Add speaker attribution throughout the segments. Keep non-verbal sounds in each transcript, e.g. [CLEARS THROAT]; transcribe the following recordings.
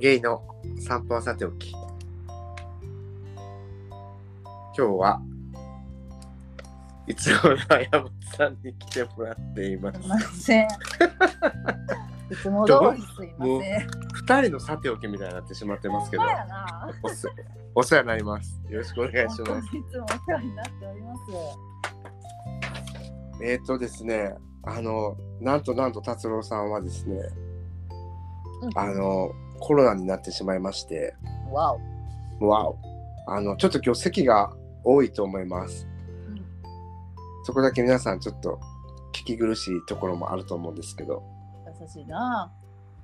Speaker 1: ゲイの散歩はさておき。今日は、いつもの山本さんに来てもらっています
Speaker 2: い。ま
Speaker 1: [LAUGHS]
Speaker 2: せん。いつも通りすいま
Speaker 1: どうも
Speaker 2: せん。
Speaker 1: 二人のさておきみたいになってしまってますけど
Speaker 2: ほん、まやな。
Speaker 1: お世お世話になります。よろしくお願いし
Speaker 2: 本当
Speaker 1: ます。
Speaker 2: にいつもお世話になっております。
Speaker 1: えっとですね、あの、なんとなんと達郎さんはですね、
Speaker 2: うん
Speaker 1: あの、コロナになってしまいまして、
Speaker 2: わお。
Speaker 1: わお。あの、ちょっと今日席が多いと思います。
Speaker 2: うん
Speaker 1: そこだけ皆さんちょっと聞き苦しいところもあると思うんですけど、
Speaker 2: 優しいな。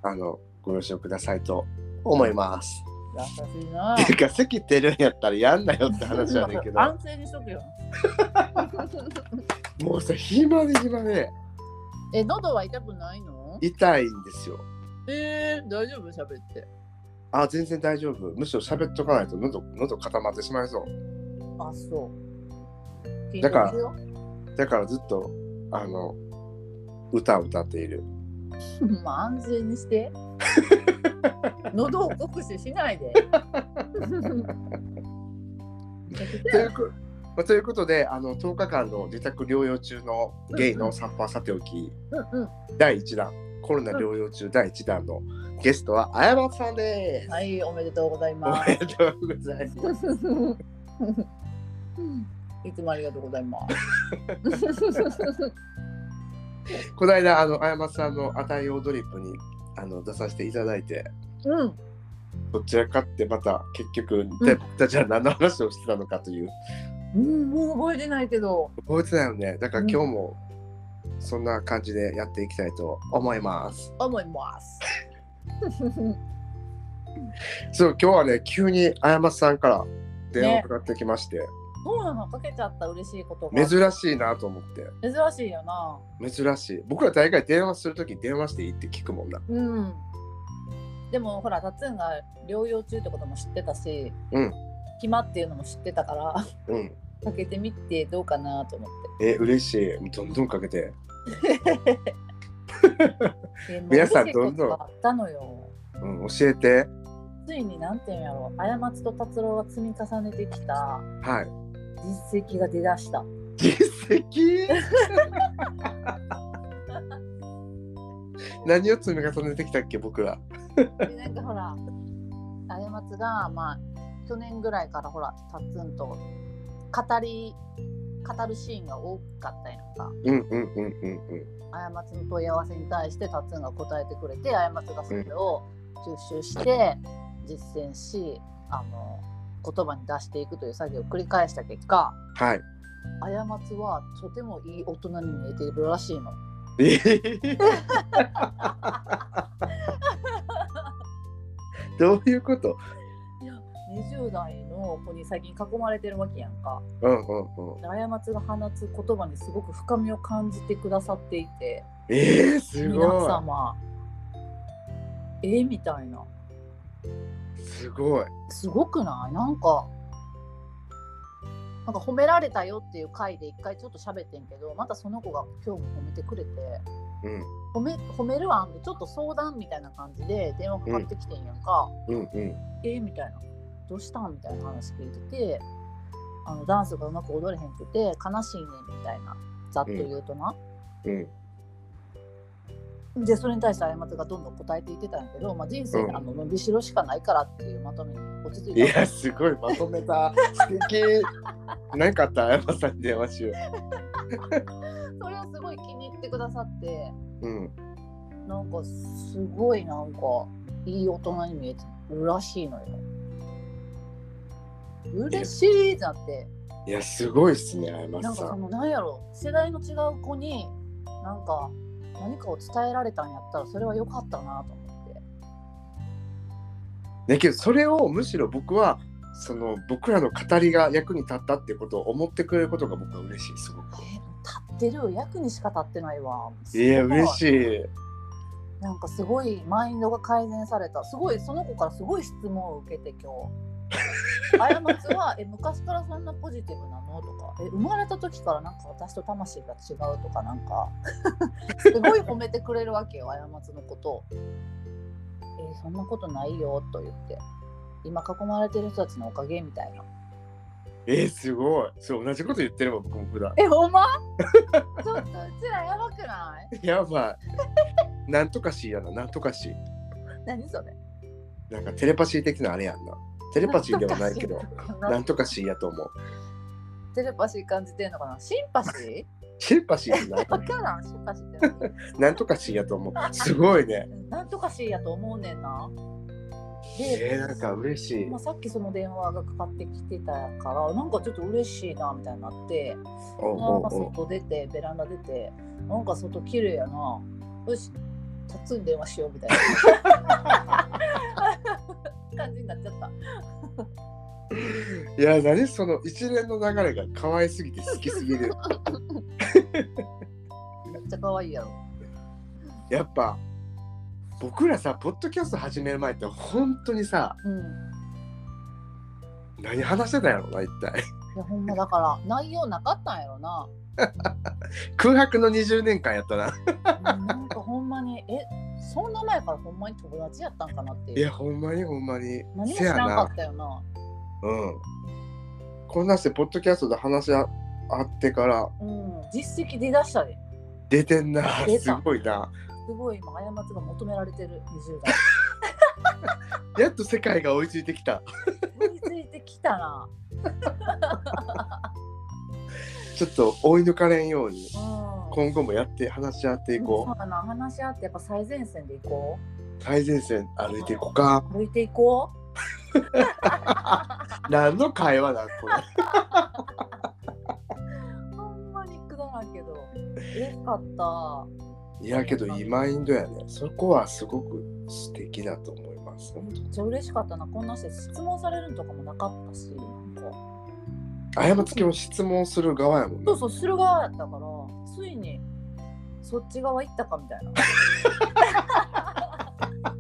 Speaker 1: あの、ご了承くださいと思います。
Speaker 2: 優しいな。
Speaker 1: てか、席出るんやったらやんなよって [LAUGHS] 話やねんけど、
Speaker 2: 安静にしとくよ。
Speaker 1: もうさ、暇で暇で
Speaker 2: [LAUGHS] え、喉は痛くないの
Speaker 1: 痛いんですよ。
Speaker 2: えー、大丈夫喋って。
Speaker 1: あ、全然大丈夫。むしろ喋っとかないと喉、喉固まってしまいそう。
Speaker 2: あ、そう。
Speaker 1: だから
Speaker 2: 聞いてみるよ
Speaker 1: だからずっと、あの、歌を歌っている。
Speaker 2: [LAUGHS] まあ安静に
Speaker 1: [LAUGHS]
Speaker 2: して。喉を酷使しな
Speaker 1: [LAUGHS]
Speaker 2: いで。 [LAUGHS]
Speaker 1: というこまあということであの10日間の自宅療養中のゲイの散歩はさておき
Speaker 2: うんうん
Speaker 1: 第1弾コロナ療養中第1弾のゲストはあやまつさんです、
Speaker 2: はい、おめでとうござい
Speaker 1: お
Speaker 2: ま
Speaker 1: めでとうございます
Speaker 2: す。いつもありがとうござい
Speaker 1: [LAUGHS]
Speaker 2: ます。
Speaker 1: この間あのあやまつさんの「あたい用ドリップに」あの出させていただいて
Speaker 2: うん、
Speaker 1: どちらかってまた結局、で僕たちは何の話をしてたのかという
Speaker 2: うん、もう覚えてないけど、
Speaker 1: 覚えてないよねだから今日もそんな感じでやっていきたいと思います、
Speaker 2: 思います。
Speaker 1: そう今日はね急にあやまつさんから電話かかってきまして、
Speaker 2: そうなの、かけちゃった嬉しいことが。
Speaker 1: 珍しいなと思って
Speaker 2: 珍しいよな。
Speaker 1: 珍しい僕ら大概電話するとき電話していいって聞くもんな
Speaker 2: うん。でも、ほら、タッツンが療養中ってことも知ってたし。
Speaker 1: うん。
Speaker 2: 暇っていうのも知ってたから。
Speaker 1: うん
Speaker 2: かけてみてどうかなと思っ
Speaker 1: え嬉しいどんどんかけて [LAUGHS]
Speaker 2: て。でも
Speaker 1: 皆さん
Speaker 2: 嬉しいこと
Speaker 1: どんどん
Speaker 2: があったのよ。
Speaker 1: うん教えて
Speaker 2: ついになんていうんやろ過ちと達郎が積み重ねてきた
Speaker 1: はい
Speaker 2: 実績が出だした。
Speaker 1: 実績 [LAUGHS] 何を積み重ねてきたっけ僕ら
Speaker 2: でなんかほら過ちがまあ去年ぐらいからほらタッツンと語り語るシーンが多かったやん
Speaker 1: う
Speaker 2: か。
Speaker 1: んうんうんうんうん
Speaker 2: 過ちの問い合わせに対してタッツンが答えてくれて過ちがそれを吸収して実践し、あの言葉に出していくという作業を繰り返した結果
Speaker 1: はい
Speaker 2: 過ちはとてもいい大人に見えているらしいの。
Speaker 1: えー [LAUGHS] どういうこと
Speaker 2: 20代の子に最近囲まれてるわけやんか。
Speaker 1: うんうんうん
Speaker 2: で過ちが放つ言葉にすごく深みを感じてくださっていて
Speaker 1: えー、す
Speaker 2: 皆
Speaker 1: ご
Speaker 2: 様えみたいない
Speaker 1: すごい
Speaker 2: すごくないなんかなんか褒められたよっていう回で一回ちょっと喋ってんけどまたその子が今日も褒めてくれて
Speaker 1: うん
Speaker 2: 褒め褒める案でちょっと相談みたいな感じで電話かかってきてんやんか、
Speaker 1: うんうん
Speaker 2: えみたいなどうしたんみたいな話聞いててあのダンスがうまく踊れへんくて悲しいねんみたいなざっと言うとな、
Speaker 1: うん
Speaker 2: でそれに対して過ちがどんどん答えていってたんやけど、まあ、人生
Speaker 1: うん
Speaker 2: あの伸びしろしかないからっていうまとめに落ち着
Speaker 1: い
Speaker 2: いた
Speaker 1: や、すごい、まとめた。素敵。何かあったら、山さんに電話しよ
Speaker 2: それをすごい気に入ってくださって
Speaker 1: う。うん。
Speaker 2: なんかすごいなんかいい大人に見えてるらしいのよ嬉しいってなって
Speaker 1: いや、すごいっすね、山
Speaker 2: なんか
Speaker 1: さ
Speaker 2: そ
Speaker 1: ん。
Speaker 2: のなんやろ世代の違う子になんか何かを伝えられたんやったらそれは良かったなと思って
Speaker 1: だけど、それをむしろ僕は、その僕らの語りが役に立ったってことを思ってくれることが僕は嬉しい、すごく。
Speaker 2: え立ってる役にしか立ってないわ
Speaker 1: いや、嬉
Speaker 2: い
Speaker 1: しい。
Speaker 2: なんかすごいマインドが改善されたすごいその子からすごい質問を受けて [LAUGHS] 今日あやまつはえ昔からそんなポジティブなのとかえ生まれた時からなんか私と魂が違うとか [LAUGHS] なんかすごい褒めてくれるわけよあやまつのことをえーそんなことないよと言って今囲まれてる人たちのおかげみたいな
Speaker 1: えー、すごい。そう、同じこと言ってれば僕も普段。
Speaker 2: えほん [LAUGHS] まちょっとうちらやばくない
Speaker 1: やばい。なんとかしやな、なんとかし。
Speaker 2: 何 [LAUGHS] それ
Speaker 1: なんかテレパシー的なあれやんな。テレパシーではないけど、なんんとかしやと思う。
Speaker 2: [LAUGHS] テレパシー感じてんのかなシンパシー
Speaker 1: テレパシーじゃない
Speaker 2: わからんシンパシーって何
Speaker 1: なんとかしやと思う。すごいね。
Speaker 2: なんとかしいやと思うねんな。
Speaker 1: えー、なんか嬉しい
Speaker 2: まあ、。さっきその電話がかかってきてたからなんかちょっと嬉しいなみたいになって
Speaker 1: おう
Speaker 2: なんか
Speaker 1: おうおう
Speaker 2: 外出てベランダ出てなんか外綺麗やなよしタッツーに電話しようみたいな感じになっちゃった
Speaker 1: いや、何その一連の流れが可愛すぎて好きすぎ
Speaker 2: [LAUGHS]
Speaker 1: る。
Speaker 2: めっちゃ可愛いやろ
Speaker 1: やっぱ、僕らさ、ポッドキャスト始める前って本当にさ、
Speaker 2: うん
Speaker 1: 何話してたんやろな、一体。
Speaker 2: いやほんまだから内容なかったんやろな
Speaker 1: 空白の20年間やったな。
Speaker 2: うんなんかほんまにえそんな前からほんまに友達やったんかなって
Speaker 1: い
Speaker 2: いう
Speaker 1: や、ほんまにほんまに。
Speaker 2: 何も知
Speaker 1: せや
Speaker 2: らんか
Speaker 1: な。
Speaker 2: ったよな
Speaker 1: うん。こんなして、ポッドキャストで話し合ってから、
Speaker 2: うん実績出だしたで
Speaker 1: 出てんな
Speaker 2: 出。た
Speaker 1: すごいな。
Speaker 2: すごい今過ちが求められてる20代
Speaker 1: やっと世界が追いついてきた。
Speaker 2: 追いついてきたな
Speaker 1: ちょっと追い抜かれんように、
Speaker 2: うん
Speaker 1: 今後もやって話し合ってい
Speaker 2: そ
Speaker 1: こ
Speaker 2: うだな話し合ってやっぱ最前線で行こ
Speaker 1: う。最前線歩いていこうか。
Speaker 2: う歩いていこう
Speaker 1: 何の会話だ、これ。
Speaker 2: ほんまにくだらんけど嬉しかった
Speaker 1: いやけどいいマインドやね。そこはすごく素敵だと思います。
Speaker 2: めっちゃ嬉しかったなこんなして質問されるんとかもなかったしなん
Speaker 1: 過
Speaker 2: か
Speaker 1: ちを質問する側やもん
Speaker 2: そう
Speaker 1: な。
Speaker 2: そうする側やったからついにそっち側行ったかみたい
Speaker 1: [LAUGHS]
Speaker 2: な [LAUGHS]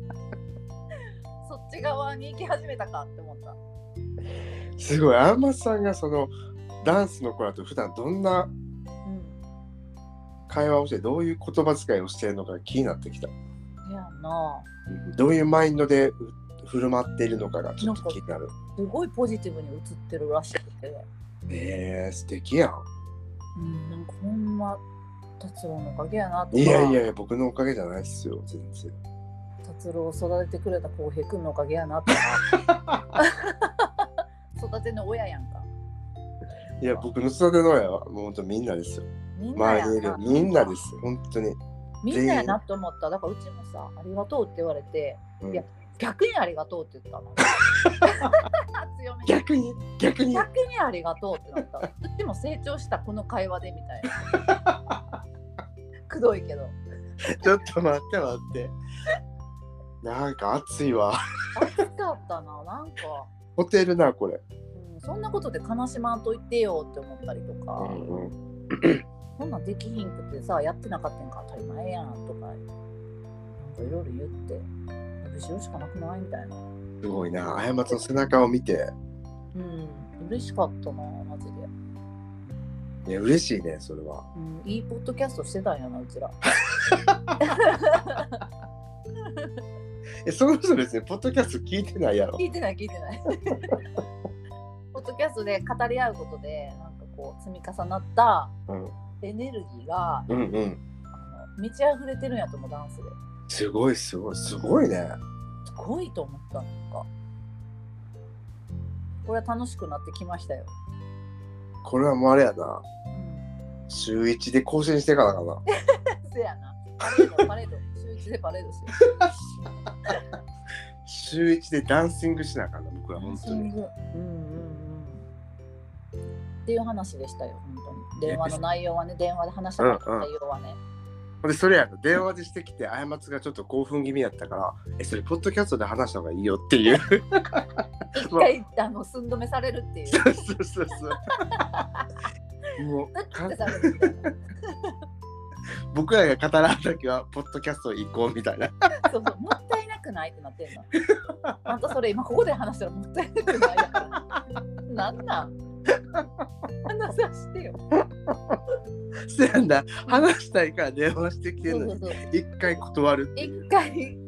Speaker 2: そっち側に行き始めたかって思った
Speaker 1: すごい。あんまさんがそのダンスの子らと普段どんな
Speaker 2: うん
Speaker 1: 会話をしてどういう言葉遣いをしてるのか気になってきた。
Speaker 2: せやな
Speaker 1: どういうマインドでう振る舞っているのかがちょっと気になる。
Speaker 2: すごいポジティブに映ってるらしくて、
Speaker 1: ええー、素敵やん。
Speaker 2: うん、なんかほんま達郎のおかげやなとか
Speaker 1: いやいやいや、僕のおかげじゃないっすよ、全然。
Speaker 2: 達郎を育ててくれた浩平君のおかげやなとか [LAUGHS] 育ての親やんか
Speaker 1: いや、僕の育ての親はもう本当みんなですよ。
Speaker 2: みんなや
Speaker 1: 周りに
Speaker 2: ん
Speaker 1: いる
Speaker 2: な
Speaker 1: みんなです。本当に。
Speaker 2: みんなやなと思っただからうちもさありがとうって言われて
Speaker 1: うん
Speaker 2: いや逆にありがとうって言ったの
Speaker 1: [LAUGHS]
Speaker 2: 強めに
Speaker 1: 逆に逆に
Speaker 2: 逆にありがとうってなったうちも成長したこの会話でみたいなくどいけど
Speaker 1: [LAUGHS] ちょっと待って待って。なんか暑いわ。
Speaker 2: 暑かったななんか、
Speaker 1: ホテルな、これ。
Speaker 2: うん、そんなことで悲しまんと言ってよって思ったりとか、
Speaker 1: うん
Speaker 2: こんなんできひんくてさやってなかったんか当たり前やんとかなんかいろいろ言って後ろしかなくないみたいな
Speaker 1: すごいな。過ちの背中を見て。
Speaker 2: うん嬉しかったなマジで、
Speaker 1: いや、嬉しいね、それは。
Speaker 2: うん、いいポッドキャストしてたんやなうちら
Speaker 1: え、その人別に、ポッドキャスト聞いてないやろ
Speaker 2: [LAUGHS] 聞。いてない聞いてない [LAUGHS] ポッドキャストで語り合うことでなんかこう積み重なった
Speaker 1: うん。
Speaker 2: エネルギーが
Speaker 1: うんうん。
Speaker 2: あの満ち溢れてるんやと思うダンスです
Speaker 1: ごい、すごい、すごいね。
Speaker 2: すごいと思ったなんかこれは楽しくなってきましたよ、
Speaker 1: これはもうあれやな。
Speaker 2: うん、
Speaker 1: 週1で更新してからか
Speaker 2: [LAUGHS]
Speaker 1: な。
Speaker 2: せや
Speaker 1: [LAUGHS]
Speaker 2: なパレードパレード週一でパレードしよ
Speaker 1: 週1でダンシングしなあかんな、僕ら、
Speaker 2: う
Speaker 1: 本当
Speaker 2: うん
Speaker 1: に。
Speaker 2: うんうんっていう話でしたよ本当に電話の内容はね電話で話したかった内容はね、
Speaker 1: で、それやな、電話でしてきて、過ちがちょっと興奮気味やったから、え、それ、ポッドキャストで話した方がいいよっていう。
Speaker 2: 一回あの寸止めされるっていう
Speaker 1: そうそうそうそう。もうか
Speaker 2: ってされるみたいな
Speaker 1: 僕らが語らん時はポッドキャスト行こうみたいな。
Speaker 2: そうそうもったいなくないってなってんのあんたそれ今ここで話したらもったいなくないやんな
Speaker 1: [LAUGHS]
Speaker 2: んなん話さしてよ
Speaker 1: せやんだ話したいから電話してきて
Speaker 2: そ
Speaker 1: る
Speaker 2: う
Speaker 1: の
Speaker 2: そう
Speaker 1: に
Speaker 2: そう
Speaker 1: 一回断るってい
Speaker 2: 一
Speaker 1: う。
Speaker 2: 回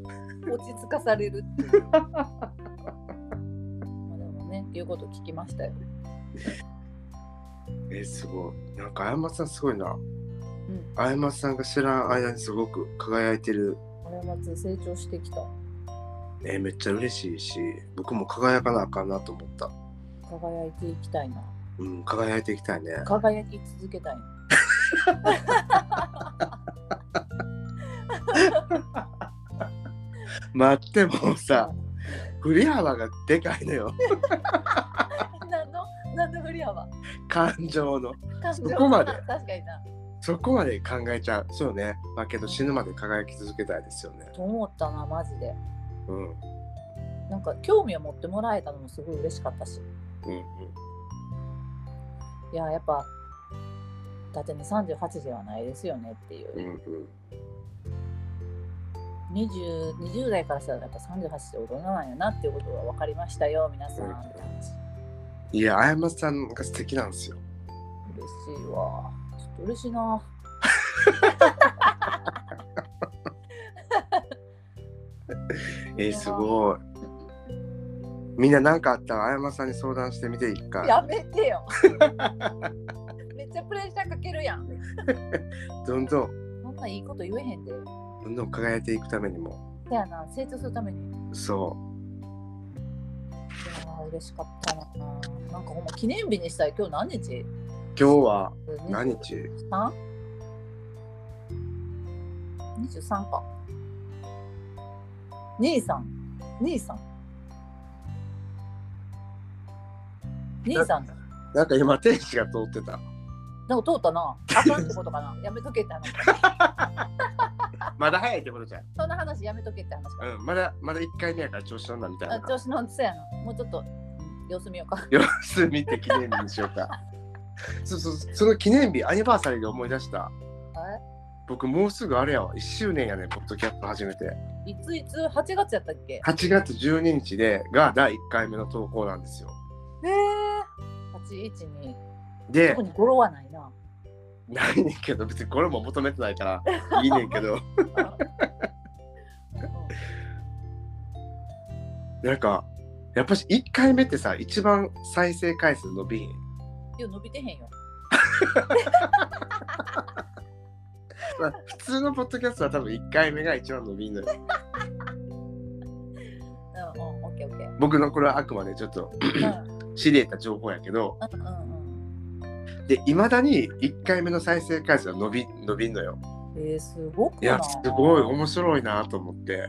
Speaker 2: 落ち着かされるっ
Speaker 1: [LAUGHS]
Speaker 2: ていう。まあでもね、いうこと聞きましたよ。
Speaker 1: えーすごいなんかあやまさんすごいな、
Speaker 2: ん
Speaker 1: あやまさんが知らん間にすごく輝いてる
Speaker 2: 俺は松成長してきた。
Speaker 1: えーめっちゃ嬉しいし僕も輝かなあかんなと思った
Speaker 2: 輝いていきたいな。
Speaker 1: うん輝いていきたいね
Speaker 2: 輝き続けたいな。
Speaker 1: 待ってもうさ振り幅がでかいのよ
Speaker 2: 何の何の振り幅
Speaker 1: 感情の
Speaker 2: 感
Speaker 1: そ
Speaker 2: 情
Speaker 1: こまで
Speaker 2: 確かにな。
Speaker 1: そこまで考えちゃうそうねまあけど死ぬまで輝き続けたいですよね
Speaker 2: と思ったな、マジで。
Speaker 1: うんうん
Speaker 2: なんか興味を持ってもらえたのもすごい嬉しかったし。
Speaker 1: うん
Speaker 2: いや、やっぱ、だってね、38ではないですよねっていうう。
Speaker 1: んうん
Speaker 2: 20, 20代からしたらやっぱ38って大人なんやなっていうことが分かりましたよ、皆さん
Speaker 1: うん
Speaker 2: って感じ。
Speaker 1: いやあやまさんが素敵なんですよ
Speaker 2: 嬉しいわ。ちょっと嬉しいな。
Speaker 1: えー、すごいみんな何かあったらあやまさんに相談してみて一回
Speaker 2: やめてよ。めっちゃプレッシャーかけるやん。
Speaker 1: どんどん
Speaker 2: そんないいこと言えへんで。
Speaker 1: どんどん輝いていくためにも
Speaker 2: せやな、成長するために。い
Speaker 1: そ
Speaker 2: やー嬉しかったな。なんかほんま記念日にしたい。今日何日
Speaker 1: う今日は何日
Speaker 2: ?23 か。兄さん。兄さん。兄さんだ。
Speaker 1: なんか今天使が通ってた
Speaker 2: でも通ったな。あかんってことかな。やめとけって話。
Speaker 1: まだ早いってことじゃん
Speaker 2: そんな話やめとけって話か。
Speaker 1: うんまだまだ1回目やから調子乗んなみたい
Speaker 2: あ
Speaker 1: な [LAUGHS]
Speaker 2: 調子のせやな。もうちょっと様子見ようか。
Speaker 1: 様子見て記念日にしようかそうそうその記念日アニバーサリーで思い出した僕もうすぐあれやわ1周年やねポッドキャスト始めて
Speaker 2: えいついつ8月やったっけ
Speaker 1: 8月12日でが第1回目の投稿なんですよ
Speaker 2: えー、812。
Speaker 1: で
Speaker 2: 特に語呂はな
Speaker 1: [LAUGHS]
Speaker 2: いな。
Speaker 1: ないねんけど別にこれも求めてないからいいねんけど
Speaker 2: うん
Speaker 1: なんかやっぱし1回目ってさ一番再生回数伸びひん
Speaker 2: いや伸びてへんよ。
Speaker 1: まあ普通のポッドキャストは多分1回目が一番伸びんのよ
Speaker 2: うんうん、オッケーオッケー。
Speaker 1: 僕のこれはあくまでちょっと [CLEARS THROAT]
Speaker 2: うん
Speaker 1: 知り得た情報やけど
Speaker 2: うんうん
Speaker 1: でいまだに1回目の再生回数は伸び伸びんのよ
Speaker 2: うん。えー、すごく
Speaker 1: い
Speaker 2: ない
Speaker 1: やすごい面白いなと思って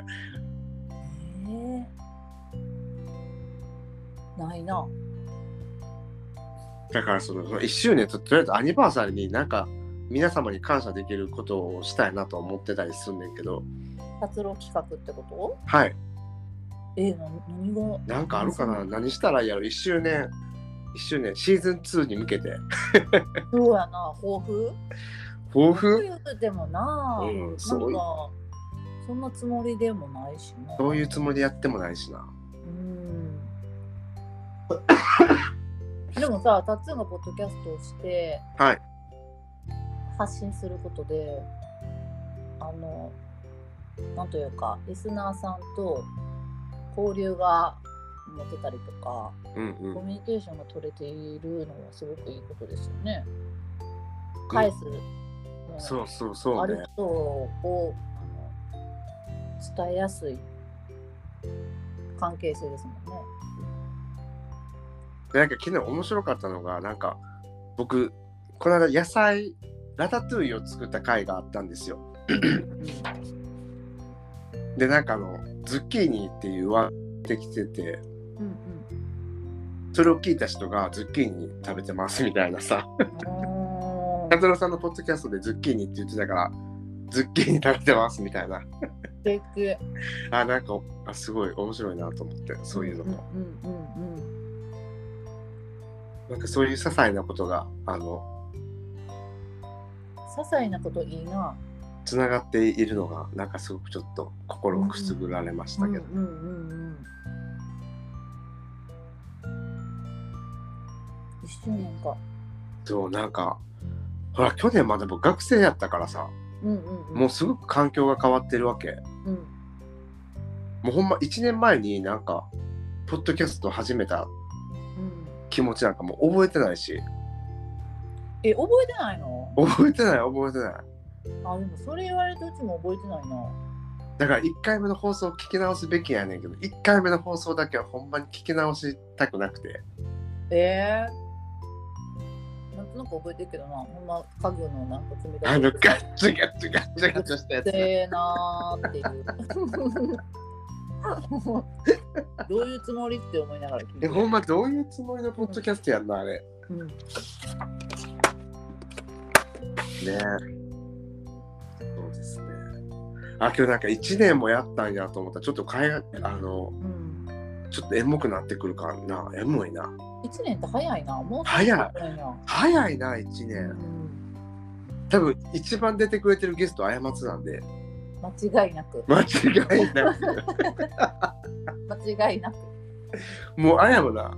Speaker 2: えーないな。
Speaker 1: だからその1周年ととりあえずアニバーサリーになんか皆様に感謝できることをしたいなと思ってたりすんねんけど
Speaker 2: 達郎企画ってこと
Speaker 1: はい
Speaker 2: えー、な何が
Speaker 1: なんかあるかな何したらいいやろ1周年1周年シーズン2に向けて
Speaker 2: そうやな、抱負
Speaker 1: 抱負
Speaker 2: 言うてもな、なんか
Speaker 1: うんそう
Speaker 2: そんなつもりでもないしな。
Speaker 1: そういうつもりでやってもないしな
Speaker 2: うん。でもさ、タッツンがポッドキャストをして、
Speaker 1: はい
Speaker 2: 発信することで、あの、なんというか、リスナーさんと交流が持てたりとか、
Speaker 1: うんう
Speaker 2: コ
Speaker 1: ん
Speaker 2: ミュニケーションが取れているのはすごくいいことですよね。返す、うん
Speaker 1: そうそうそ
Speaker 2: あ
Speaker 1: う
Speaker 2: る
Speaker 1: ね
Speaker 2: 人をあの伝えやすい関係性ですもんね。
Speaker 1: でなんか昨日面白かったのがなんか僕この間野菜ラタトゥイユを作った回があったんですよでなんかあのズッキーニっていうワードできてて
Speaker 2: うんうん
Speaker 1: それを聞いた人がズッキーニ食べてますみたいなさ
Speaker 2: おー
Speaker 1: 達郎さんのポッドキャストでズッキーニって言ってたからズッキーニ食べてますみたいな
Speaker 2: 素敵
Speaker 1: あなんかあすごい面白いなと思ってそういうのも、
Speaker 2: うんうんうん
Speaker 1: なんかそういう些細なことがあの
Speaker 2: 些細なこといいな。
Speaker 1: つながっているのがなんかすごくちょっと心をくすぐられましたけど、
Speaker 2: うんうん一周年か。
Speaker 1: そうなんかほら去年まで僕学生やったからさ
Speaker 2: うんうんうん。
Speaker 1: もうすごく環境が変わってるわけ
Speaker 2: うん
Speaker 1: もうほんま1年前になんか、ポッドキャスト始めた
Speaker 2: うん、
Speaker 1: 気持ちなんかもう覚えてないし、
Speaker 2: え覚えてないの
Speaker 1: 覚えてない覚えてない。
Speaker 2: あでもそれ言われてうちも覚えてないな
Speaker 1: だから1回目の放送を聞き直すべきやねんけど、1回目の放送だけはほんまに聞き直したくなくて。
Speaker 2: えー、なんとなく覚えてるけどなほんま家具のなんか組み立
Speaker 1: あ
Speaker 2: て
Speaker 1: のガッチガチガチガチしたやつ。
Speaker 2: せーなーっていう
Speaker 1: [LAUGHS]
Speaker 2: どういうつもりって思いながら聞いて
Speaker 1: え、
Speaker 2: る
Speaker 1: ほんまどういうつもりのポッドキャストやんのあれ。
Speaker 2: うん
Speaker 1: ねそうですね。あ、今日なんか1年もやったんやと思ったら、ちょっと変え、あの、
Speaker 2: うん、
Speaker 1: ちょっとエモくなってくるかな。エモいな。
Speaker 2: 1年って早いなもう
Speaker 1: 早い
Speaker 2: いな、
Speaker 1: 早いな、1
Speaker 2: う
Speaker 1: 年。
Speaker 2: ん、
Speaker 1: 多分一番出てくれてるゲスト、あやまつなんで、
Speaker 2: 間違いなく
Speaker 1: 間違いなく。
Speaker 2: 間違いなく
Speaker 1: もうあやもな、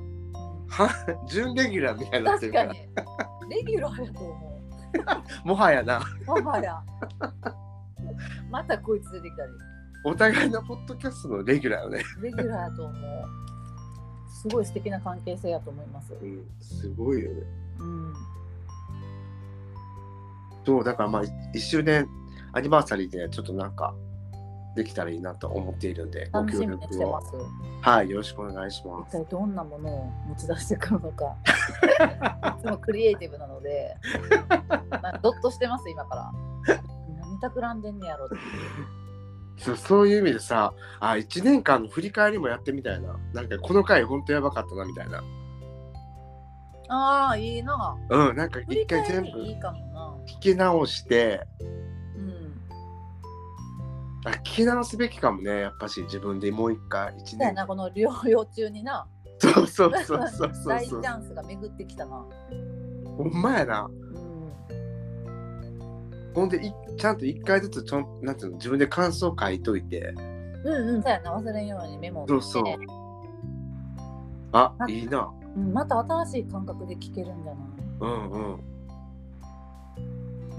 Speaker 1: は準レギュラーみたいになって
Speaker 2: 確
Speaker 1: るか、
Speaker 2: からにレギュラーやと思う
Speaker 1: もはやな、
Speaker 2: もは
Speaker 1: [LAUGHS]
Speaker 2: やまたこいつ出てきたり
Speaker 1: お互いのポッドキャストのレギュラーよね。
Speaker 2: レギュラーやと思うすごい素敵な関係性やと思います
Speaker 1: うん、すごいよね。
Speaker 2: うん
Speaker 1: そう、だからまあ、1周年アニバーサリーで、ちょっとなんか、できたらいいなと思っているんで、ご
Speaker 2: 楽
Speaker 1: 協
Speaker 2: しみにして
Speaker 1: 力を
Speaker 2: ま。す
Speaker 1: はい、よろしくお願いしま
Speaker 2: 一
Speaker 1: す。
Speaker 2: 体どんなものを持ち出してくるの
Speaker 1: [LAUGHS]
Speaker 2: かいつもクリエイティブなので、まあ、ドッとしてます今から何企んでんねやろって
Speaker 1: そうそういう意味でさ、あ、1年間の振り返りもやってみたいな。なんか、この回、ほんとやばかったな、みたいな。
Speaker 2: ああいいな
Speaker 1: うん、なんか、
Speaker 2: 振り
Speaker 1: 一回
Speaker 2: 返
Speaker 1: 全
Speaker 2: り
Speaker 1: 部
Speaker 2: いいかもな
Speaker 1: 聞き直して、
Speaker 2: うん
Speaker 1: あ聞き直すべきかもね、やっぱし、自分でもう一回、1
Speaker 2: だよ
Speaker 1: 年。
Speaker 2: なこの療養中にな
Speaker 1: そうそうそうそうそう
Speaker 2: 大チ
Speaker 1: そう。
Speaker 2: ャンスが巡ってきたな
Speaker 1: ほんまやな。
Speaker 2: うん
Speaker 1: ほんで、いちゃんと一回ずつちょん、なんていうの、自分で感想書いといて。
Speaker 2: うんうんそうやな忘れんようにメモを
Speaker 1: そ
Speaker 2: 取
Speaker 1: う
Speaker 2: って
Speaker 1: そう。あ
Speaker 2: な、
Speaker 1: いいな。
Speaker 2: うん、また新しい感覚で聞けるんじゃない
Speaker 1: うんうん。
Speaker 2: も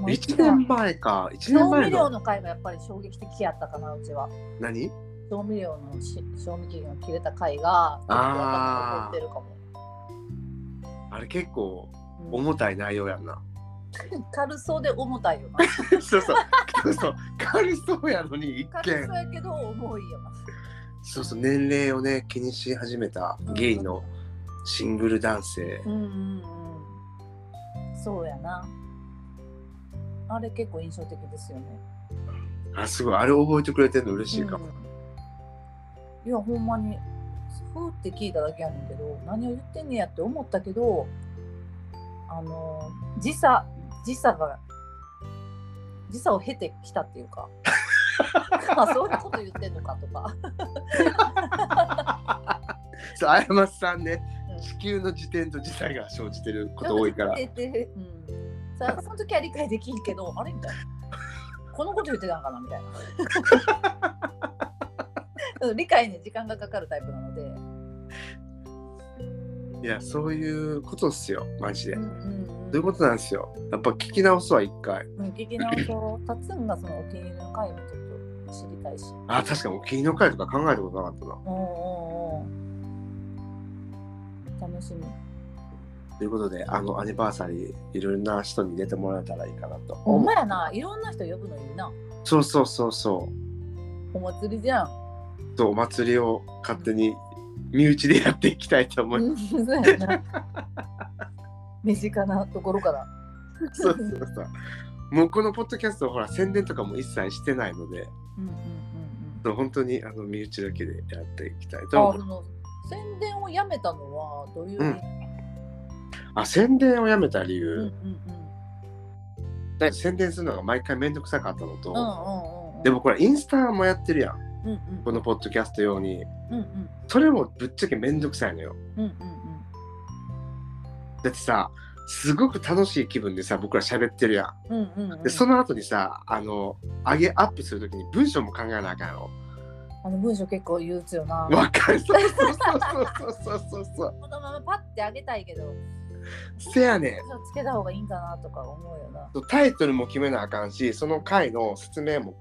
Speaker 2: う
Speaker 1: 1年前か。1年
Speaker 2: 調味
Speaker 1: 前
Speaker 2: 料
Speaker 1: の
Speaker 2: の回がやっぱり衝撃的やったかなうちは
Speaker 1: 何
Speaker 2: 調味料のし賞味期限が切れた回が結構
Speaker 1: あー
Speaker 2: 残ってるかも、
Speaker 1: あれ結構
Speaker 2: うん
Speaker 1: 重たい内容やんな。 [LAUGHS]
Speaker 2: 軽そうで重たいよな
Speaker 1: そうそう。そうそう。軽そうやのに一
Speaker 2: 軽
Speaker 1: 見
Speaker 2: そ。うやけど重いよな
Speaker 1: そうそう。年齢をね、気にし始めたゲイのシングル男性。
Speaker 2: うんうんうんそうやなあれ結構印象的ですよね
Speaker 1: あ、すごい。あれ覚えてくれてるの嬉しいかも。
Speaker 2: うんいやほんまにふーって聞いただけやねんけど何を言ってんねやって思ったけどあの時差時差が時差を経てきたっていうか [LAUGHS] あそういうこと言ってんのかとか、
Speaker 1: そう、あやまさんね
Speaker 2: うん、
Speaker 1: 地球の時点と時差が生じてること多いから。
Speaker 2: でも出てうん、さその時は理解できんけどあれみたいなこのこと言ってたんかなみたい
Speaker 1: [LAUGHS]
Speaker 2: な理解に時間がかかるタイプなので、
Speaker 1: いや、そういうことっすよ。マジで。
Speaker 2: う
Speaker 1: そ
Speaker 2: んうんうん
Speaker 1: ういうことなんですよ。やっぱ聞き直すわ、一回。
Speaker 2: うん、聞き直そう。たつんがそのお気に入りの回もちょっと知りたいし。
Speaker 1: あ、確かにお気に入りの回とか考えたことなかったな。
Speaker 2: おうおうおう楽しみ。
Speaker 1: ということで、あのアニバーサリー、いろんな人に出てもらえたらいいかなと
Speaker 2: ほん
Speaker 1: 思う
Speaker 2: ま。やな、いろんな人呼ぶのいいな。
Speaker 1: そうそうそうそう。
Speaker 2: お祭りじゃん。
Speaker 1: とお祭りを勝手に身内でやっていきたいと思いま
Speaker 2: うん [LAUGHS] そうやな。身近なところから。
Speaker 1: す。そうそうそう。もうこのポッドキャスト、ほら、宣伝とかも一切してないので、
Speaker 2: [LAUGHS] うんうんうんうん。
Speaker 1: そう本当にあの身内だけでやっていきたいと
Speaker 2: あ、
Speaker 1: 思。
Speaker 2: そうの宣伝をやめたのはどういう、
Speaker 1: う
Speaker 2: うんん、
Speaker 1: あ、宣伝をやめた理由、
Speaker 2: うんうんうん
Speaker 1: だから宣伝するのが毎回めんどくさかったの
Speaker 2: うんう
Speaker 1: と、
Speaker 2: んうん。
Speaker 1: でも、これ、インスタもやってるやん。
Speaker 2: うんうん、
Speaker 1: このポッドキャスト用に。
Speaker 2: うんうん
Speaker 1: それもぶっちゃけめんどくさいのよ。
Speaker 2: うんうん
Speaker 1: だってさ、すごく楽しい気分でさ、僕ら喋ってるやん。
Speaker 2: うんうんうんうん。
Speaker 1: でその後にさあの上げアップするときに文章も考えなあかんの。
Speaker 2: あの文章結構憂鬱よな。
Speaker 1: わかるそうそうそうそうそうそうそう。
Speaker 2: このままパッてあげたいけど、
Speaker 1: せやねん
Speaker 2: そうつけた方がいいんかなとか思うよな。
Speaker 1: タイトルも決めなあかんしその回の説明も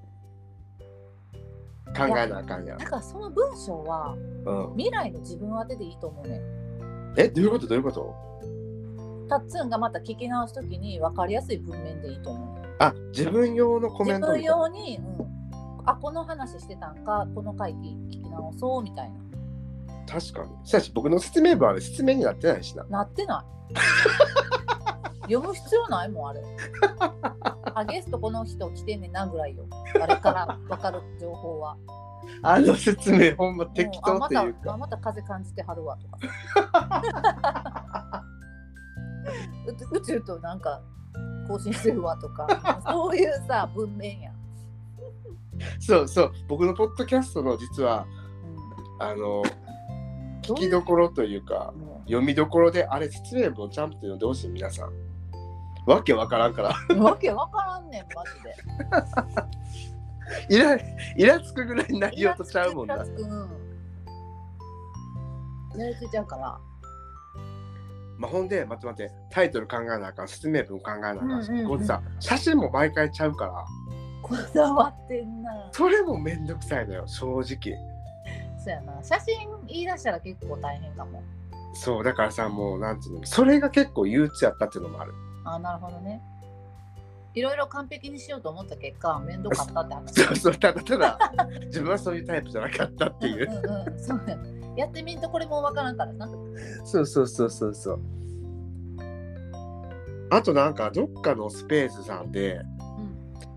Speaker 1: 考えなあかんやん
Speaker 2: だ。からその文章は
Speaker 1: うん、
Speaker 2: 未来の自分宛てでいいと思うねん
Speaker 1: え、どういうことどういうこと
Speaker 2: タッツンがまた聞き直すときに分かりやすい文面でいいと思う
Speaker 1: あ、自分用のコメントみ
Speaker 2: 自分
Speaker 1: たいな
Speaker 2: 用に、うん、あこの話してたんかこの回聞き直そうみたいな
Speaker 1: 確かに。しかし、僕の説明文あれ、説明になってないしな。
Speaker 2: なってない
Speaker 1: [LAUGHS]
Speaker 2: 読む必要ないもんあれあゲストこの人来てんねんなぐらいよあれから分かる情報は
Speaker 1: あの説明、ほんま適当っていう
Speaker 2: うん
Speaker 1: か。
Speaker 2: あまたあまた風感じてはるわとか
Speaker 1: [LAUGHS]
Speaker 2: うつ宇宙となんか更新してるわとか [LAUGHS] そういうさ文面や、
Speaker 1: そうそう、僕のポッドキャストの実は、
Speaker 2: う
Speaker 1: あの、
Speaker 2: ん、
Speaker 1: 聞きどころというか
Speaker 2: どうい、うも
Speaker 1: 読みどころで、あれ、説明文をちゃんと読んでほしい、皆さん。わけわからんから。
Speaker 2: うわけわからんねんマ
Speaker 1: [LAUGHS]
Speaker 2: ジで
Speaker 1: イラ、イラつくぐらいの内容とちゃうもん
Speaker 2: イラ
Speaker 1: な
Speaker 2: つ。くうんやりついちゃうから
Speaker 1: まあ、ほんで、待って待って、タイトル考えなあかん、説明文考えなあかんし、
Speaker 2: うんうんうん
Speaker 1: こうさ、写真も毎回ちゃうから、
Speaker 2: こだわってんな
Speaker 1: それもめんどくさいのよ、正直。
Speaker 2: そうやな写真言い出したら結構大変かも
Speaker 1: そう、だからさ、もう、なんていうの、それが結構憂鬱やったっていうのもある。 [LAUGHS]
Speaker 2: あなるほどねいろいろ完璧にしようと思った結果面倒かったって
Speaker 1: [LAUGHS]
Speaker 2: 話
Speaker 1: そうそう、ただただ、自分はそういうタイプじゃなかったっていう。
Speaker 2: んうんうん、そうややってみんとこれもわからんからな
Speaker 1: [LAUGHS] そうそうそうそうそう。あとなんか、どっかのスペースさんで、
Speaker 2: うん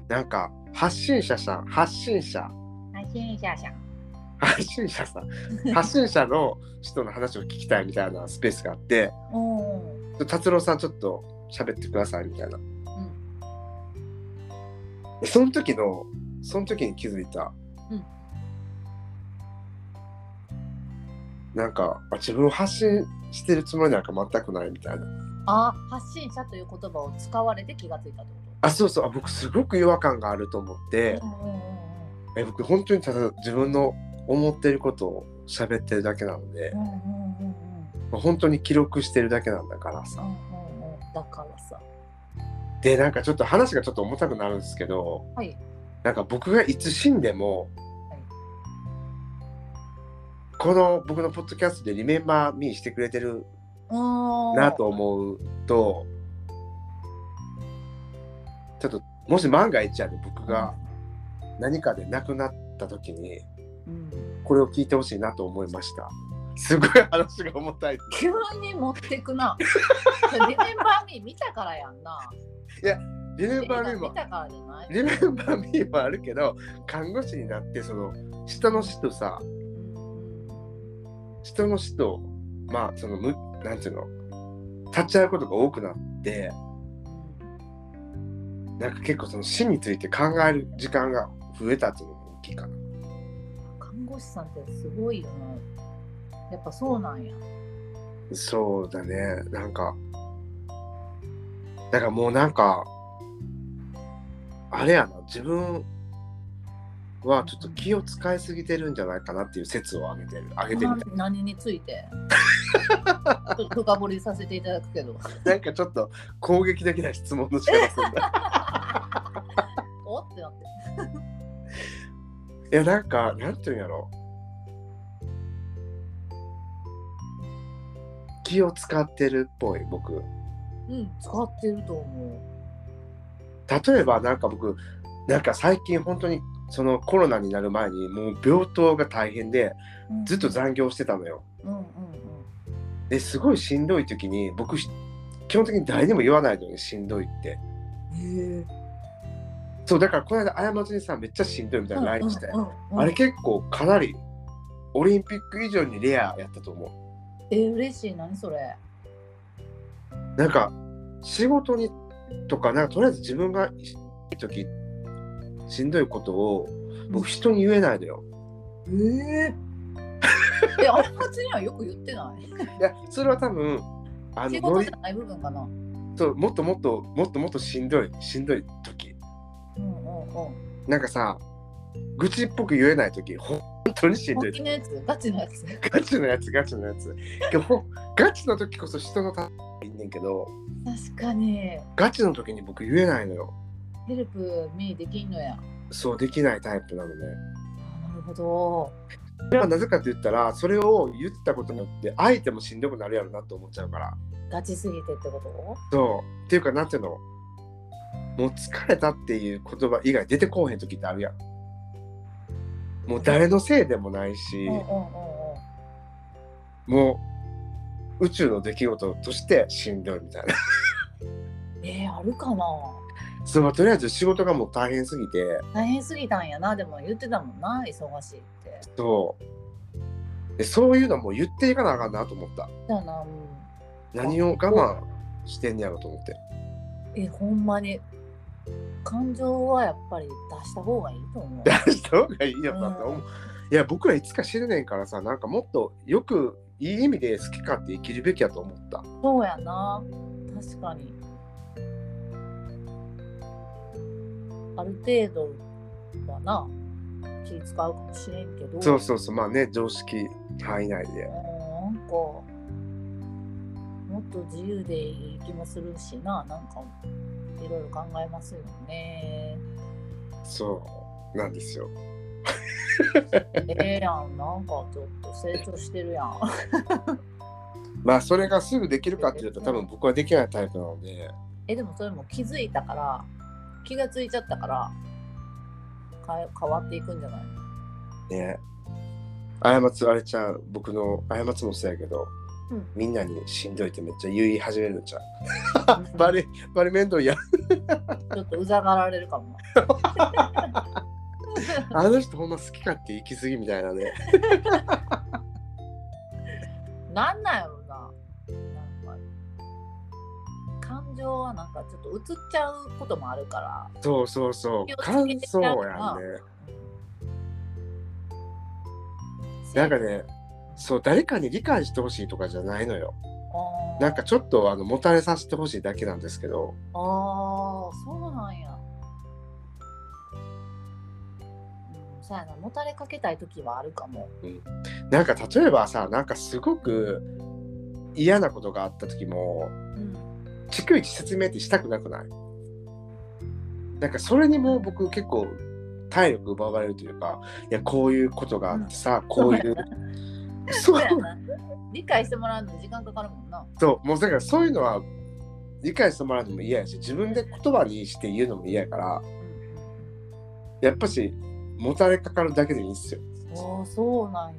Speaker 1: なんか、発信者さん、発信者、
Speaker 2: 配信者じゃん
Speaker 1: 発信者さん、発信者の人の話を聞きたいみたいなスペースがあって、
Speaker 2: おー
Speaker 1: 達郎さんちょっと喋ってくださいみたいな、
Speaker 2: ん
Speaker 1: その時のその時に気づいた、
Speaker 2: うん
Speaker 1: なんかあ自分を発信してるつもりなんか全くないみたいな
Speaker 2: あ発信者という言葉を使われて気がついたってこ
Speaker 1: あそうそうあ僕すごく違和感があると思って
Speaker 2: と、うんうんうん
Speaker 1: え僕本当にただ自分の思ってることを喋ってるだけなので
Speaker 2: う、んうんうんうん
Speaker 1: 本当に記録してるだけなんだから
Speaker 2: う
Speaker 1: さ
Speaker 2: んうんうんうんだからさ
Speaker 1: でなんかちょっと話がちょっと重たくなるんですけど
Speaker 2: はい
Speaker 1: なんか僕がいつ死んでも、
Speaker 2: はい
Speaker 1: この僕のポッドキャストで「リメンバー・ミー」してくれてるな
Speaker 2: な
Speaker 1: と思うとちょっともし万が一やで僕が何かで亡くなった時に
Speaker 2: うん、
Speaker 1: これを聞いてほしいなと思いましたすごい話が重たい
Speaker 2: 急に持ってくなリメンバーミー見たからやんな
Speaker 1: 「リメンバー・ミー」
Speaker 2: 見
Speaker 1: も
Speaker 2: たからじゃない
Speaker 1: 「リメンバー・ミー」もあるけど看護師になってその下の死とさ、
Speaker 2: うん
Speaker 1: 人の死とまあそのむなんていうの立ち会うことが多くなってなんか結構その死について考える時間が増えたっていうのも大きいかな。
Speaker 2: 看護師さんってすごいよなやっぱそうなんや
Speaker 1: そうだねなんかだからもうなんかあれやな自分はちょっと気を使いすぎてるんじゃないかなっていう説を挙げてる挙げてみた
Speaker 2: 何につ
Speaker 1: [LAUGHS]
Speaker 2: いてちょっと深掘りさせていただくけど
Speaker 1: なんかちょっと攻撃的な質問の仕方するんだ
Speaker 2: おってなって
Speaker 1: いやなんかなんていうんやろ気を使ってるっぽい僕
Speaker 2: うん使ってると思
Speaker 1: 例えばなんか僕なんか最近本当にそのコロナになる前にもう病棟が大変で
Speaker 2: う、うん
Speaker 1: ずっと残業してたのよ
Speaker 2: うんうんうん
Speaker 1: ですごいしんどい時に僕し基本的に誰にも言わないのにしんどいって
Speaker 2: へえ
Speaker 1: そうだからこの間過ちにさめっちゃしんどいみたいな LINE して、
Speaker 2: うんうんうん
Speaker 1: あれ結構かなりオリンピック以上にレアやったと思う
Speaker 2: えー、嬉しい何それ
Speaker 1: なんか仕事にとかなんかとりあえず自分がしんどい時しんどいことを僕人に言えないのよ。
Speaker 2: えー、 [LAUGHS] えあれ初にはよく言ってない
Speaker 1: いやそれは多分あ
Speaker 2: 仕
Speaker 1: の
Speaker 2: 事
Speaker 1: ノ
Speaker 2: じ
Speaker 1: リ
Speaker 2: ゃない部分かなうん
Speaker 1: ともっともっともっともっとしんどいしんどい時
Speaker 2: うんうん
Speaker 1: なんかさ愚痴っぽく言えない時本当にしんど
Speaker 2: 本
Speaker 1: い
Speaker 2: 気のやつガチのやつ
Speaker 1: ガチのやつガチのやつでほんガチの時こそ人のためいいねんけど
Speaker 2: 確かに
Speaker 1: ガチの時に僕言えないのよ
Speaker 2: ヘルプミーできんのや
Speaker 1: そうできないタイプなのね
Speaker 2: あなるるほど。
Speaker 1: それはなぜかと言ったらそれを言ったことによって相手もしんどくなるやろなと思っちゃうから
Speaker 2: ガチすぎてってこと
Speaker 1: そうっていうかなんていうのもう疲れたっていう言葉以外出てこうへん時ってあるやんもう誰のせいでもないし
Speaker 2: うんうんうんうん。
Speaker 1: もう宇宙の出来事としてしんどいみたいな [LAUGHS]
Speaker 2: えー、あるかな
Speaker 1: そのとりあえず仕事がもう大変すぎて
Speaker 2: 大変すぎたんやな。でも言ってたもんな、忙しいって。
Speaker 1: そうでそういうのもう言っていかなあかんなと思った
Speaker 2: だよな、うん。
Speaker 1: 何を我慢してんねやろと思って
Speaker 2: え、ほんまに。感情はやっぱり出した方がいいと思う。
Speaker 1: 出した方がいいよなって思う、いや僕らいつか知るねんからさなんかもっとよくいい意味で好き勝手生きるべきやと思った
Speaker 2: そうやな。確かに。ある程度はな、気使うかもしれんけど。
Speaker 1: そうそうそうまあね常識範囲内で
Speaker 2: うんなんか、もっと自由でいい気もするしな、なんか、いろいろ考えますよね。
Speaker 1: そうなんですよ
Speaker 2: ええやん、なんかちょっと成長してるやん。 [LAUGHS]
Speaker 1: まあそれがすぐできるかっていうと多分僕はできないタイプなので
Speaker 2: え、でもそれも気づいたから、気がついちゃったから、かえ変わっていくんじゃないの
Speaker 1: ね過つあれちゃん僕の過つもそうやけど、
Speaker 2: うん
Speaker 1: みんなにしんどいってめっちゃ言い始めるのちゃうバレバレ面倒や
Speaker 2: ちょっとうざがられる
Speaker 1: [LAUGHS]
Speaker 2: かも。
Speaker 1: あの人ほんま好き勝手行き過ぎみたいなね
Speaker 2: なんなんやろな。なんか、感情はなんかちょっと映っちゃうこともあるから。
Speaker 1: そうそうそう
Speaker 2: 気をつ
Speaker 1: 感
Speaker 2: けて
Speaker 1: 想やんねなんかねそう誰かに理解してほしいとかじゃないのよ
Speaker 2: あー
Speaker 1: なんかちょっとあのもたれさせてほしいだけなんですけど
Speaker 2: ああそうなんや、うん、そうやなもたれかけたい時はあるかも
Speaker 1: なんか例えばさなんかすごく嫌なことがあった時も
Speaker 2: うん
Speaker 1: 逐一説明ってしたくなくないなんかそれにもう僕結構体力奪われるというかいやこういうことがあってさ、こういうそ
Speaker 2: そううやな理解してもらうのに時間かかるもんな
Speaker 1: そうもうだからそういうのは理解してもらうのも嫌やし自分で言葉にして言うのも嫌やからやっぱしもたれかかるだけでいいんですよ
Speaker 2: ああそうなんや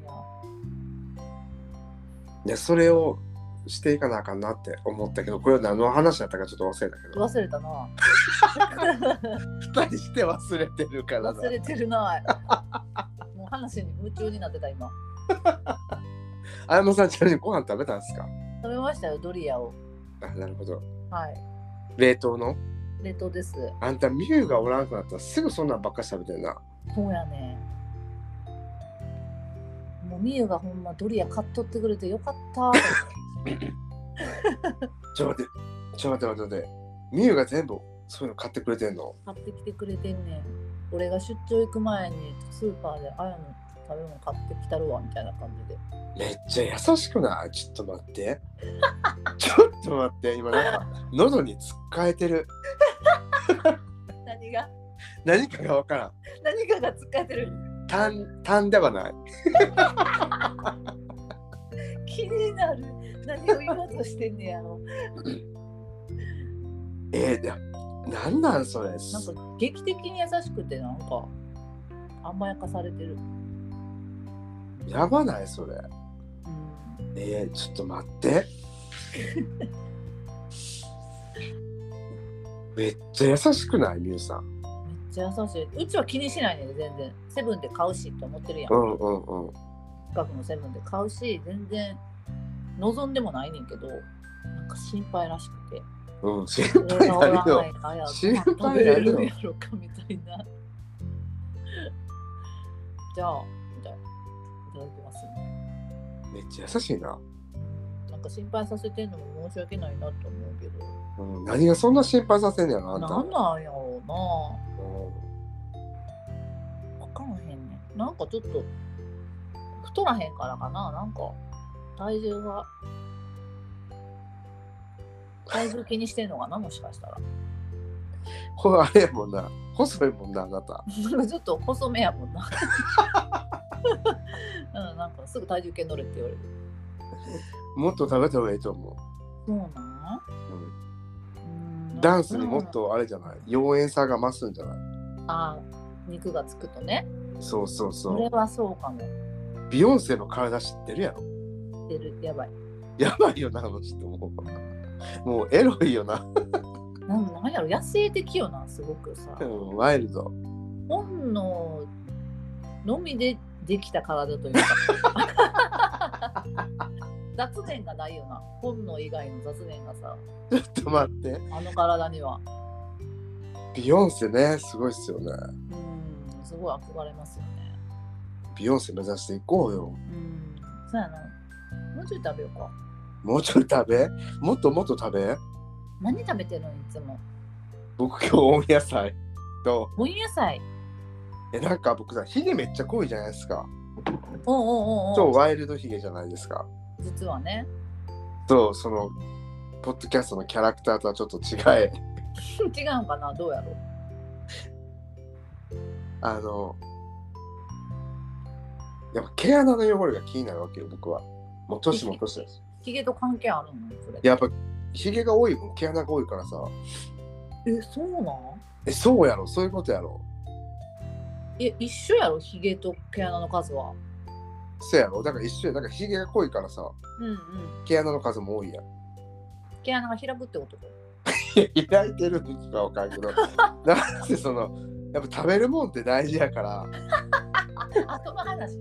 Speaker 1: いやそれをしていかなあかんなって思ったけどこれは何の話だったかちょっと忘れたけど
Speaker 2: 忘れたな
Speaker 1: 2人して忘れてるからな
Speaker 2: 忘れてるなもう話に夢中になってた今
Speaker 1: あやまさんちなみにご飯食べたんですか
Speaker 2: 食べましたよドリアを
Speaker 1: あなるほど
Speaker 2: はい
Speaker 1: 冷凍の
Speaker 2: 冷凍です
Speaker 1: あんたミュウがおらんくなったらすぐそんなんばっかり食べてるな
Speaker 2: そうやねもうみゆがほんまドリア買っとってくれてよかった
Speaker 1: ちょっと待ってちょっと待って待って待ってミュウが全部そういうの買ってくれてんの
Speaker 2: 買ってきてくれてんねん俺が出張行く前にスーパーであやの食べ物買ってきたるわみたいな感じで
Speaker 1: めっちゃ優しくないちょっと待って
Speaker 2: [LAUGHS]
Speaker 1: ちょっと待って今なんか喉につっかえてる
Speaker 2: 何が
Speaker 1: 何かがわからん
Speaker 2: 何かが使ってる
Speaker 1: たんたんではない
Speaker 2: 気になる何を言おうとしてんねや
Speaker 1: [LAUGHS]
Speaker 2: ろ
Speaker 1: えー、でなんなんそれ
Speaker 2: なんか劇的に優しくてなんか甘やかされてる
Speaker 1: やばないそれ
Speaker 2: うん
Speaker 1: えー、ちょっと待って
Speaker 2: [LAUGHS]
Speaker 1: めっちゃ優しくないミュウさん
Speaker 2: めっちゃ優しいうちは気にしないねん全然セブンで買うしって思ってるやん
Speaker 1: うんうんうん
Speaker 2: 近くのセブンで買うし全然望んでもないねんけどなんか心配らしくて
Speaker 1: うん [LAUGHS] 心
Speaker 2: 心
Speaker 1: 配になるよ
Speaker 2: 心
Speaker 1: 心配
Speaker 2: 配
Speaker 1: にな
Speaker 2: や
Speaker 1: る
Speaker 2: る
Speaker 1: よ
Speaker 2: のやろかみたいな。じゃあ、みたいな。いただきますね。
Speaker 1: めっちゃ優しいな、
Speaker 2: なんか心配させてんのも申し訳ないなと思うけど。
Speaker 1: うん、何がそんな心配させんねやろあんた
Speaker 2: なんなんやろうな。
Speaker 1: うん
Speaker 2: わからへんねん。なんかちょっと、太らへんからかな。なんか、体重が。体重気にしてんのかな、もしかしたら。
Speaker 1: これあれやもんな細いもんな、あなた。
Speaker 2: ちょっと細めやもんな。うん、なんかすぐ体重計乗れって言われる。
Speaker 1: もっと食べた方がいいと思
Speaker 2: そうなん
Speaker 1: う。うん
Speaker 2: うん
Speaker 1: ダンスにもっ。とあれじゃない妖艶さが増すんじゃない
Speaker 2: あー肉がつくとね。
Speaker 1: そうそう
Speaker 2: そ
Speaker 1: そ
Speaker 2: れ
Speaker 1: う。
Speaker 2: はそうかも。
Speaker 1: ビヨンセの体知ってるやろ。
Speaker 2: 出るやばい。
Speaker 1: やばいよな、あの人もう。もうエロいよな。
Speaker 2: なんなんやろ、野生的よな、すごくさ
Speaker 1: う。んワイルド。
Speaker 2: 本能のみでできた体というか。 [LAUGHS] 雑念がないよな。本能以外の雑念がさ、
Speaker 1: ちょっと待って。
Speaker 2: あの体には。
Speaker 1: ビヨンセね、すごいっすよね。
Speaker 2: うん、すごい憧れますよね。
Speaker 1: ビヨンセ目指していこうよ。
Speaker 2: うん、そうやな。もうちょい食べようか。
Speaker 1: もうちょい食べもっともっと食べ
Speaker 2: 何食べてるのいつも。
Speaker 1: 僕今日温野菜と、
Speaker 2: 温野菜。
Speaker 1: え、なんか僕さ、ヒゲめっちゃ濃いじゃないですか。
Speaker 2: おうおうおう
Speaker 1: 超
Speaker 2: おう
Speaker 1: ワイルドヒゲじゃないですか。
Speaker 2: 実はね。
Speaker 1: と、その、ポッドキャストのキャラクターとはちょっと違え、
Speaker 2: 違うんかなどうやろう。
Speaker 1: あの、やっぱ毛穴の汚れが気になるわけよ、僕は。もう年も年です。
Speaker 2: ヒゲと関係あるのそれ。
Speaker 1: やっぱ、ヒゲが多い分毛穴が多いからさ、
Speaker 2: え、そうなん
Speaker 1: え、そうやろ、そういうことやろ。
Speaker 2: え、一緒やろヒゲと毛穴の数は。
Speaker 1: そうやろ、だから一緒や、だからヒゲが濃いからさ、
Speaker 2: うんうん。
Speaker 1: 毛穴の数も多いやん。
Speaker 2: 毛穴が開くってこと
Speaker 1: いや [LAUGHS] 開いてるんかわかんけど [LAUGHS] なんでそのやっぱ食べるもんって大事やから
Speaker 2: あ、後の話。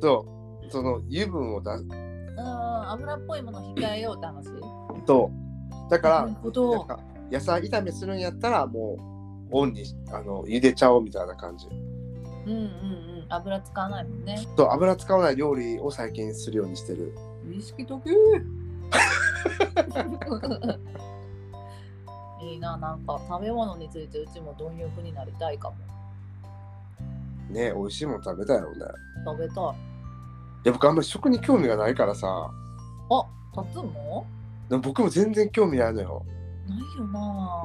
Speaker 1: そうその油分を出す
Speaker 2: うん、油っぽいもの控えようって話。
Speaker 1: とだか
Speaker 2: な
Speaker 1: ら
Speaker 2: るほ
Speaker 1: なん
Speaker 2: ど。
Speaker 1: か野菜炒めするんやったらもうオンにあの茹でちゃおうみたいな感じ
Speaker 2: うんうんうん。油使わないもんね。
Speaker 1: と油使わない料理を最近するようにしてる
Speaker 2: 意識とく [LAUGHS] いいな、なんか食べ物についてうちも貪欲になりたいかも。
Speaker 1: ね美味しいもん食べたいよね
Speaker 2: 食べたい。
Speaker 1: いや僕あんまり食に興味がないからさ
Speaker 2: あ、タツも
Speaker 1: でも僕も全然興味ないのよ
Speaker 2: ないよ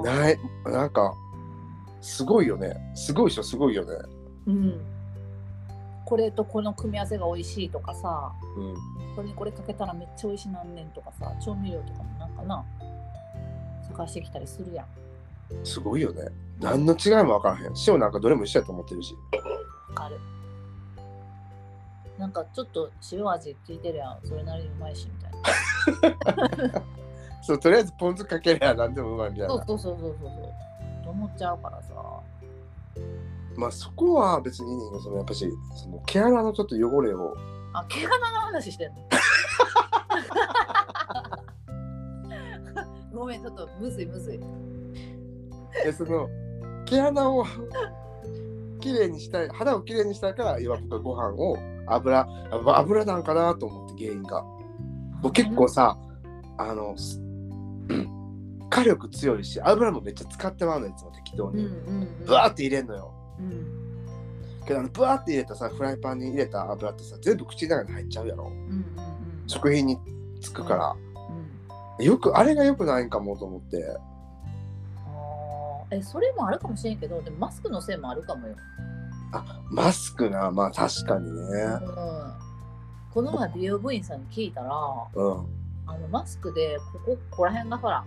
Speaker 2: な。
Speaker 1: ないなんかすごいよねすごいでしょすごいよね
Speaker 2: うん。これとこの組み合わせが美味しいとかさ、
Speaker 1: うん
Speaker 2: これにこれかけたらめっちゃ美味しいなんねんとかさ、調味料とかもなんかな、探してきたりするやん。
Speaker 1: すごいよね。何の違いも分からへん。塩なんかどれも一緒やと思ってるし。
Speaker 2: わかる。なんかちょっと塩味効いてるやん、それなりにうまいしみたいな。
Speaker 1: そうとりあえずポン酢かけりゃ何でもうまいみたい
Speaker 2: そう
Speaker 1: な。
Speaker 2: そうそうそうそうそう。と思っちゃうからさ。
Speaker 1: まあそこは別にいいねんけど、そのやっぱし、その毛穴のちょっと汚れを、
Speaker 2: あ、毛穴の話してん [LAUGHS] の。ごめん、ちょっとむずいむずい。
Speaker 1: でその毛穴をきれいにしたい、肌をきれいにしたいから、今僕はご飯を油、あ油なんかなと思って原因が。僕結構さ、あの、す火力強いし、油もめっちゃ使ってまうのいつも適当
Speaker 2: うんう
Speaker 1: に。
Speaker 2: んうん。
Speaker 1: ブワーって入れんのよ。
Speaker 2: うん
Speaker 1: けどあのブワーって入れたさフライパンに入れた油ってさ全部口の中に入っちゃうやろ
Speaker 2: うんうんうん。
Speaker 1: 食品につくから、
Speaker 2: うん。
Speaker 1: よくあれがよくないんかもと思って
Speaker 2: あーえ、それもあるかもしれんけど、でもマスクのせいもあるかもよ。
Speaker 1: マスクなまあ確かにね
Speaker 2: うん。この前美容部員さんに聞いたら、
Speaker 1: うん
Speaker 2: あのマスクでここここら辺がほら、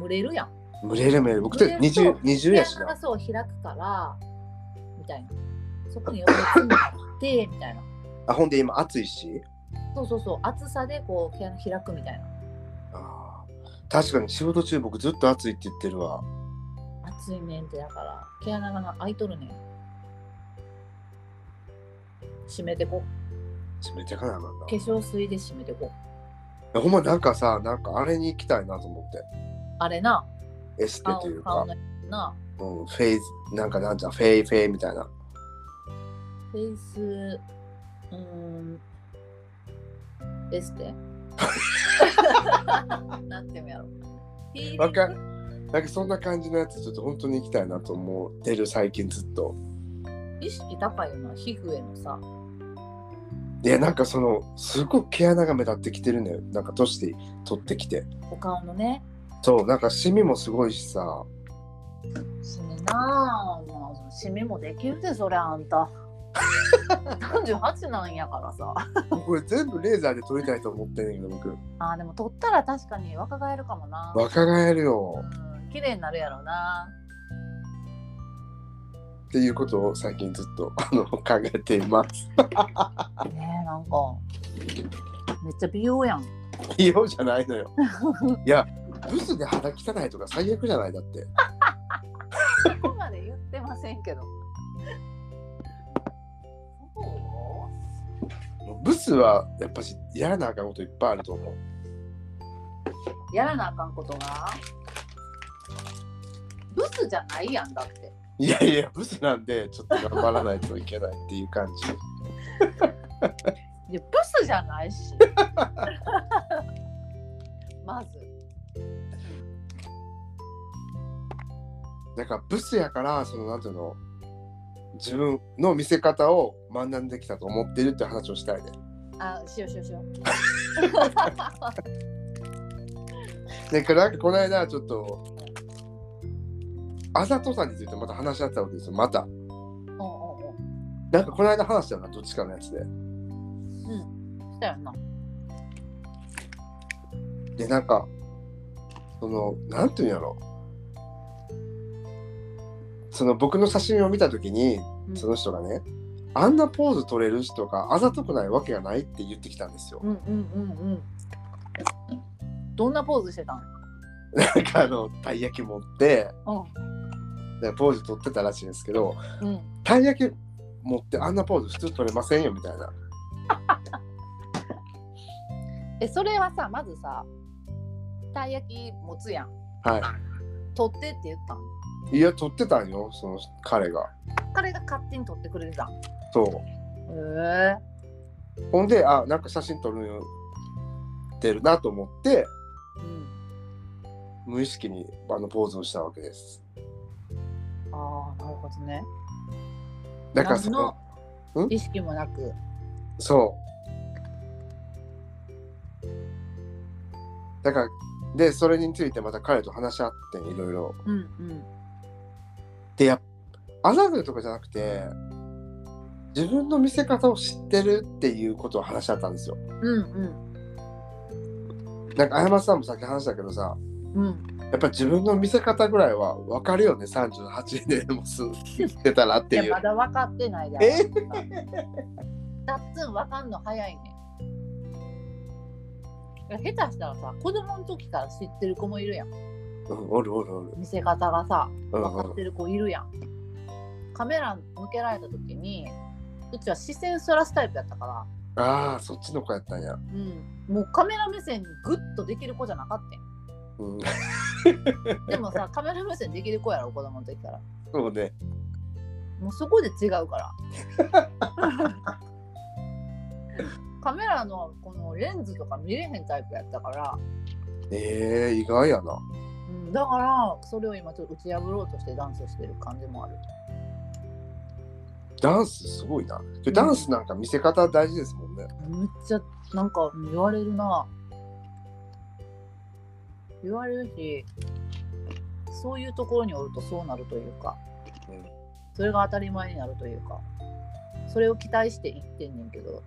Speaker 2: 蒸れるやん。
Speaker 1: 蒸れる蒸れる僕ちょっと
Speaker 2: 蒸れる
Speaker 1: 20, 20
Speaker 2: 毛
Speaker 1: やし
Speaker 2: 穴が
Speaker 1: な
Speaker 2: そう開くからみたいなそこに汚れつんだってみたいな
Speaker 1: あほんで今暑いし
Speaker 2: そうそうそう暑さでこう毛穴開くみたいな
Speaker 1: あー確かに仕事中僕ずっと暑いって言ってるわ
Speaker 2: 暑いねんってだから毛穴がな開いとるねん閉めてこ
Speaker 1: 閉めてかなあかん
Speaker 2: 化粧水で閉めてこ
Speaker 1: なほんまなんかさなんかあれに行きたいなと思って
Speaker 2: あれな
Speaker 1: エステ
Speaker 2: 顔
Speaker 1: というか
Speaker 2: 顔、のな
Speaker 1: うん、フェイズなんかなんじゃフェイフェイみたいな
Speaker 2: フェイスうーんエス [LAUGHS] テなんていうんやろフィーリング
Speaker 1: わかなんかそんな感じのやつちょっと本当に行きたいなと思ってる最近ずっと。
Speaker 2: 意識高いよな皮膚へのさ
Speaker 1: いやなんかそのすごく毛穴が目立ってきてるのよなんか年で取ってきて
Speaker 2: お顔のね
Speaker 1: そうなんかシミもすごいしさ
Speaker 2: シミなあ、まあ、シミもできるでそれあん [LAUGHS] た38なんやからさ
Speaker 1: これ全部レーザーで撮りたいと思ってんねんけど僕
Speaker 2: あーでも取ったら確かに若返るかもな
Speaker 1: 若返るよ
Speaker 2: うん綺麗になるやろな
Speaker 1: っていうことを最近ずっと [LAUGHS] あの考えています
Speaker 2: ねえなんかめっちゃ美容やん
Speaker 1: 美容じゃないのよいやブスで肌汚いとか最悪じゃないだって
Speaker 2: そこまで言ってませんけどそ
Speaker 1: ブスはやっぱしやらなあかんこといっぱいあると思う
Speaker 2: うやらなあかんことがブスじゃないやんだって
Speaker 1: いやいやブスなんでちょっと頑張らないといけないっていう感じ
Speaker 2: いやブスじゃないし [LAUGHS] まず
Speaker 1: だからブスやからそのなんていうの自分の見せ方を学んできたと思ってるって話をしたいね
Speaker 2: あしようしようしよう
Speaker 1: だからなんかこの間ちょっとあざとさについてまた話し合ってたわけですよまた
Speaker 2: おうんうん
Speaker 1: なんかこの間話したよなどっちかのやつで
Speaker 2: うんしたよな
Speaker 1: でなんかそのなんていうんやろその僕の写真を見た時に
Speaker 2: うん
Speaker 1: その人がねあんなポーズ取れる人があざとくないわけがないって言ってきたんですよ
Speaker 2: うんうんうんうんどんなポーズしてたん
Speaker 1: なんかあのたい焼き持って
Speaker 2: う
Speaker 1: でポーズ取ってたらしいんですけど
Speaker 2: んうん
Speaker 1: たい焼き持ってあんなポーズ普通取れませんよみたいな
Speaker 2: えそれはさまずさたい焼き持つやん
Speaker 1: は
Speaker 2: 取ってって言ったん
Speaker 1: いいや取ってたんよその彼が
Speaker 2: 彼が勝手に取ってくれてたんへ
Speaker 1: そう
Speaker 2: え
Speaker 1: ほんであなんか写真撮るってるなと思って
Speaker 2: うん
Speaker 1: 無意識にあのポーズをしたわけです
Speaker 2: ああなるほどね
Speaker 1: だからその
Speaker 2: 何
Speaker 1: ん
Speaker 2: の意識もなく
Speaker 1: そうだからでそれについてまた彼と話し合っていろいろ
Speaker 2: うんうん
Speaker 1: でやっあざといとかじゃなくて自分の見せ方を知ってるっていうことを話し合ったんですよ
Speaker 2: うん
Speaker 1: なんかあやまさんもさっき話したけどさ
Speaker 2: うんうん
Speaker 1: やっぱ自分の見せ方ぐらいは分かるよね38年もす生きてたらっ
Speaker 2: い
Speaker 1: て
Speaker 2: や
Speaker 1: いう
Speaker 2: まだ分かってないで
Speaker 1: え
Speaker 2: だっつん分かんの早いねいや下手したらさ子供の時から知ってる子もいるやん
Speaker 1: うんおるおるおる
Speaker 2: 見せ方がさ
Speaker 1: うん
Speaker 2: 分かってる子いるやん。カメラ向けられた時にうちは視線そらすタイプやったから、
Speaker 1: ああそっちの子やったんや、
Speaker 2: うん、もうカメラ目線にグッとできる子じゃなかった
Speaker 1: うん、
Speaker 2: んでも [LAUGHS] さカメラ目線できる子やろ子供の時から
Speaker 1: そうね
Speaker 2: もうそこで違うからカメラのこのレンズとか見れへんタイプやったから、
Speaker 1: えー、意外やな
Speaker 2: うん、だからそれを今ちょっと打ち破ろうとしてダンスしてる感じもある
Speaker 1: ダンスすごいなでダンスなんか見せ方大事ですもんね、
Speaker 2: めっちゃなんか言われるな言われるしそういうところにおるとそうなるというか
Speaker 1: うん
Speaker 2: それが当たり前になるというかそれを期待していってんねんけど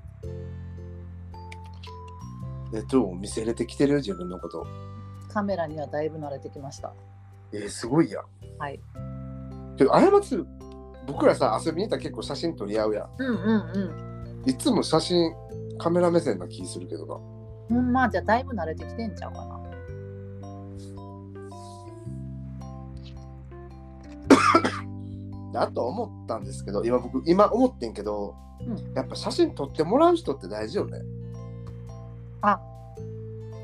Speaker 1: でどう見せれてきてる自分のこと
Speaker 2: カメラにはだいぶ慣れてきました
Speaker 1: えー、すごいや
Speaker 2: はい
Speaker 1: であやまつ僕らさ遊びに行ったら結構写真撮り合うやん
Speaker 2: うんうんうん
Speaker 1: いつも写真カメラ目線な気するけどな
Speaker 2: ほんまじゃあだいぶ慣れてきてんちゃうかな
Speaker 1: であと思ったんですけど今僕今思ってんけど、
Speaker 2: うん
Speaker 1: やっぱ写真撮ってもらう人って大事よね
Speaker 2: あ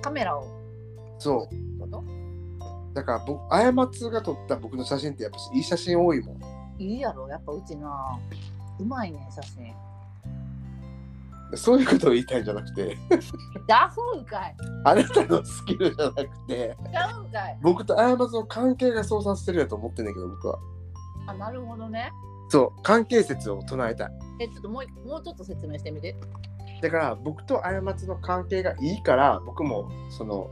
Speaker 2: カメラをって
Speaker 1: そ
Speaker 2: こと
Speaker 1: うだから僕あやまつが撮った僕の写真ってやっぱしいい写真多いもん
Speaker 2: いいやろやっぱうちなうまいねん写真
Speaker 1: そういうことを言いたいんじゃなくて
Speaker 2: 出そうんかい
Speaker 1: あなたのスキルじゃなくて
Speaker 2: ちゃうんかい
Speaker 1: 僕とあやまつの関係がそうさせてるやと思ってんだけど僕は
Speaker 2: あなるほどね
Speaker 1: そう関係説を唱えたい
Speaker 2: えちょっともう一もうちょっと説明してみて。
Speaker 1: だから僕と過ちの関係がいいから僕もその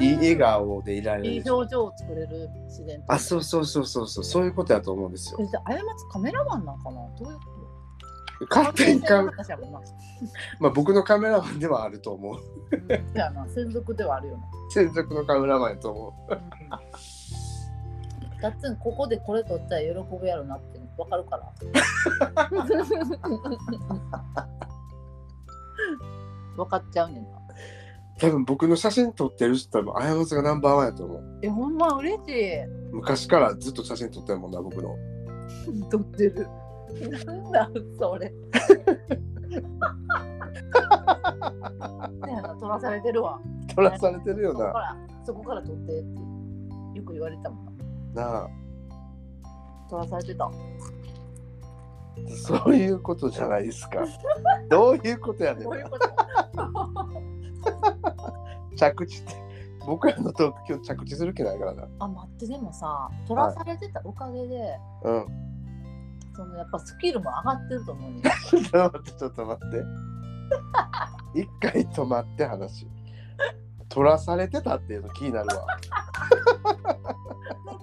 Speaker 1: いい笑顔でいられる
Speaker 2: いい表情を作れる自然と
Speaker 1: あそうそうそうそうそうそういうことだと思うんですよ
Speaker 2: えじゃあ過ちカメラマンなんかなどういうこと
Speaker 1: 勝手にか、
Speaker 2: 私はもうな
Speaker 1: まあ、僕のカメラマンではあると思う [LAUGHS]
Speaker 2: うんじゃあな専属ではあるよね
Speaker 1: 専属のカメラマンやと思う
Speaker 2: ガッツンここでこれ取ったら喜ぶやろなってわかるから分かっちゃうねんな
Speaker 1: 多分僕の写真撮ってる人多分あやまつがナンバーワンやと思う
Speaker 2: えほんま嬉しい
Speaker 1: 昔からずっと写真撮ってるもんな僕の
Speaker 2: 取ってるなんだそれせやな取らされてるわ
Speaker 1: 撮らされてるよ
Speaker 2: そこか
Speaker 1: な
Speaker 2: らそこから取ってってよく言われたもんな
Speaker 1: なあ
Speaker 2: 取らされてた
Speaker 1: そういうことじゃないですかどういうことやねん
Speaker 2: こういうこと
Speaker 1: 着地って [LAUGHS] 僕らのトーク今日着地する気ないからな
Speaker 2: あ待ってでもさ取らされてたおかげで、
Speaker 1: うん [LAUGHS]
Speaker 2: そのやっぱスキルも上がってると [LAUGHS] 思うねん
Speaker 1: ちょっと待って、 [LAUGHS] ちょっと待って。一回止まって話。取らされてたっていうの気になるわ。
Speaker 2: だ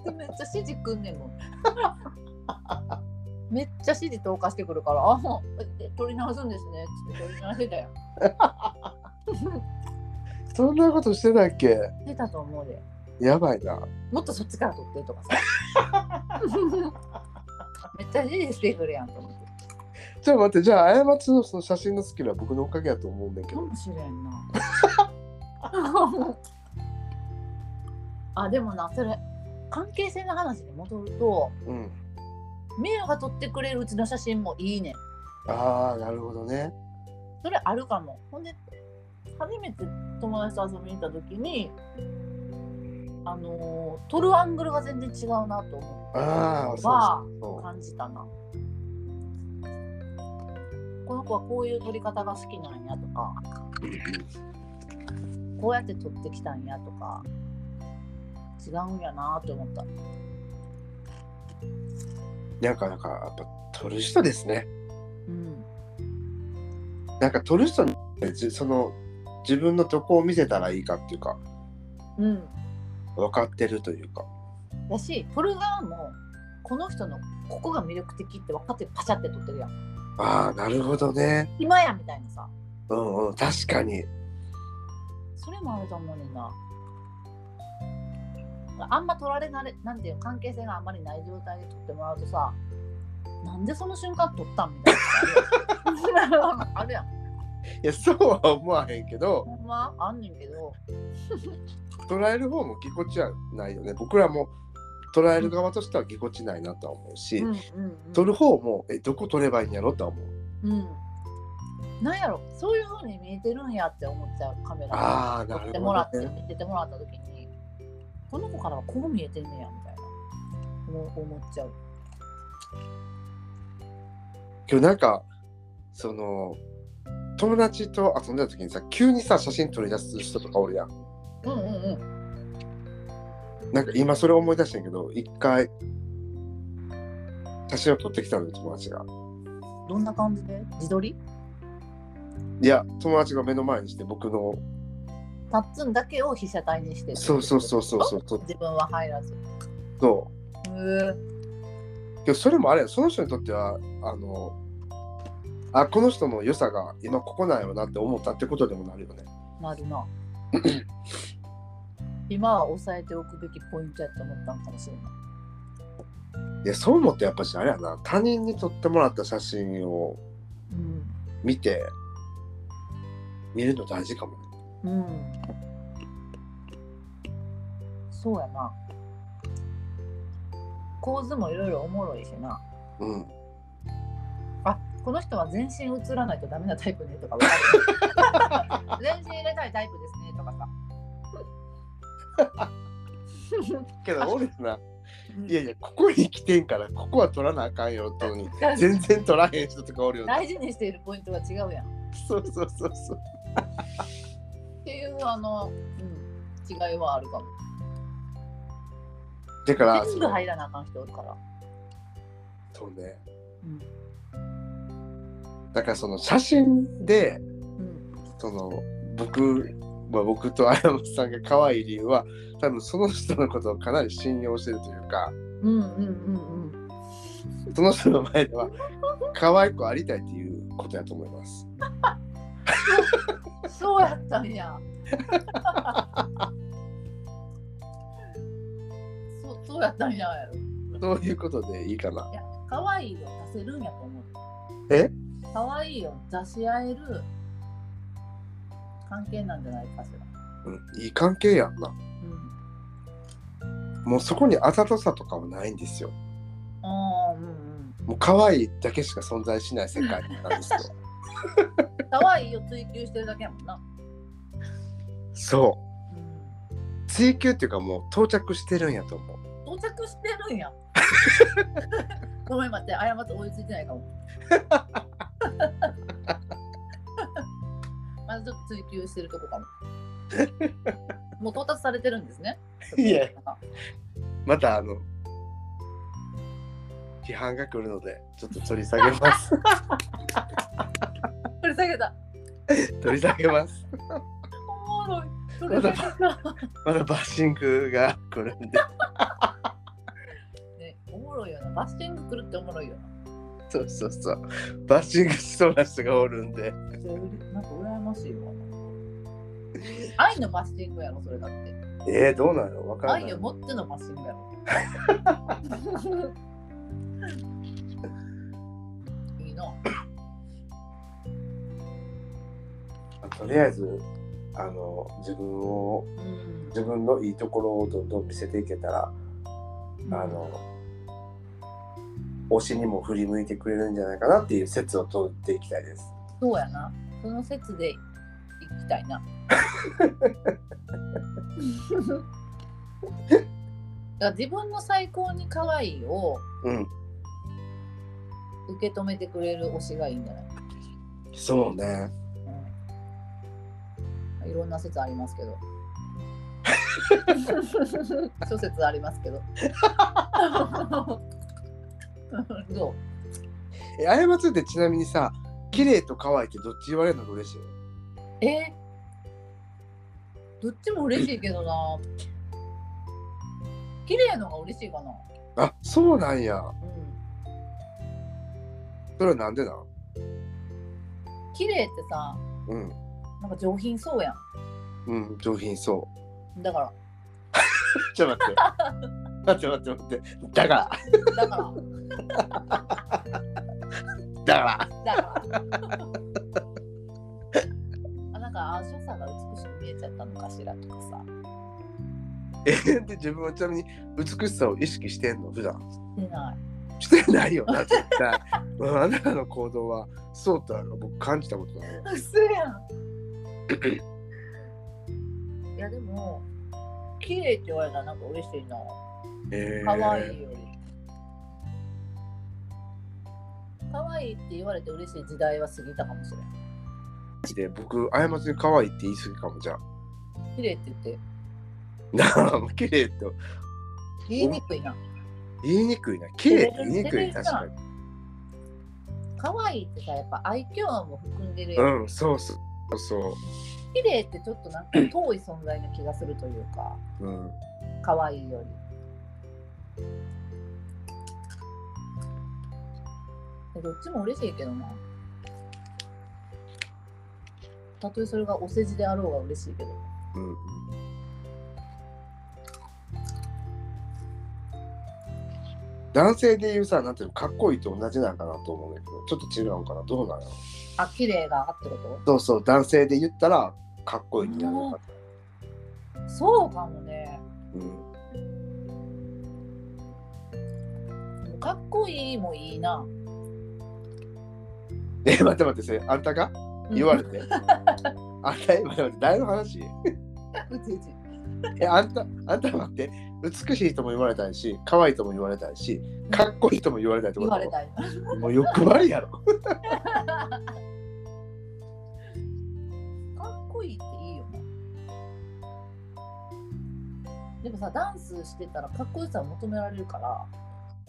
Speaker 2: ってめっちゃ指示くんねんもん。めっちゃ指示投下してくるから、あもうえ取り直すんですねっつって取り直してたよ。
Speaker 1: そんなことしてたっけ
Speaker 2: 出たと思うで。
Speaker 1: やばいな。
Speaker 2: もっとそっちから取ってとかさ。めっちゃ指示してくるやんと思って。
Speaker 1: ちょっと待って、じゃあ、過ちのその写真のスキルは僕のおかげやと思うんだけ
Speaker 2: か
Speaker 1: ど。
Speaker 2: もしれんな。 [LAUGHS] あ、でもな、それ、関係性の話に戻ると、
Speaker 1: うん。
Speaker 2: ミュウが撮ってくれるうちの写真もいいねん。
Speaker 1: ああ、なるほどね。
Speaker 2: それあるかも。ほんで、初めて友達と遊びに行った時に、あのー撮るアングルが全然違うなと思
Speaker 1: ああ、
Speaker 2: うの
Speaker 1: そ
Speaker 2: は
Speaker 1: うそうそう。
Speaker 2: 感じたな。この子はこういう撮り方が好きなんやとか、
Speaker 1: うんうん
Speaker 2: こうやって撮ってきたんやとか、違うんやなと思った。
Speaker 1: なんか、なんか、やっぱ、取る人ですね。
Speaker 2: うん。
Speaker 1: なんか、取る人に、じその、自分のどこを見せたらいいかっていうか、
Speaker 2: うん。
Speaker 1: 分かってるというか。
Speaker 2: だし、撮る側も、この人のここが魅力的って分かってパシャって撮ってるやん。
Speaker 1: ああ、なるほどね。
Speaker 2: 今やみたいなさ。
Speaker 1: うんうん、確かに。
Speaker 2: それもあると思うねんな。あんま取られなれ、なんていうの関係性があんまりない状態で取ってもらうとさ、なんでその瞬間取ったんみたい [LAUGHS] な。あるやん。
Speaker 1: いや、そうは思わへんけど、
Speaker 2: ほんまあんねんけど、
Speaker 1: 捉える方もぎこちはないよね。僕らも捉える側としてはぎこちないなとは思うし、
Speaker 2: うんうんうん、
Speaker 1: 取る方も、え、どこ取ればいいんやろとは思う。
Speaker 2: うん。なんやろ、そういうふうに見えてるんやって思っちゃうカメラ
Speaker 1: ああ、
Speaker 2: 撮
Speaker 1: な
Speaker 2: っ
Speaker 1: る
Speaker 2: ても
Speaker 1: ほ
Speaker 2: らって、
Speaker 1: ど、ね。
Speaker 2: 見ててもらった時に、この子からはこう見えてんねやみたいな。思思っちゃう。
Speaker 1: 今日なんか、その、友達と遊んでた時にさ、急にさ、写真撮り出す人とかおるやん。
Speaker 2: うんうんうん。
Speaker 1: なんか今それ思い出したんやけど、一回、写真を撮ってきたのよ、友達が。
Speaker 2: どんな感じで自撮り
Speaker 1: いや、友達が目の前にして、僕の、
Speaker 2: タッツンだけを被写体にして
Speaker 1: そうそうそうそうそう、撮っ
Speaker 2: 自分は入らず
Speaker 1: と、
Speaker 2: へー
Speaker 1: けどそれもあれやその人にとってはあのあこの人の良さが今ここなんやろなって思ったってことでもなるよね
Speaker 2: な
Speaker 1: [CLEARS THROAT]
Speaker 2: るな今は押さえておくべきポイントやと思ったんかもしれない
Speaker 1: いやそう思ってやっぱしあれやな他人に撮ってもらった写真を見て見るの大事かもね
Speaker 2: うん、うん、そうやな構図もいろいろおもろいしな
Speaker 1: うん
Speaker 2: あこの人は全身映らないとダメなタイプねとかわ
Speaker 1: [LAUGHS]
Speaker 2: かる全身入れたいタイプですねとかさ [LAUGHS]
Speaker 1: けど俺な
Speaker 2: うん
Speaker 1: [LAUGHS] いやいやここに来てんからここは撮らなあかんよってのに
Speaker 2: 大事
Speaker 1: 全然撮らへん人とかおるよね
Speaker 2: 大事にしているポイントが違うやん
Speaker 1: そうそうそうそう
Speaker 2: っていうあの、うん、違いはあるかも。
Speaker 1: だから
Speaker 2: 全部入らなあかん人おるから。
Speaker 1: そうね
Speaker 2: うん
Speaker 1: だからその写真で
Speaker 2: うん
Speaker 1: その僕まあ、僕と綾松さんが可愛い理由は多分その人のことをかなり信用してるというか
Speaker 2: うんうんうん
Speaker 1: その人の前では可愛くありたいっていうことやと思います。
Speaker 2: うん。そうやったんや。そうそうやったんや。
Speaker 1: そういうことでいいかない
Speaker 2: や、可愛いを出せるんやと思う。
Speaker 1: え
Speaker 2: 可愛いを出し合える関係なんじゃないかしら。
Speaker 1: うん、いい関係やんな。
Speaker 2: うん。
Speaker 1: もうそこにあざとさとかはないんですよ。
Speaker 2: ああ、うんうん。
Speaker 1: もう可愛いだけしか存在しない世界なんですよ。
Speaker 2: 可愛いを追求してるだけやもんな。
Speaker 1: [LAUGHS] そう。
Speaker 2: うん
Speaker 1: 追求っていうかもう到着してるんやと思う。
Speaker 2: 到着してるんや。 [LAUGHS] ごめん待って、謝って追いついてないかも。 [LAUGHS] まだちょっと追求してると
Speaker 1: [LAUGHS]
Speaker 2: こかも。もう到達されてるんですね。
Speaker 1: いえまたあの批判が来るのでちょっと取り下げます。
Speaker 2: 取り下げた。
Speaker 1: 取り下げます。
Speaker 2: おもろい。取り下げた。
Speaker 1: まだバッシングが来る [LAUGHS] んで。
Speaker 2: [LAUGHS] ね、おもろいよな。バッシング来るっておもろいよな。
Speaker 1: そうそうそう。バッシングしそうな人がおるんで。
Speaker 2: それなんか羨ましいわ。愛のバッシングやろ、それだって。
Speaker 1: えー、どうなのわかんな
Speaker 2: 愛
Speaker 1: い
Speaker 2: を。持ってのバッシングやろ。 [LAUGHS] いいな。
Speaker 1: とりあえずあの自分を
Speaker 2: うん
Speaker 1: 自分のいいところをどんどん見せていけたら、あの推しにも振り向いてくれるんじゃないかなっていう説を取っていきたいです。
Speaker 2: そうやな。その説で行きたい [LAUGHS] な。だから自分の最高に可愛いを
Speaker 1: うん。
Speaker 2: 受け止めてくれる推しがいいんじゃない、
Speaker 1: そうね。
Speaker 2: うん、いろんな説ありますけ [LAUGHS] ど。諸説あります [LAUGHS] けど。どう
Speaker 1: え、あやまつってちなみにさ、綺麗と可愛いってどっち言われるのが嬉しい
Speaker 2: えどっちも嬉しいけどな。綺麗のが嬉しいかな。
Speaker 1: あ、そうなんや。
Speaker 2: うん。
Speaker 1: それはなんでなん
Speaker 2: 綺麗ってさ、
Speaker 1: うん。
Speaker 2: なんか上品そうや
Speaker 1: うん、上品そ
Speaker 2: ん。だから、
Speaker 1: う。ちょっと待って。待って待って待って。だから、
Speaker 2: だか
Speaker 1: だから。
Speaker 2: ら、だ [LAUGHS] から。あなんか、あ所作が美しく見えちゃったのかしらとかさ。
Speaker 1: え、で、自分はちなみに美しさを意識してんの普段。
Speaker 2: してない。
Speaker 1: してないよな、絶対。 [LAUGHS] うんあなたの行動は、そうとは僕感じたことない。
Speaker 2: うそ
Speaker 1: [CLEARS THROAT]
Speaker 2: やん。いや、でも、綺麗って言われたらなんか嬉しいな。
Speaker 1: え
Speaker 2: 可愛いより。可愛いって言われて嬉しい時代は過ぎたかもしれない。
Speaker 1: で僕、あやまつに可愛いって言い過ぎかもじゃん。
Speaker 2: 綺麗って言って、
Speaker 1: [LAUGHS] なあ、もう綺麗と
Speaker 2: 言いにくいな。
Speaker 1: 言いにくいな。綺麗って言いにくい、
Speaker 2: レベル
Speaker 1: 確
Speaker 2: が
Speaker 1: かに。
Speaker 2: 可愛いってさ、やっぱ愛嬌も含んでるやん。
Speaker 1: うん、そうそう。そ
Speaker 2: 綺麗ってちょっとなんか遠い存在な気がするというか、
Speaker 1: う。うん。
Speaker 2: 可愛いより。えどっちも嬉しいけどな。たとえそれがお世辞であろうが嬉しいけど。
Speaker 1: うん。男性で言うさ、なんていうの、かっこいいと同じなんかなと思うんだけど、ちょっと違うんかな、どうなの
Speaker 2: あ、綺麗がってこと
Speaker 1: そうそう、男性で言ったら、かっこいいになるのか
Speaker 2: そうかもね。
Speaker 1: な。うん。
Speaker 2: かっこいいもいいな。
Speaker 1: え、待って待って、それ、あんたが言われて。あんた、今、待って誰の話
Speaker 2: [LAUGHS] うん。うちうち
Speaker 1: え、あんた、あんた待って、美しいとも言われたいし、可愛いとも言われたいし、かっこいいとも言われたいってこ
Speaker 2: 言
Speaker 1: と
Speaker 2: われたい。
Speaker 1: もう欲張りやろ。
Speaker 2: かっこいいっていいよね。でもさ、ダンスしてたらかっこよさを求められるから、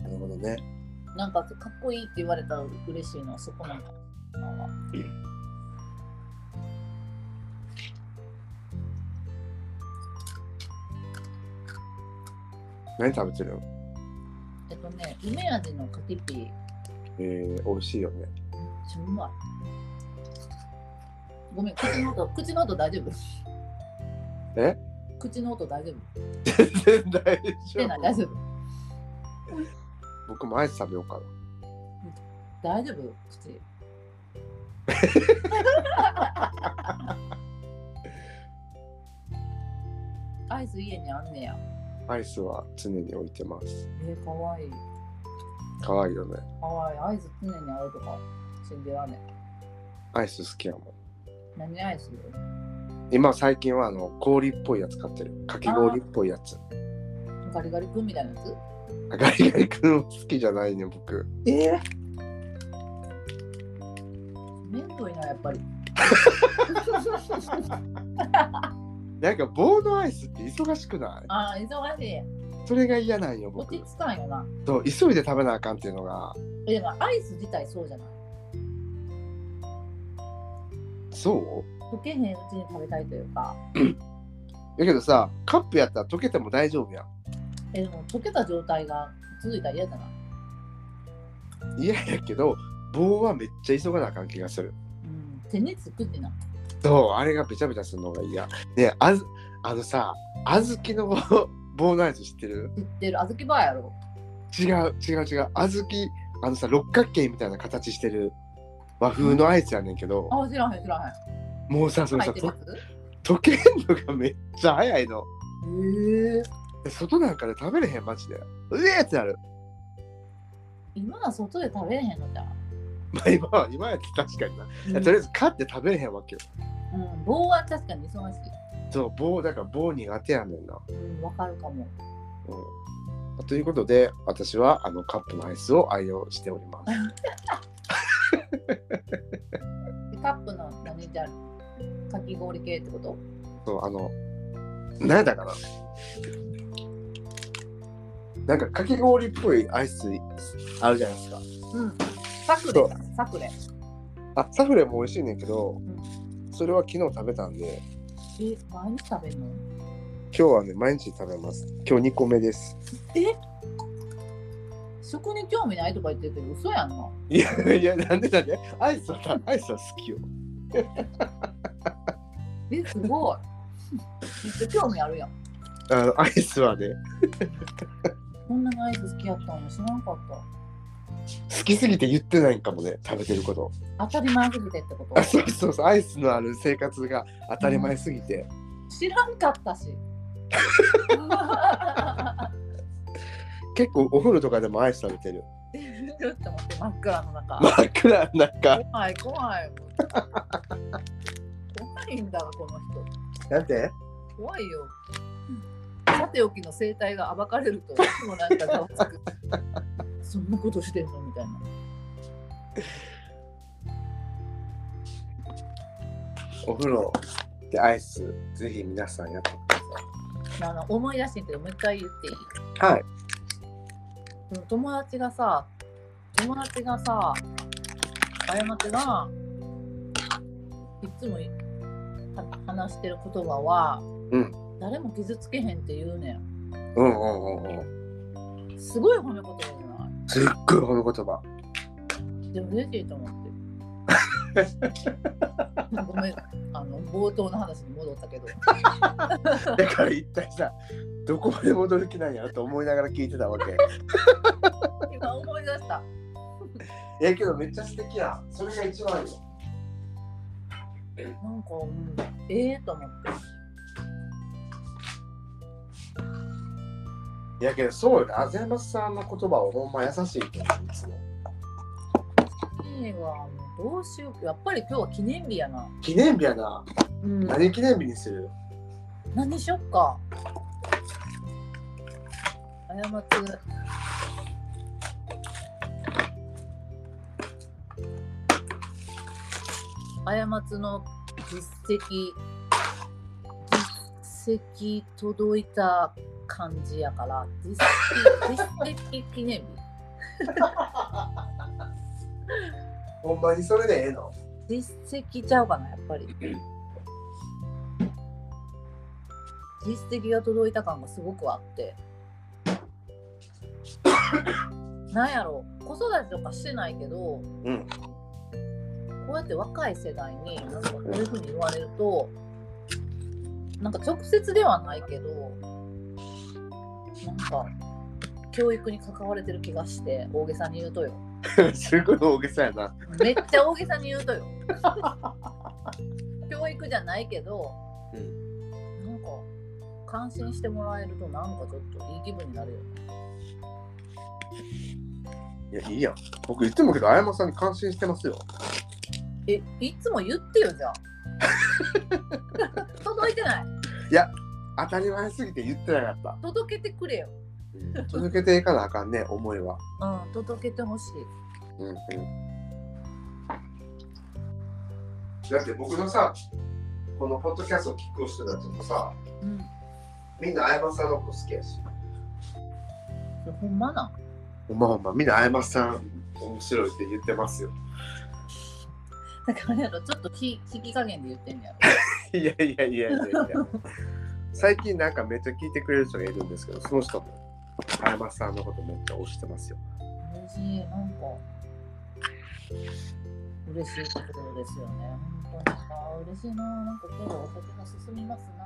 Speaker 1: なるほどね。
Speaker 2: なんかかっこいいって言われたら嬉しいのはそこなんかな。
Speaker 1: 何食べてるの
Speaker 2: えっとね、梅味のカティピー、めっ
Speaker 1: えー、美味しいよね。
Speaker 2: ちゃうまい。ごめん、口の音、口の音大丈夫
Speaker 1: え
Speaker 2: 口の音大丈夫
Speaker 1: 全然大
Speaker 2: 出 [LAUGHS] ない、大
Speaker 1: 丈
Speaker 2: 丈
Speaker 1: 夫。
Speaker 2: 夫
Speaker 1: 僕もアイス食べようか
Speaker 2: 大丈夫口。アイス家にあんねや。
Speaker 1: な。アイスは常に置いてます。
Speaker 2: えー、かわいい。
Speaker 1: 可愛いよね。
Speaker 2: かわいい。アイス常にあるとか、信じられん。
Speaker 1: アイス好きやもん。
Speaker 2: 何アイス
Speaker 1: 今最近はあの氷っぽいやつ買ってる。かき氷っぽいやつ。
Speaker 2: ガリガリ君みたいなやつ
Speaker 1: ガリガリ君好きじゃないね、僕。
Speaker 2: ええめんどいな、やっぱり。
Speaker 1: なんか棒のアイスって忙しくない
Speaker 2: ああ、忙しい。
Speaker 1: それが嫌なんよ、
Speaker 2: 落
Speaker 1: 僕
Speaker 2: ち。着かんよな。
Speaker 1: そう、急いで食べなあかんっていうのが、
Speaker 2: え、でもアイス自体そうじゃない。
Speaker 1: そう
Speaker 2: 溶けへんうちに食べたいというか。
Speaker 1: やけどさ、カップやったら溶けても大丈夫やん。
Speaker 2: え、でも溶けた状態が続いたら嫌じゃない。
Speaker 1: 嫌やけど、棒はめっちゃ急がなあかん気がする。
Speaker 2: うん、手につくってな。
Speaker 1: そう、あれがべちゃべちゃするのが嫌。ねあず、あのさ、小豆の [LAUGHS] 棒のアイス知ってる
Speaker 2: 知ってる、あずきバーやろ。
Speaker 1: 違う、違う、違う。小豆、あのさ、六角形みたいな形してる和風のアイスやねんけど、
Speaker 2: あ、知らへん、知らへ
Speaker 1: もうさ、そ
Speaker 2: ん。
Speaker 1: れ
Speaker 2: 入
Speaker 1: さ、
Speaker 2: ってるや
Speaker 1: と溶
Speaker 2: つ
Speaker 1: けんのがめっちゃ早いの。
Speaker 2: へえ。
Speaker 1: で外なんかで食べれへん、マジで。うえーってなる。
Speaker 2: 今は外で食べれへんのじゃん。
Speaker 1: まあ今は、今やって確かにな。
Speaker 2: うん
Speaker 1: とりあえず、買って食べれへんわけよ。
Speaker 2: うん、棒は確かに忙し
Speaker 1: そう、棒、だから棒苦手やねんな。
Speaker 2: い。うん、わかるかも。
Speaker 1: うん、ということで私はあのカップのアイスを愛用しております。
Speaker 2: でカップの何じゃかき氷系ってこと
Speaker 1: そうあの何だかななんかかき氷っぽいアイスあるじゃないですか。
Speaker 2: うん。サク
Speaker 1: そ
Speaker 2: レ
Speaker 1: う、
Speaker 2: サクレ。
Speaker 1: あサフレも美味しいねんけど
Speaker 2: ん
Speaker 1: それは昨日食べたんで
Speaker 2: え、毎日食べるの
Speaker 1: 今日はね毎日食べます。今日2個目です。
Speaker 2: 食に興味ないとか言ってるけど、嘘やんな。
Speaker 1: いやいやなんでなんでアイスはアイスは好きよ。
Speaker 2: え、すごい。めっちゃ興味あるやん。
Speaker 1: あのアイスはね
Speaker 2: こんなにアイス好きやったの知らんかった。
Speaker 1: 好きすぎて言ってないんかもね食べてること。
Speaker 2: 当たり前すぎてってこ
Speaker 1: あ
Speaker 2: と
Speaker 1: そうそうそうアイスのある生活が当たり前すぎて。
Speaker 2: 知らんかった [LAUGHS] し。
Speaker 1: 結構お風呂とかでもアイス食べてる。
Speaker 2: ちょっと待って、真っ暗の中。
Speaker 1: 真っ暗の中。
Speaker 2: 怖い、怖い。怖いんだわ、この人。
Speaker 1: なんて
Speaker 2: 怖いよ。さておきの生態が暴かれると、いつもなんかざわつく。 [LAUGHS] そんなことしてんのみたいな。
Speaker 1: お風呂でアイス、ぜひ皆さんやってくだ
Speaker 2: あの思い出してんけどもう一回言っていい
Speaker 1: さい。はい。
Speaker 2: その友達がさ友達がさ過ちがいつもいは話してる言葉は、
Speaker 1: ん
Speaker 2: 誰も傷つけへんって言うね
Speaker 1: うんうんうんうん。
Speaker 2: んすごい褒め言葉じゃ
Speaker 1: すっ
Speaker 2: な
Speaker 1: ごいこの言葉。
Speaker 2: いでも嬉しいと思 [LAUGHS] ってるごめんあの冒頭の話に戻ったけど
Speaker 1: だから一体さ、どこまで戻る気なんやろと思いながら聞いてたわ [LAUGHS] け。
Speaker 2: 今思い出した
Speaker 1: いやけどめっちゃ素敵や。それが一番いいよ。
Speaker 2: なんか、うん、ええと思って
Speaker 1: いやけどそうよね。あざやまさんの言葉はほんま優しいと思ういつも。
Speaker 2: いいわもうどうしようやっぱり今日は記念日やな、
Speaker 1: 記念日やな。
Speaker 2: うん
Speaker 1: 何記念日にする
Speaker 2: 何しよっか。過つ。過つの実績。実績届いた感じやから、実績実績記念日。
Speaker 1: ほんまにそれでええの
Speaker 2: 実績ちゃうかな、やっぱり。実績が届いた感がすごくあって。なんやろ子育てとかしてないけど、
Speaker 1: うん
Speaker 2: こうやって若い世代になんかこういうふうに言われるとなんか直接ではないけどなんか教育に関われてる気がして大げさに言うとよ
Speaker 1: [LAUGHS] すごい大げさやな。
Speaker 2: めっちゃ大げさに言うとよ教育じゃないけど、
Speaker 1: う
Speaker 2: なんか感心してもらえるとなんかちょっといい気分になるよね
Speaker 1: いや、いいやん。僕言ってもけど、あやまさんに感心してますよ。
Speaker 2: えいつも言ってよ [LAUGHS] じゃあ届いてない
Speaker 1: 当たり前すぎて言ってなかった。
Speaker 2: 届けてくれよ
Speaker 1: 続けていかなあかんね、思いは。
Speaker 2: うん届けてほしい
Speaker 1: うんうん。だって僕のさ、このポッドキャストを聞く人たちもさ、
Speaker 2: うん
Speaker 1: みんなあやまさんのこと好きやし。
Speaker 2: それほんまなん
Speaker 1: ほんまほんま、みんなあやまさん面白いって言ってますよ。
Speaker 2: だからあれやろちょっとひ引き加減で言ってんねや
Speaker 1: [LAUGHS] いやいやいやいやいや。最近なんかめっちゃ聞いてくれる人がいるんですけど、その人も、あやまさんのことめっちゃ推してますよ。
Speaker 2: ろ嬉しいなんか嬉しいことですよね本当にあー嬉しいななんか今日はお酒が進みますな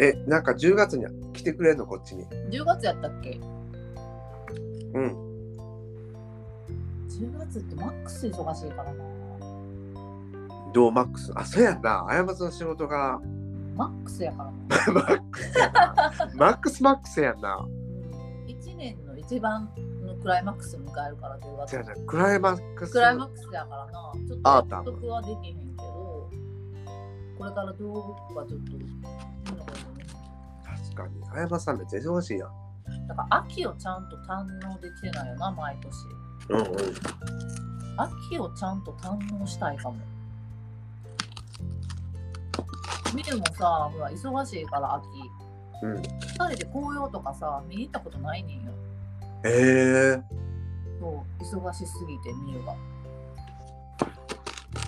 Speaker 1: え、なんか10月に来てくれるの、こっちに。
Speaker 2: 10月やったっけ
Speaker 1: うん。
Speaker 2: 10月ってマックス忙しいからな
Speaker 1: どうマックス。あ、そうやんな。あやまさんの仕事が、
Speaker 2: マックスやからな
Speaker 1: マックスやな。マックスマックスやんな。
Speaker 2: 1年の一番のクライマックスを迎えるから10
Speaker 1: じゃあ
Speaker 2: 月
Speaker 1: な、クライマックス。
Speaker 2: クライマックスだからなちょっ
Speaker 1: あー
Speaker 2: と
Speaker 1: た
Speaker 2: 納得はできへんけどこれからどうかちょっといいのかな
Speaker 1: 確かに。あやまさんめっちゃ忙しいやん。
Speaker 2: だから秋をちゃんと堪能できてないよな毎年
Speaker 1: うんうん。
Speaker 2: 秋をちゃんと堪能したいかもみるもさほら忙しいから秋
Speaker 1: うん。
Speaker 2: 2人で紅葉とかさ見に行ったことないねんよ
Speaker 1: ええー。
Speaker 2: そう忙しすぎてみるが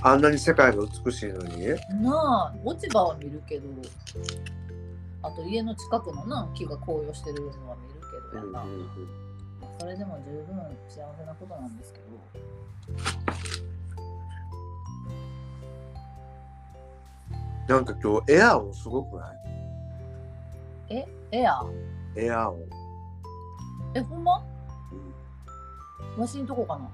Speaker 1: あんなに世界が美しいのに。
Speaker 2: なあ落ち葉は見るけどあと家の近くのな木が紅葉してるのは見るけどやな、
Speaker 1: ん。
Speaker 2: それでも十分幸せなことなんですけど
Speaker 1: なんか今日エアー音すごくない
Speaker 2: えエア
Speaker 1: エアー音。
Speaker 2: えほんま
Speaker 1: うん
Speaker 2: わしんとこかな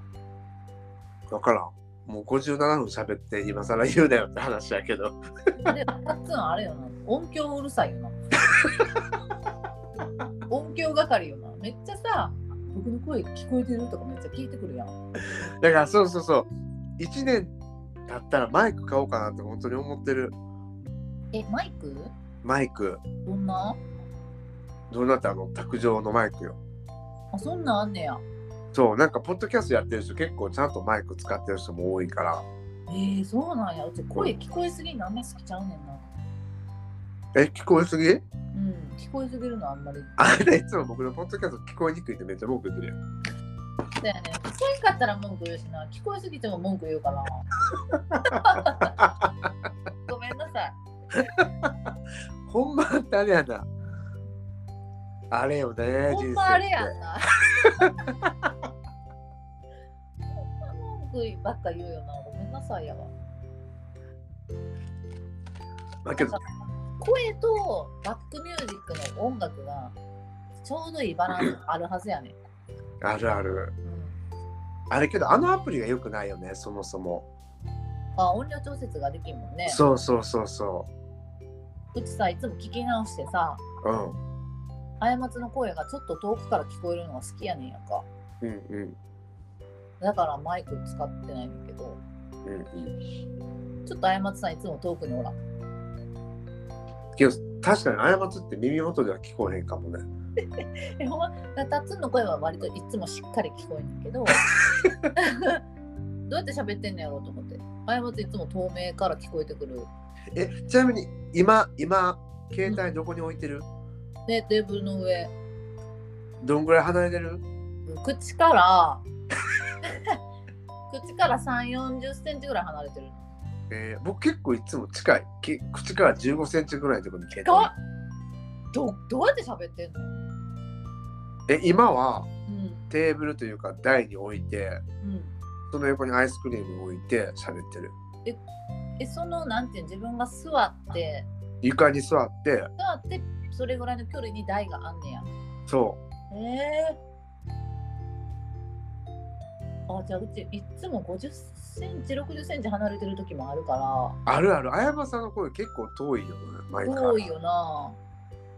Speaker 1: わからん。もう57分喋って今更言うなよって話やけど。 [LAUGHS]
Speaker 2: あれ、パッツンあれよな。音響うるさい [LAUGHS] よな。音響係よな。めっちゃさ、僕の声聞こえてるとかめっちゃ聞いてくるやん。
Speaker 1: だからそうそうそう。1年経ったらマイク買おうかなって本当に思ってる。
Speaker 2: え、マイク
Speaker 1: マイク。
Speaker 2: どんな
Speaker 1: どうなったの卓上のマイクよ。
Speaker 2: あ、そんなんあんねや。
Speaker 1: そう、なんかポッドキャストやってる人結構ちゃんとマイク使ってる人も多いから。
Speaker 2: えー、そうなんや。うち声聞こえすぎんのあんま好きちゃうねんな。
Speaker 1: え、聞こえすぎ
Speaker 2: うん、聞こえすぎるのあんまり。
Speaker 1: あれいつも僕のポッドキャスト聞こえにくいってめっちゃ文句言ってるやん。
Speaker 2: そうやね。聞こえんかったら文句言うしな。聞こえすぎても文句言う [LAUGHS] から。ごめんなさい。
Speaker 1: ほんまってあれやな。あれよね、
Speaker 2: ほん
Speaker 1: 人
Speaker 2: ま
Speaker 1: 生
Speaker 2: あれ
Speaker 1: っ
Speaker 2: や
Speaker 1: て。 [LAUGHS]
Speaker 2: んな。ほんま文句ばっか言うよな。ごめんなさいやわ。
Speaker 1: まあけど
Speaker 2: なんか声とバックミュージックの音楽がちょうどいいバランスあるはずやねん。
Speaker 1: あるある。
Speaker 2: うん、
Speaker 1: あれけど、あのアプリが良くないよね、そもそも。
Speaker 2: あ音量調節ができんもんね。
Speaker 1: そうそうそうそう
Speaker 2: ちさ、いつも聞き直してさ、
Speaker 1: う。うん。
Speaker 2: 過ちの声がちょっと遠くから聞こえるのが好きやねんやんか。
Speaker 1: うんうん
Speaker 2: だからマイク使ってないんだけど、
Speaker 1: うんうん。
Speaker 2: ちょっと過ちさんいつも遠くにおらん。
Speaker 1: けど確かに過ちって耳元では聞こえへんかもね。
Speaker 2: えほんまだからタッツンの声は割といつもしっかり聞こえんねんけどどうやって喋ってんのやろうと思って過ちいつも透明から聞こえてくる
Speaker 1: えちなみに今今携帯どこに置いてる、
Speaker 2: でテーブルの上
Speaker 1: どんぐらい離れてる
Speaker 2: 口から口から3 4 0センチぐらい離れてる
Speaker 1: えー僕結構いつも近いき口から15センチぐらいのところに携
Speaker 2: か
Speaker 1: 帯
Speaker 2: わどどうやって喋ってんの、
Speaker 1: え今は
Speaker 2: うん
Speaker 1: テーブルというか台に置いて
Speaker 2: うん、
Speaker 1: その横にアイスクリームを置いて喋ってる
Speaker 2: えそのなんていうの自分が座って
Speaker 1: 床に座って
Speaker 2: 座ってそれぐらいの距離に台があんねや
Speaker 1: そ
Speaker 2: ええあじゃあうちいっつも50センチ60センチ離れてる時もあるから
Speaker 1: うあるあるあやまさんの声結構遠いよね毎回
Speaker 2: 遠いよな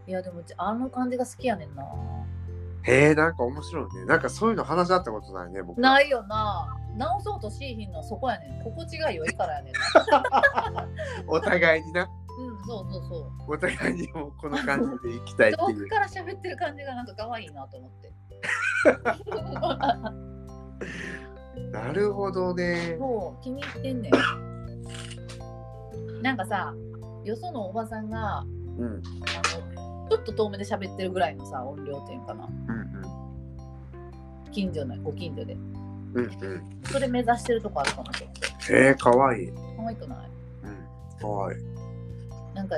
Speaker 2: いやでもうちあの感じが好きやねんな
Speaker 1: へえなんか面白いねなんかそういうの話し合ったことないね僕
Speaker 2: ないよな直そうとしいひんのはそこやねん心地が良いからやねんな
Speaker 1: お互いにな
Speaker 2: うんそうそうそう
Speaker 1: お互いにもこの感じで行きたいって
Speaker 2: 遠
Speaker 1: い
Speaker 2: く
Speaker 1: う
Speaker 2: から喋ってる感じがなんか可愛いなと思って
Speaker 1: なるほどね
Speaker 2: そう気に入ってんねんなんかさよそのおばさんが
Speaker 1: うんうん
Speaker 2: あのちょっと遠目で喋ってるぐらいのさ音量っていうのかな
Speaker 1: うん
Speaker 2: 近所のご近所で
Speaker 1: うんうん
Speaker 2: それ目指してるとこあるかもしれない
Speaker 1: へえかわいい、う
Speaker 2: 可愛くない
Speaker 1: ん、かわいい
Speaker 2: なんか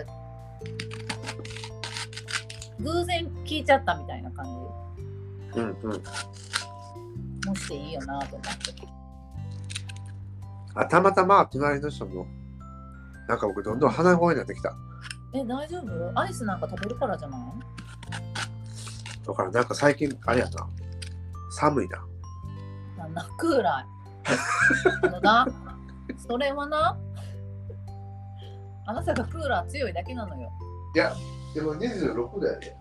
Speaker 2: 偶然聞いちゃったみたいな感
Speaker 1: うんうん
Speaker 2: じもしていいよなと思って
Speaker 1: あたまたま隣の人のなんか僕どんどん鼻声になってきた
Speaker 2: え大丈夫アイスなんか食べるからじゃない
Speaker 1: だからなんか最近あれやな寒いな
Speaker 2: な泣くぐらいあのなそれはなあなたがクーラー強いだけなのよ
Speaker 1: いやでも26だよね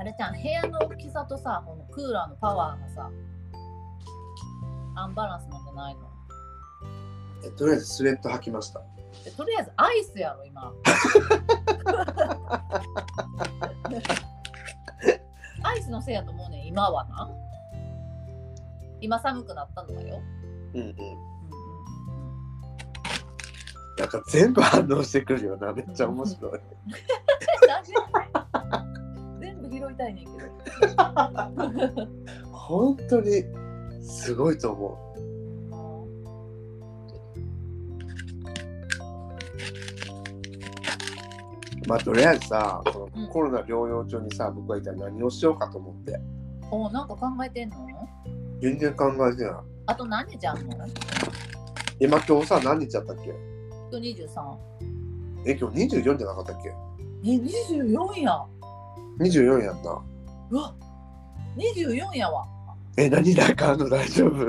Speaker 2: あれちゃん部屋の大きさとさこのクーラーのパワーがさアンバランスなんじゃないの
Speaker 1: えとりあえずスウェット履きました
Speaker 2: えとりあえずアイスやろ今アイスのせいやと思うねん今はな今寒くなったのだよ、
Speaker 1: うんうんなんか全部反応してくるよなめっちゃ面白い
Speaker 2: なんで全部拾いたいねんけど
Speaker 1: 本当にすごいと思うまあとりあえずさこ
Speaker 2: う
Speaker 1: の
Speaker 2: ん
Speaker 1: コロナ療養中にさ僕がいたら何をしようかと思って
Speaker 2: おなんか考えてんの
Speaker 1: 全然考えてな
Speaker 2: あと何日あんの
Speaker 1: い今今日さ何日やったっけ
Speaker 2: 今日23
Speaker 1: え今日24じゃなかったっけ
Speaker 2: え24や
Speaker 1: 24やんな
Speaker 2: うわ24やわ
Speaker 1: え何なんかあんの大丈夫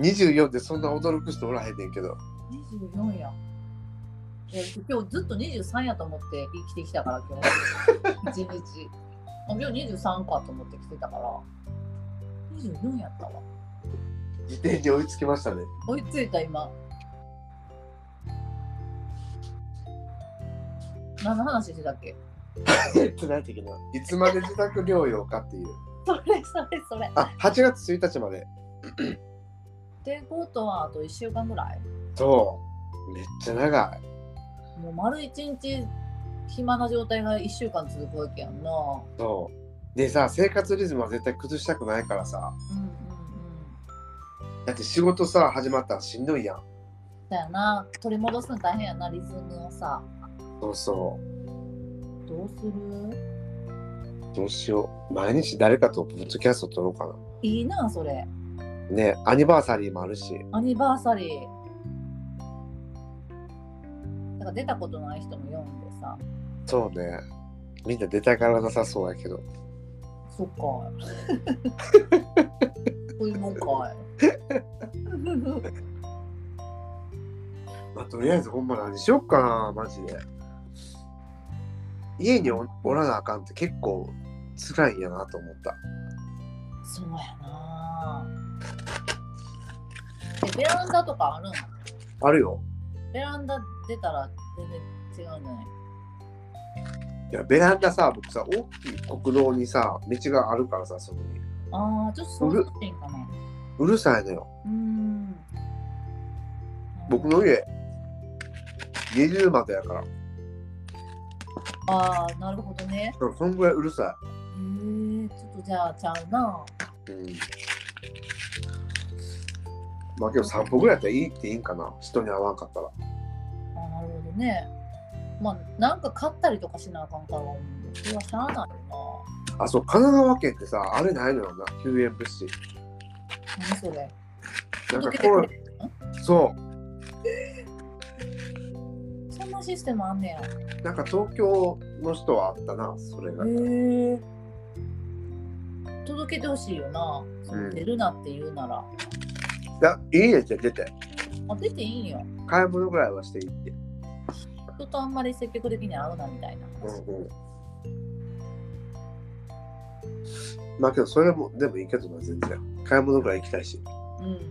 Speaker 1: 24でそんな驚く人おらへんねんけど
Speaker 2: 24やいや今日ずっと23やと思って生きてきたから今 [LAUGHS] 日一日あ今日23かと思って来てたから24やったわ
Speaker 1: 時点に追いつきま [LAUGHS] したね
Speaker 2: 追いついた今何の話してたっけ
Speaker 1: えっと何て言うのいつまで自宅療養かっていう
Speaker 2: それそれそれ
Speaker 1: あ8月1日まで
Speaker 2: ってことはあと1週間ぐらい
Speaker 1: そうめっちゃ長い
Speaker 2: もう丸一日暇な状態が1週間続くわけやんな
Speaker 1: そうでさ生活リズムは絶対崩したくないからさ
Speaker 2: うんうんうん
Speaker 1: だって仕事さ始まったらしんどいやん
Speaker 2: だよな取り戻すの大変やなリズムをさ
Speaker 1: そうそう
Speaker 2: どうする
Speaker 1: どうしよう毎日誰かとポッドキャスト撮ろうか
Speaker 2: いいなそれ
Speaker 1: なねアニバーサリーもあるし
Speaker 2: アニバーサリーだから出たことない人も読んでさ
Speaker 1: そうねみんな出たからなさそうやけど
Speaker 2: そっ
Speaker 1: [LAUGHS]
Speaker 2: かそういうも [LAUGHS] んかい
Speaker 1: まあ、とりあえずほんま何しよっかなマジで家におおらなあかんって結構辛いんやなと思った
Speaker 2: そうやなえベランダとかあるん
Speaker 1: あるよ
Speaker 2: ベランダ出たら全然違うんじゃない
Speaker 1: いやベランダさ僕さ大きい国道にさ道があるからさそこに
Speaker 2: ああ、ちょっとそうしてんかな。
Speaker 1: うるさいのよ
Speaker 2: うーん。
Speaker 1: 僕の家二重窓やから
Speaker 2: ああ、なるほどね。
Speaker 1: そそんぐらいうるさ
Speaker 2: へえ、ちょっとじゃあちゃうな。
Speaker 1: いうんまあけど散歩ぐらいやったらいいっていいんかな人に会わんかったら
Speaker 2: あーなるほどね。まあなんか買ったりとかしなあかんからそれはしゃあないよ
Speaker 1: あ、そう、神奈川県ってさ、あれないのよな、救援物資。
Speaker 2: な何それ
Speaker 1: なんか
Speaker 2: 届け
Speaker 1: コ
Speaker 2: て
Speaker 1: ロ
Speaker 2: く
Speaker 1: ナ
Speaker 2: れ、
Speaker 1: そ
Speaker 2: そんなシステムあんねや
Speaker 1: う、なんか東京の人はあったな、それが。
Speaker 2: へえ届けてほしいよな、
Speaker 1: うん
Speaker 2: 出るなって言うなら
Speaker 1: だいいねじゃあ出て。
Speaker 2: あ出ていいんよ
Speaker 1: 買い物ぐらいはしていいって。
Speaker 2: 人とあんまり積極的に会うなみたいな話、
Speaker 1: うんうん。まあけど、それも、でもいいけどな、全然。買い物ぐらい行きたいし。
Speaker 2: うんうんうん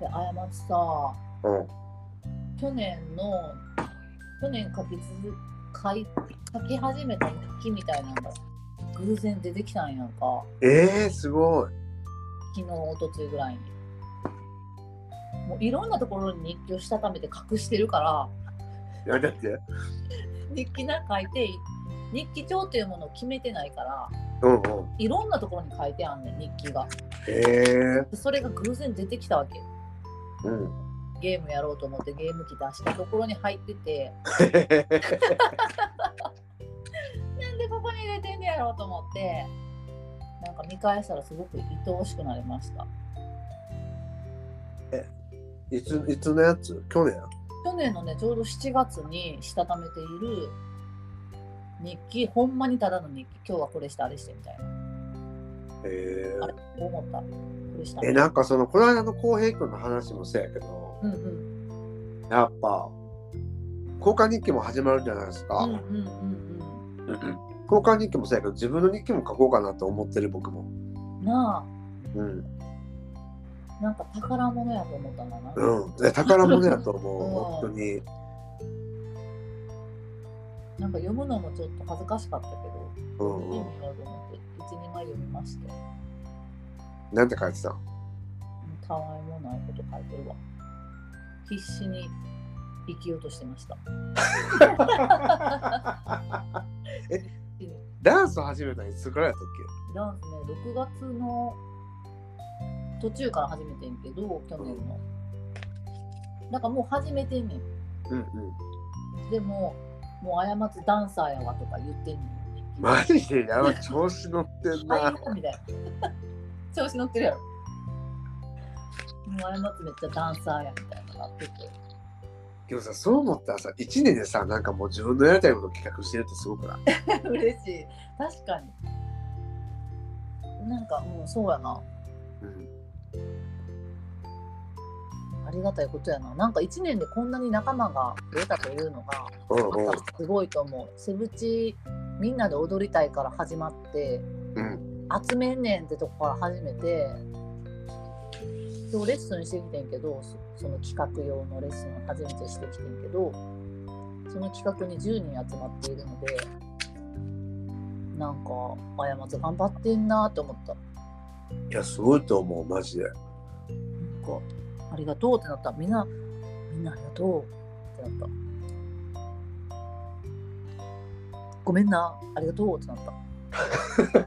Speaker 2: で過ちさ
Speaker 1: うん。
Speaker 2: 去年の去年書き続書い書き始めた日記みたいなのが偶然出てきたんやんか
Speaker 1: えー、すごい。
Speaker 2: 昨日一昨日ぐらいにもういろんなところに日記をしたためて隠してるから
Speaker 1: いや、だって。
Speaker 2: 日記なんか書いて日記帳というものを決めてないから
Speaker 1: うんうん。
Speaker 2: いろんなところに書いてあんねん日記が
Speaker 1: えー。
Speaker 2: それが偶然出てきたわけ
Speaker 1: うん。 [LAUGHS]
Speaker 2: ゲームやろうと思ってゲーム機出したところに入っててなんでここに入れてんねやろうと思ってなんか見返したらすごく愛おしくなりました
Speaker 1: いつ、いつのやつ去年
Speaker 2: 去年のねちょうど7月にしたためている日記ほんまにただの日記今日はこれしてあれしてみたいな
Speaker 1: えー
Speaker 2: あれこう思ったこれした
Speaker 1: え、なんかその、この間の浩平君の話もそうやけど、
Speaker 2: うんうん
Speaker 1: やっぱ、交換日記も始まるじゃないですか。
Speaker 2: うんうんうん
Speaker 1: うんうん交換日記もそうやけど、自分の日記も書こうかなと思ってる僕も。
Speaker 2: うんな
Speaker 1: うん。
Speaker 2: あなんか宝物やと思ったんだな、
Speaker 1: うん。で宝物やと
Speaker 2: う
Speaker 1: 思
Speaker 2: ん
Speaker 1: う、 [LAUGHS] 本当に。
Speaker 2: なんか読むのもちょっと恥ずかしかったけど
Speaker 1: うん
Speaker 2: 意
Speaker 1: うん。
Speaker 2: 味があると思って一人前読みまして
Speaker 1: なんて書いてた [LAUGHS] ん
Speaker 2: たわいもないこと書いてるわ必死に生きようとしてました
Speaker 1: えダンス始めたのいつぐらいやったっ
Speaker 2: ダンスね6月の途中から始めてんけど去年のだからもう始めてんねん
Speaker 1: けうんうん。
Speaker 2: でももう過ちダンサーやわとか言ってんねん
Speaker 1: マジでやばい、調子乗ってん
Speaker 2: はい
Speaker 1: な。
Speaker 2: みたいな [LAUGHS] 調子乗ってるやろもう過ちめっちゃダンサーやみたいななってて [LAUGHS]
Speaker 1: でもさ、そう思ったらさ、1年でさ、なんかもう自分のやりたいことを企画してるってすごくない
Speaker 2: 嬉しい確かになんかもうんそうやな
Speaker 1: うん。
Speaker 2: ありがたいことやななんか1年でこんなに仲間が増えたというのが
Speaker 1: うん
Speaker 2: またすごいと思うセブチみんなで踊りたいから始まって
Speaker 1: うん。
Speaker 2: 集めんねんってとこから始めて今日レッスンしてきてんけどそその企画用のレッスンを初めてしてきてんけどその企画に10人集まっているのでなんか過ち頑張ってんなーって思った
Speaker 1: うん。いや、すごいと思う、マジで。
Speaker 2: なんかありがとうってなったみんなみんなありがとうってなったごめんなありがとうってなっ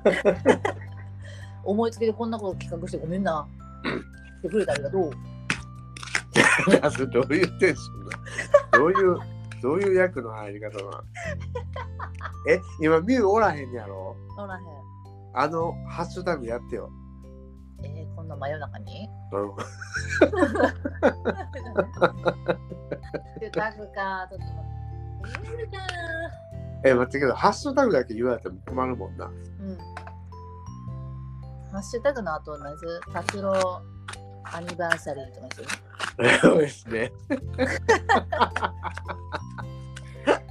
Speaker 2: た思いつきでこんなこと企画してごめんなってくれてありがとう
Speaker 1: いや、それどういうテンションなのどういう、どういう役の入り方なのえ、今、ミュウおらへんやろ
Speaker 2: おらへん
Speaker 1: あの、ハッシュタグやってよ。
Speaker 2: えー、こんな真夜中に
Speaker 1: うん。
Speaker 2: ってタグかちょっと待って
Speaker 1: え、待ってけど、ハッシュタグだけ言われても困るもんな。 [LAUGHS]
Speaker 2: うんハッシュタグの後何する達郎アニバーサリーとかにする
Speaker 1: そうですね。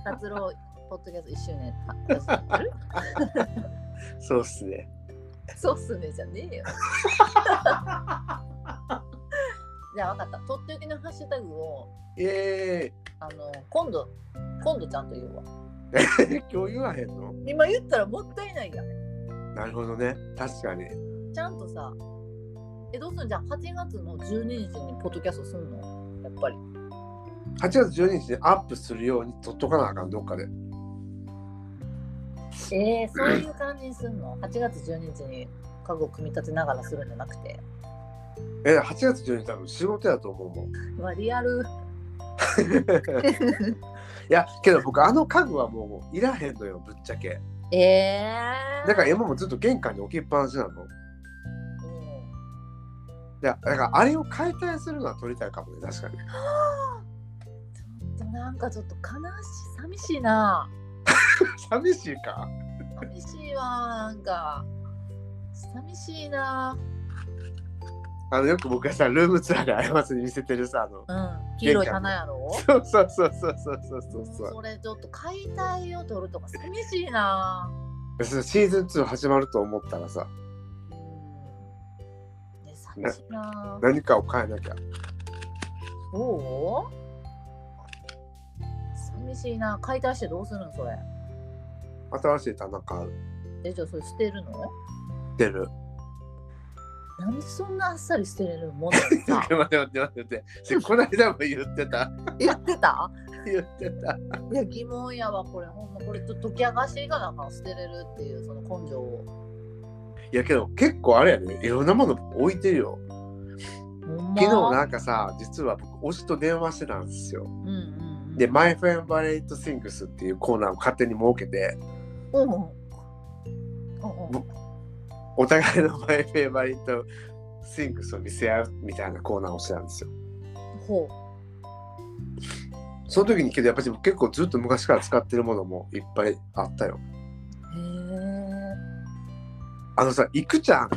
Speaker 2: 達郎ポッドキャスト1周年は [LAUGHS]
Speaker 1: そうっすね。
Speaker 2: そうっすねじゃねえよじゃあ分かったとっておきのハッシュタグを
Speaker 1: イエ
Speaker 2: あの今度今度ちゃんと言うわ
Speaker 1: ーイ [LAUGHS] 今日言わへんの
Speaker 2: 今言ったらもったいないやん
Speaker 1: なるほどね。確かに。
Speaker 2: ちゃんとさえどうするんじゃあ8月の12日にポッドキャストすんのやっぱり
Speaker 1: 8月12日にアップするように取っとかなあかん、どっかで。
Speaker 2: えー、そういう感じにすんの8月12日に家具を組み立てながらするんじゃなくて
Speaker 1: え、8月12日多分仕事やと思うもん。 [LAUGHS]
Speaker 2: うわリアル
Speaker 1: いやけど僕あの家具はもういらへんのよぶっちゃけ
Speaker 2: ええー。
Speaker 1: だから今もずっと玄関に置きっぱなしなの
Speaker 2: うん
Speaker 1: だだからあれを解体するのは取りたいかもね確かに [LAUGHS]
Speaker 2: でもなんかちょっと悲しい寂しいな。
Speaker 1: 寂しいか
Speaker 2: 寂しいわなんか寂しいな。
Speaker 1: あのよく僕がさルームツアーでアイマスに見せてるさあの [LAUGHS]
Speaker 2: うん。黄色い花やろ。
Speaker 1: そうそうそうそうそうそうそうそう
Speaker 2: それちょっと解体を取るとか寂しいな。
Speaker 1: そうシーズン2始まると思ったらさ
Speaker 2: うん。ね寂しいな。
Speaker 1: 何かを変えなきゃ
Speaker 2: どう寂しいな。解体してどうするのそれ。
Speaker 1: 新しい棚買う
Speaker 2: え、じゃあそれ捨てるの
Speaker 1: 出る
Speaker 2: なんでそんなあっさり捨てれるもんなのさ
Speaker 1: [LAUGHS] [LAUGHS] 待。って待って待って待ってこの間も言ってた [LAUGHS]
Speaker 2: 言ってた
Speaker 1: 言ってた
Speaker 2: いや疑問やわこれほんまこれと解き明かしていかなあかん捨てれるっていうその根性を
Speaker 1: いやけど結構あれやねいろんなもの置いてるよ
Speaker 2: ほんま
Speaker 1: 昨日なんかさ実は僕推しと電話してたんですよ
Speaker 2: うんうんうん
Speaker 1: で「My Favorite Things」っていうコーナーを勝手に設けて
Speaker 2: うんうんうんうん
Speaker 1: ぼお互いの「My Favorite Things」を見せ合うみたいなコーナーをしてたんですよ
Speaker 2: ほ
Speaker 1: その時にけどやっぱり僕結構ずっと昔から使ってるものもいっぱいあったよ
Speaker 2: うへ
Speaker 1: あのさいくちゃん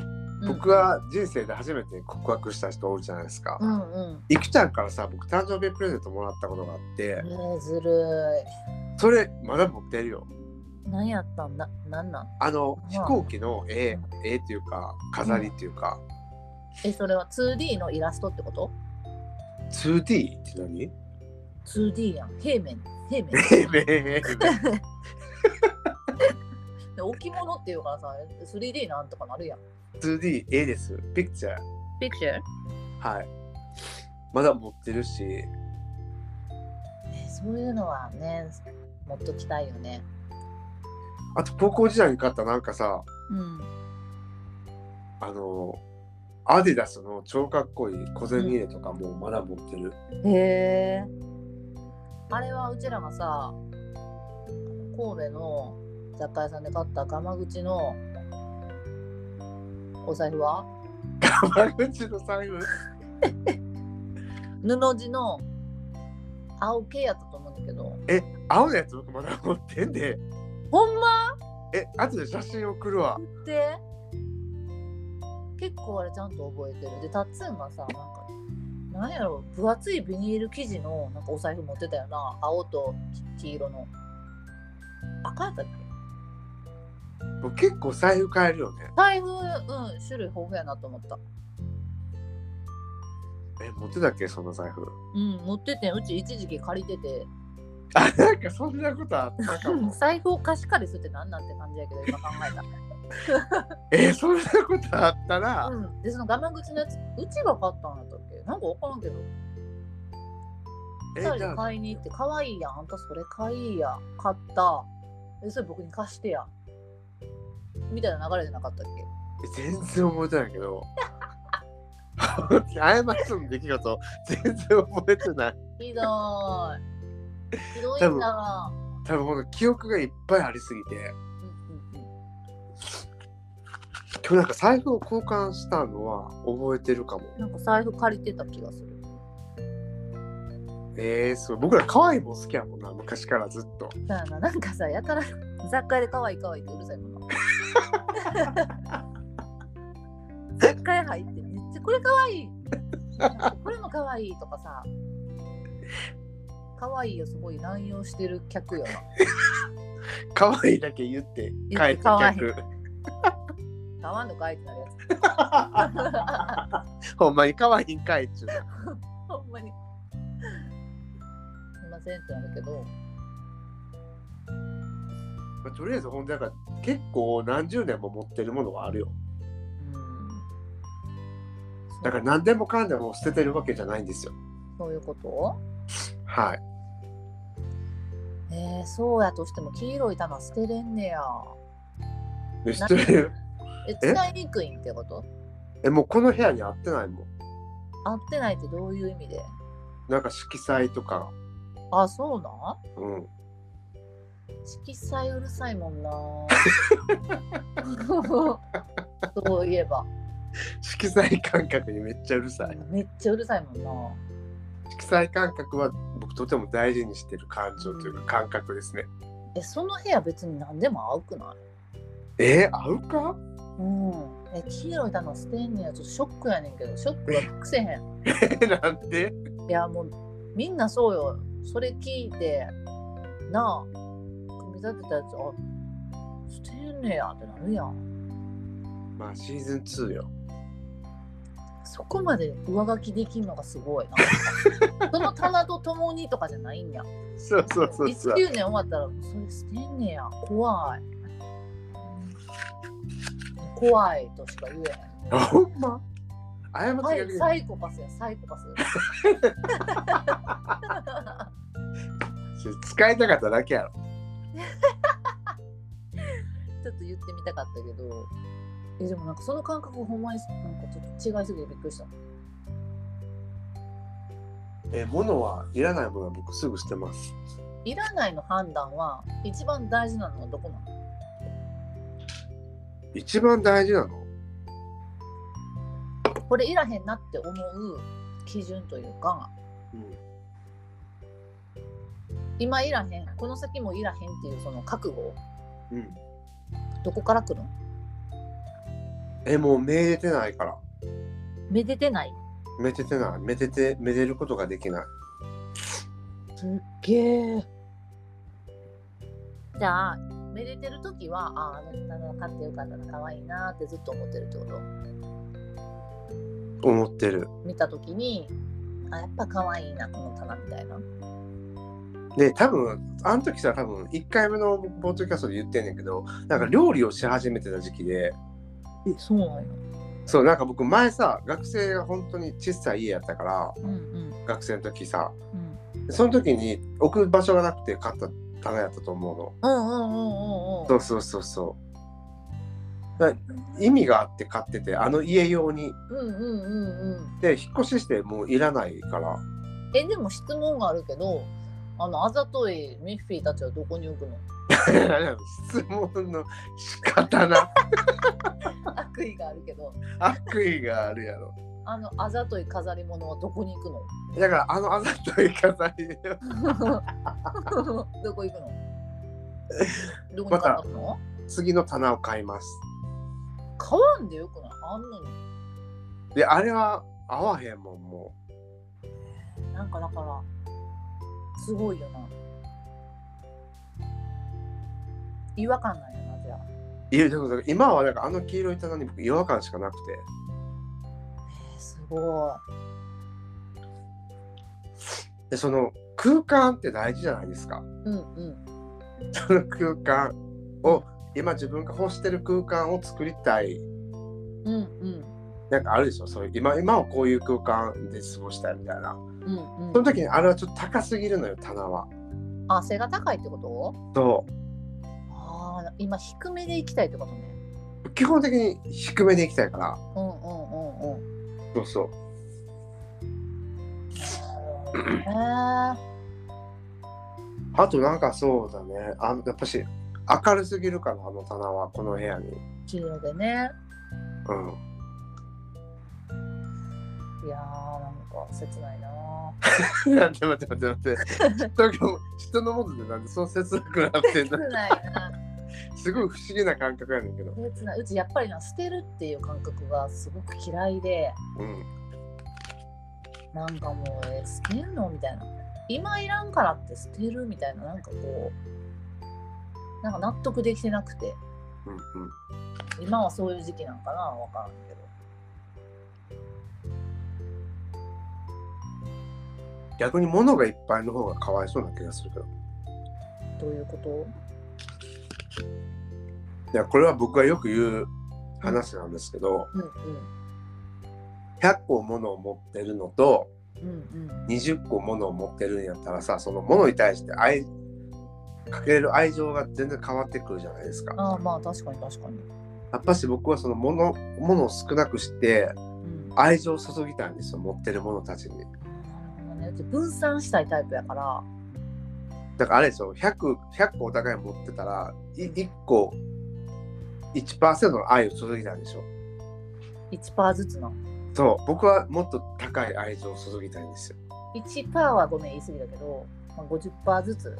Speaker 2: え
Speaker 1: 僕は人生で初めて告白した人おるじゃないですか、
Speaker 2: うんうん
Speaker 1: いくちゃんからさ僕誕生日プレゼントもらったことがあって
Speaker 2: えー、ずる
Speaker 1: それまだ持ってるよ
Speaker 2: い何やったんだなんなん
Speaker 1: あの
Speaker 2: うん
Speaker 1: 飛行機の絵絵っていうか飾りっていうか、
Speaker 2: えそれは 2D のイラストってこと
Speaker 1: 2D って何 [LAUGHS]
Speaker 2: 2D やん平面平面で置物っていうからさ 3D なんとかなるやん
Speaker 1: 2D 絵ですピクチャー
Speaker 2: ピクチャー
Speaker 1: はいまだ持ってるし
Speaker 2: そういうのはね持っときたいよね
Speaker 1: あと高校時代に買ったなんかさ
Speaker 2: うん
Speaker 1: あのアディダスの超かっこいい小銭入れとかもまだ持ってる、 [LAUGHS]
Speaker 2: へえ。あれはうちらがさ、神戸の雑貨屋さんで買ったガマ口のお財布は
Speaker 1: 山口の財布
Speaker 2: 布地の青系やったと思うんだけど。
Speaker 1: 青のやつ僕まだ持ってんで
Speaker 2: ほんま
Speaker 1: え後で写真送るわ
Speaker 2: って結構あれちゃんと覚えてる。で、タッツンがさ、なんか、なんやろ、分厚いビニール生地のなんかお財布持ってたよな。青と黄色の。赤やったっけ
Speaker 1: 僕結構財布買えるよね
Speaker 2: 財布、うん、種類豊富やなと思った。
Speaker 1: え持ってたっけそんな財布 [LAUGHS]
Speaker 2: うん、持っててんうち一時期借りてて、
Speaker 1: あなんかそんなことあったか
Speaker 2: [LAUGHS]
Speaker 1: も
Speaker 2: 財布を貸し借りするってなんなんって感じやけど、今考
Speaker 1: [LAUGHS]
Speaker 2: えた
Speaker 1: えそんなことあったら、
Speaker 2: ら。うん、で、そのガマ口のやつ、うちが買ったんやったっけなんかわからんけど、
Speaker 1: え
Speaker 2: 二人
Speaker 1: じゃ
Speaker 2: で
Speaker 1: あ
Speaker 2: 買いに行って、可愛いやん、あんたそれ買いや、買った。え、それ僕に貸してや。みたいな流れじゃなかったっけ
Speaker 1: 全然覚えてないけど [LAUGHS] 本当に過ちの出来事全然覚えてない
Speaker 2: ひど
Speaker 1: [LAUGHS]
Speaker 2: ーい。ひどいんだな。
Speaker 1: 多分この記憶がいっぱいありすぎて
Speaker 2: うんうん
Speaker 1: 今日なんか財布を交換したのは覚えてるかも
Speaker 2: うんなんか財布借りてた気がする。
Speaker 1: えー、すごい僕ら可愛いもん好きやもんな昔からずっと
Speaker 2: だからななんかさ、やたら雑貨屋で可愛い可愛いってうるさいもん
Speaker 1: [LAUGHS]
Speaker 2: な。雑貨屋入ってめっちゃこれ可愛
Speaker 1: [LAUGHS]
Speaker 2: いこれも可愛いとかさ。可愛いよ、すごい乱用してる客よな。
Speaker 1: 可愛いだけ言って帰
Speaker 2: 言っ
Speaker 1: ってて
Speaker 2: 可愛い
Speaker 1: 客
Speaker 2: 買わんのかいってなるやつ。
Speaker 1: [LAUGHS] ほんまに可愛いんかいっちゅうの
Speaker 2: ほんまに。すいませんってなるけど。
Speaker 1: まあとりあえずほんとだから結構何十年も持ってるものはあるよ
Speaker 2: うん。
Speaker 1: だから何でもかんでも捨ててるわけじゃないんですよ
Speaker 2: そういうこと
Speaker 1: はい
Speaker 2: えー、そうやとしても黄色い棚捨てれんねや。
Speaker 1: で捨てる
Speaker 2: え、
Speaker 1: え
Speaker 2: 使いにくいんってこと
Speaker 1: えもうこの部屋に合ってないもん
Speaker 2: 合ってないってどういう意味で
Speaker 1: なんか色彩とか、
Speaker 2: あ、そうなん
Speaker 1: うん、
Speaker 2: 色彩うるさいもんな。そういえば。
Speaker 1: 色彩感覚にめっちゃうるさい。
Speaker 2: めっちゃうるさいもんな。
Speaker 1: 色彩感覚は僕とても大事にしてる感情というか感覚ですね。
Speaker 2: え、その部屋別に何でも合うくない
Speaker 1: えー、合うか [LAUGHS]
Speaker 2: うん。え、黄色い棚捨てんねや。ちょっとショックやねんけど、ショックはくせへん。
Speaker 1: なんで
Speaker 2: いやもうみんなそうよそれ聞いてなあ組み立てたやつあ捨てんねやってなるやん
Speaker 1: まあシーズン2よ。
Speaker 2: そこまで上書きできんのがすごいなその棚と共にとかじゃないんや
Speaker 1: そうそうそうそう。
Speaker 2: 19年終わったらそれ捨てんねや怖い怖いとしか言えへん
Speaker 1: あほんま過ちが
Speaker 2: は
Speaker 1: 原
Speaker 2: い
Speaker 1: 因
Speaker 2: サイコパスやサイコパス [LAUGHS]
Speaker 1: 使いたかっただけやろ。
Speaker 2: ちょっと言ってみたかったけど、えでもなんかその感覚ほんまになんかちょっと違いすぎてびっくりした。
Speaker 1: えー、物はいらないものは僕すぐ捨てます。
Speaker 2: いらないの判断は一番大事なのはどこなの
Speaker 1: 一番大事なの
Speaker 2: これいらへんなって思う基準というか、
Speaker 1: うん。
Speaker 2: 今いらへん、この先もいらへんっていうその覚悟、
Speaker 1: うん。
Speaker 2: どこから来るの
Speaker 1: え、もうめでてないから。
Speaker 2: めでてない。
Speaker 1: めでてない。めでて、めでることができない。
Speaker 2: すっげえ。じゃあ、めでてるときは、ああ、あの棚買ってよかったな、可愛いなってずっと思ってるってこと
Speaker 1: 思ってる。
Speaker 2: 見たときに、あ、やっぱ可愛いな、この棚みたいな。
Speaker 1: で、多分、あの時さ、多分、1回目のポッドキャストで言ってんねんけど、なんか料理をし始めてた時期で、
Speaker 2: え、そうなんや。
Speaker 1: そう、なんか僕前さ、学生が本当に小さい家やったから、
Speaker 2: うんうん
Speaker 1: 学生の時さ、
Speaker 2: うん。
Speaker 1: その時に置く場所がなくて買った棚やったと思うの。
Speaker 2: うんうんうんうんうん。
Speaker 1: そうそうそうそう。だから意味があって買ってて、あの家用に。
Speaker 2: うんうんうんうん。
Speaker 1: で、引っ越ししてもういらないから。 [LAUGHS]
Speaker 2: え、でも質問があるけど、あの、あざといミッフィーたちはどこに置くの
Speaker 1: 質問の仕方な。
Speaker 2: 悪意があるけど、
Speaker 1: 悪意があるやろ。
Speaker 2: あの、あざとい飾り物はどこに行く
Speaker 1: [LAUGHS] だからあのあざとい飾りを
Speaker 2: のどこ行くの
Speaker 1: [LAUGHS]
Speaker 2: どこに買ったの
Speaker 1: 次の棚を買います。
Speaker 2: 買わんでよくないあんのに。
Speaker 1: で、あれは合わへんもん、も
Speaker 2: なんかだから、すごいよな。違和感なんやな、じゃあ。
Speaker 1: う。いやだから今はなんかあの黄色い棚に僕違和感しかなくて。
Speaker 2: えーすごい。
Speaker 1: で、その空間って大事じゃないですか。 [LAUGHS]
Speaker 2: うんうん。
Speaker 1: その空間を、今自分が欲してる空間を作りたい。
Speaker 2: うんうん。
Speaker 1: なんかあるでしょそういう今今はこういう空間で過ごしたいみたいな。
Speaker 2: うん
Speaker 1: そ
Speaker 2: うん
Speaker 1: の、時にあれはちょっと高すぎるのよ、棚は。
Speaker 2: あ背が高いってこと
Speaker 1: そ
Speaker 2: ああ今低めでいきたいってことね
Speaker 1: う。基本的に低めでいきたいから。
Speaker 2: うんうんうんうん
Speaker 1: そうそう。
Speaker 2: へえ
Speaker 1: あとなんかそうだね。あやっぱし明るすぎるから、あの棚は、この部屋に。
Speaker 2: 黄色でね
Speaker 1: うん。
Speaker 2: いやーなんか切ないな
Speaker 1: [LAUGHS] なんで待って待って待って。人が人のものでなんでそう切なくなってんの
Speaker 2: 切ないな
Speaker 1: すごい不思議な感覚やねんけど。
Speaker 2: 切ないうちやっぱりな捨てるっていう感覚がすごく嫌いで
Speaker 1: うん。
Speaker 2: なんかもうえ捨てるのみたいな今いらんからって捨てるみたいななんかこうなんか納得できてなくて
Speaker 1: うんうん。
Speaker 2: 今はそういう時期なんかなわからんけど
Speaker 1: 逆に物がいっぱいの方がかわいそうな気がするけど。
Speaker 2: どういうこと
Speaker 1: いや、これは僕がよく言う話なんですけど、
Speaker 2: うん
Speaker 1: 100個物を持ってるのと、
Speaker 2: うんうんうん
Speaker 1: 20個ものを持ってるんやったらさそのものに対して愛かける愛情が全然変わってくるじゃないですか
Speaker 2: ああまあ確かに確かに
Speaker 1: やっぱし僕はそのものものを少なくして
Speaker 2: うんなる
Speaker 1: 愛情を注ぎたいんですよ持ってるものたちに
Speaker 2: ほどねねうち分散したいタイプやから
Speaker 1: だからあれでしょ100、100個お互い持ってたら、い1個1%の愛を注いだんでしょ。
Speaker 2: 1%ずつの
Speaker 1: そう、僕はもっと高い愛情を注ぎたいんですよ。
Speaker 2: 1%はごめん言い過ぎだけど、まあ、50%ずつ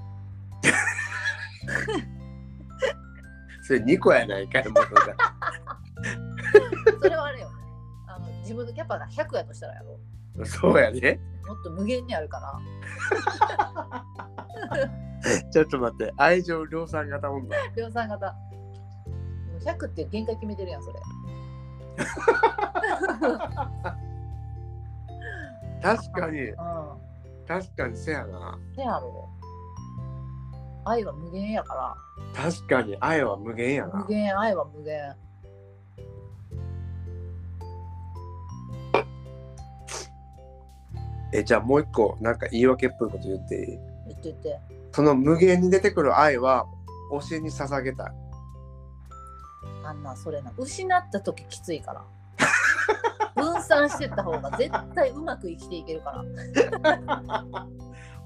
Speaker 1: それ2個やないかい、もうそれ [LAUGHS] が
Speaker 2: それはあれよあの自分のキャパが100やとしたらやろ
Speaker 1: そうやね。
Speaker 2: もっと無限にあるから
Speaker 1: ちょっと待って、愛情量産型女。
Speaker 2: 量産型もう100っていう限界決めてるやんそれ
Speaker 1: 確かに、
Speaker 2: う
Speaker 1: 確かにせやな。
Speaker 2: んでやろ愛は無限やか
Speaker 1: 確かに愛は無限や
Speaker 2: ら無
Speaker 1: な。
Speaker 2: 限愛は無限
Speaker 1: え、じゃあもう一個、なんか言い訳っぽいこと言っていい
Speaker 2: 言って言って
Speaker 1: その無限に出てくる愛は、推しに捧げたい。
Speaker 2: あんなそれな失った時きついから分散してった方が絶対うまく生きていけるから、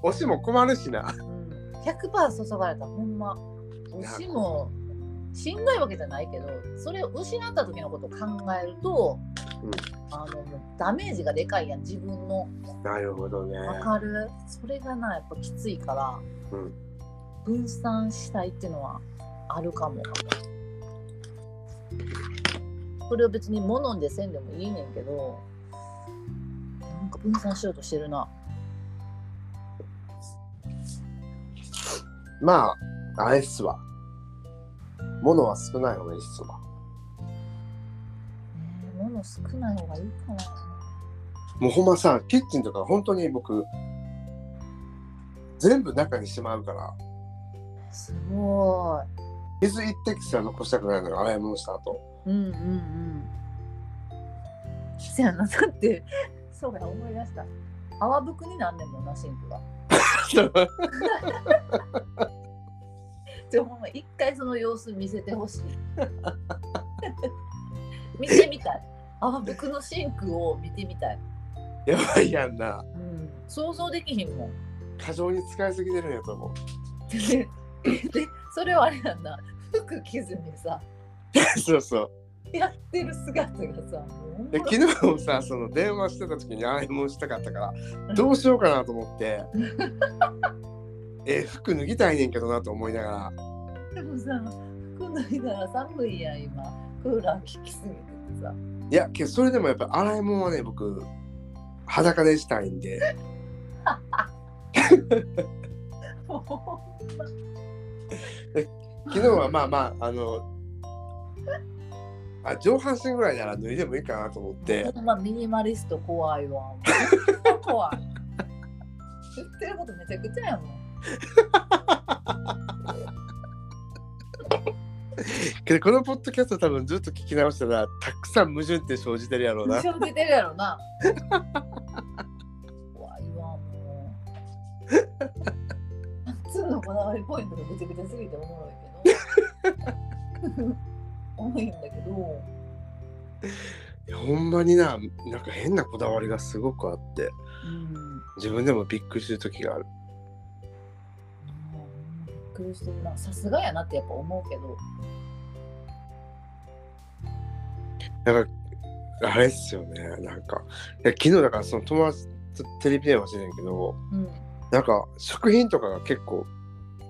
Speaker 1: 推しも困るしな。
Speaker 2: うん、100%注がれたらほんま推しもしんどいわけじゃないけどそれを失った時のことを考えると、
Speaker 1: うん
Speaker 2: あのもうダメージがでかいやん自分の
Speaker 1: なるほどね。
Speaker 2: わかるそれがなやっぱきついから、
Speaker 1: うん
Speaker 2: 分散したいっていうのはあるかもそれを別に物でせんでもいいねんけどなんか分散しようとしてるな
Speaker 1: まあ、あれっすわ。物は少ない方がいいっすわ。
Speaker 2: ねえ物少ない方がいいかな
Speaker 1: もうほんまさ、キッチンとか本当に僕、全部中にしまうから、
Speaker 2: すご
Speaker 1: 水一滴すら残したくないのよ、洗い物した後。 [LAUGHS]
Speaker 2: いうんうんうんせやなだって [LAUGHS] そうや思い出した泡服になんねんもんなシンクがちょほんま一回その様子見せてほしい。 [LAUGHS] 見てみたい。あ、僕のシンクを見てみたい。
Speaker 1: やばいやんな。
Speaker 2: うん、想像できひんもん。
Speaker 1: 過剰に使いすぎてるんやと思う。
Speaker 2: で、それはあれなんだ。服着ずにさ、
Speaker 1: [LAUGHS] そうそう。
Speaker 2: やってる姿がさ、もう
Speaker 1: で昨日もさ、その電話してた時に洗い物したかったから、どうしようかなと思って、え、服脱ぎたいねんけどなと思いながら、
Speaker 2: でもさ、服脱いだら寒いやん、今。クーラー効きすぎててさ。
Speaker 1: いや、けどそれでもやっぱ洗い物はね、僕、裸でしたいんで。
Speaker 2: も
Speaker 1: 昨日はまあまああのあ上半身ぐらいなら脱いでもいいかなと思って
Speaker 2: うほんまミニマリスト怖いわ。
Speaker 1: [LAUGHS]
Speaker 2: もう怖い。言ってることめちゃくちゃやもん。
Speaker 1: けどこのポッドキャスト多分ずっと聞き直したらたくさん矛盾って生じてるやろうな
Speaker 2: 一緒に出てるやろな。怖いわ、もう。夏のこだわりポイントがぐちゃぐちゃすぎておもろいけ
Speaker 1: [LAUGHS]
Speaker 2: ど。多いんだけど、
Speaker 1: いやほんまにななんか変なこだわりがすごくあって
Speaker 2: うん、も
Speaker 1: 自分でもびっくりする時がある
Speaker 2: うびっくりしてるな。さすがやなってやっぱ思うけど、
Speaker 1: なんかあれっすよねなんかいや昨日だからその友達とテレビ電話してんやけど
Speaker 2: うん、
Speaker 1: なんか食品とかが結構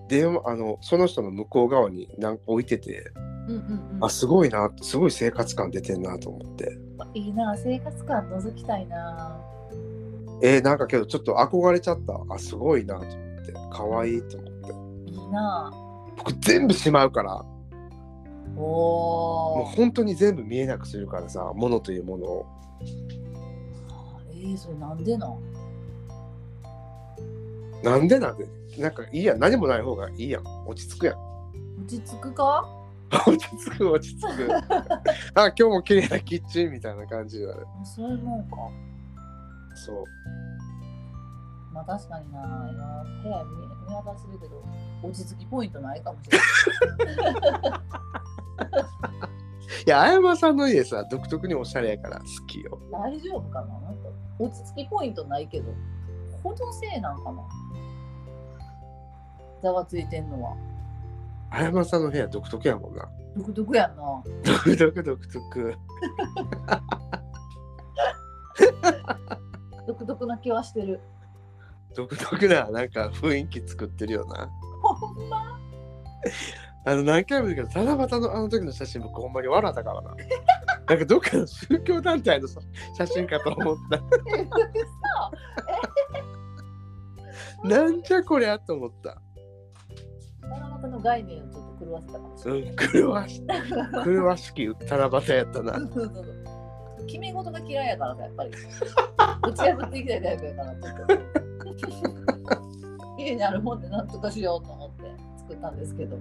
Speaker 1: 電話あのその人の向こう側になんか置いてて
Speaker 2: うんうんうん
Speaker 1: あ。すごいなすごい生活感出てんなと思って
Speaker 2: いいな、生活感覗きたいな。
Speaker 1: えー、なんかけどちょっと憧れちゃったあすごいなと思って可愛いと思って
Speaker 2: いいな。
Speaker 1: 僕全部しまうからもう
Speaker 2: おー。
Speaker 1: 本当に全部見えなくするからさ物というものを
Speaker 2: えー、それなんでなん
Speaker 1: なんでなんでなんかいいやん何もない方がいいやん落ち着くやん [LAUGHS]
Speaker 2: 落ち着くか
Speaker 1: 落ち着く落ち着くあ今日も綺麗なキッチンみたいな感じになる
Speaker 2: あそういうもんか。
Speaker 1: そう
Speaker 2: まあ確かにな、今部屋見見渡してるけど、落ち着きポイントないかもしれない。 [LAUGHS]
Speaker 1: いやあやまさんの家さ独特におしゃれやから好きよ
Speaker 2: 大丈夫かななんか落ち着きポイントないけど、このせいなんかなざわついてんのは
Speaker 1: あやまさんの部屋独特やもんな。
Speaker 2: 独特やんな
Speaker 1: 独特独特。
Speaker 2: 独特な気はしてる
Speaker 1: 独特な、なんか雰囲気作ってるよな。
Speaker 2: ほんま
Speaker 1: あの何回も言うけど、七夕のあの時の写真僕ほんまに笑ったからな。なんかどっかの宗教団体のさ写真かと思った。
Speaker 2: えさ
Speaker 1: なんじゃこりゃと思った。
Speaker 2: 七夕の概念をちょっと狂わせたかもし
Speaker 1: う
Speaker 2: れない、
Speaker 1: ん、狂わし、狂わしき七夕やったな。
Speaker 2: そうそうそう決め事が嫌いやからさやっぱり
Speaker 1: [LAUGHS]
Speaker 2: 打ち破っていきたいタイプやからちょっと [LAUGHS] 家にあるもんでなんとかしようと思って作ったんですけど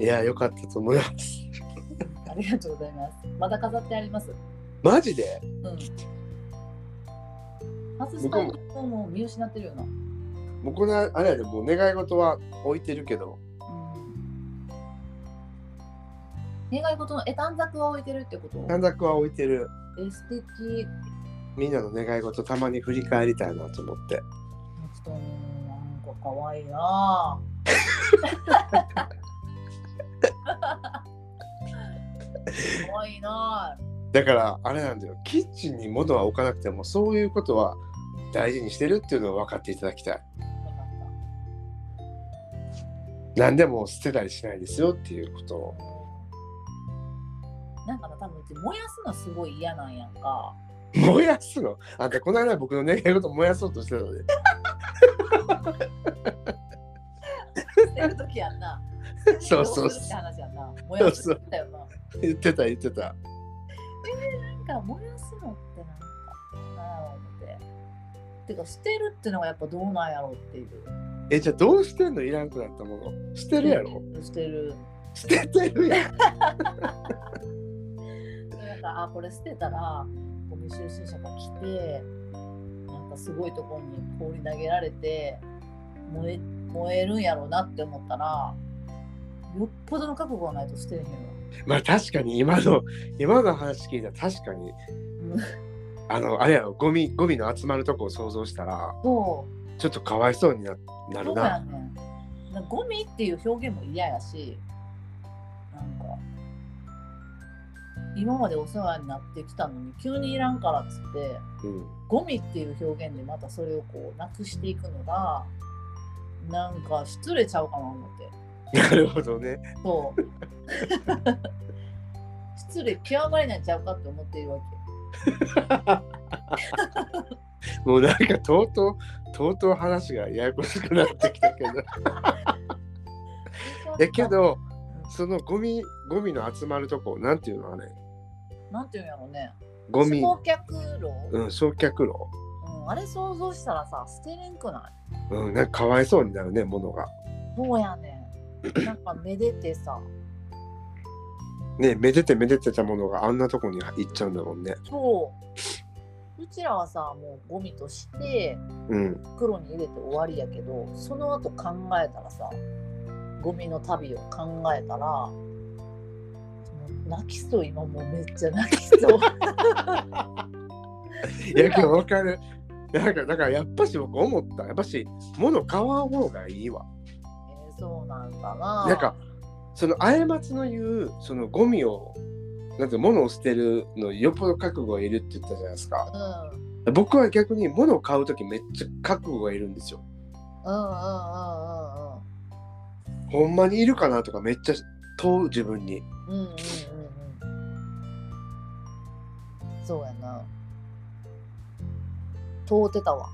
Speaker 1: いや、よかったと思います。
Speaker 2: ありがとうございますまだ飾ってあります
Speaker 1: マジで
Speaker 2: うん外した人も見失ってるよな、うん
Speaker 1: もうこのあれやで、もう願い事は置いてるけど、
Speaker 2: 願い事のえ短冊は置いてるってこと
Speaker 1: 短冊は置いてる。
Speaker 2: え素敵
Speaker 1: みんなの願い事たまに振り返りたいなと思って。
Speaker 2: うんなんか可愛いなぁ。可愛いなぁ。
Speaker 1: だからあれなんだよキッチンに物は置かなくてもそういうことは大事にしてるっていうのを分かっていただきたい
Speaker 2: わか
Speaker 1: 何でも捨てたりしないですよっていうことを
Speaker 2: ったなんかな多分うち燃やすのすごい嫌なんやんか。
Speaker 1: 燃やすのあんたこの間僕の願い事燃やそうとしてたので
Speaker 2: 捨てる時やんな。
Speaker 1: そうそう
Speaker 2: 捨てる時どするって話やんな。燃やすんだよな。
Speaker 1: [LAUGHS] 言ってた言ってた
Speaker 2: なんか燃やすのってなんかなぁ思って。てか捨てるってのがやっぱどうなんやろうっていう。
Speaker 1: えじゃあどうしてんのいらんくなったもの捨てるやろ
Speaker 2: 捨てる。
Speaker 1: 捨ててるやん [LAUGHS]
Speaker 2: なんかあこれ捨てたらゴミ収集車が来てなんかすごいとこに放り投げられて燃え燃えるんやろうなって思ったらよっぽどの覚悟がないと捨てへんよ。
Speaker 1: まあ確かに今の今の話聞いたら確かに
Speaker 2: うん
Speaker 1: あのあれやろゴミゴミの集まるとこを想像したら
Speaker 2: そ
Speaker 1: ちょっとかわいそうにななる
Speaker 2: うそう
Speaker 1: な
Speaker 2: やねん。なんかゴミっていう表現も嫌やしなんか今までお世話になってきたのに急にいらんからっつって
Speaker 1: うん
Speaker 2: ゴミっていう表現でまたそれをこうなくしていくのがなんか失礼ちゃうかな思って
Speaker 1: なるほどね
Speaker 2: そう [LAUGHS] 失礼極まりないんちゃうかって思っているわ
Speaker 1: もうなんかとうとうとうとう話がややこしくなってきた [LAUGHS] けど
Speaker 2: け
Speaker 1: やけどそのゴミゴミの集まるとこなんていうのあれ
Speaker 2: なんていうんやろうね
Speaker 1: ゴミ
Speaker 2: 焼却炉、う
Speaker 1: うんん焼却炉
Speaker 2: あれ想像したらさ捨てれんくな
Speaker 1: うんなんかかわいそうになるねものが
Speaker 2: いそうやねんなんかめでてさ
Speaker 1: ねめでてめでてたものがあんなとこに行っちゃうんだもんね
Speaker 2: そううちらはさもうゴミとして
Speaker 1: うん
Speaker 2: 袋に入れて終わりやけどその後考えたらさゴミの旅を考えたらもう泣きそう今もうめっちゃ泣き
Speaker 1: [LAUGHS]
Speaker 2: そう
Speaker 1: いやけどわかるなんかだからやっぱし僕思ったやっぱし物買わん方がいいわ
Speaker 2: えーそうなんかな
Speaker 1: なんかその過ちの言うそのゴミをなんていうの物を捨てるのよっぽど覚悟がいるって言ったじゃないですか
Speaker 2: うん
Speaker 1: 僕は逆に物を買う時めっちゃ覚悟がいるんですよ。
Speaker 2: うんう
Speaker 1: ほんまにいるかなとかめっちゃ問う自分に。
Speaker 2: んうんうんうんうんうんうんうんそうやな通ってたわ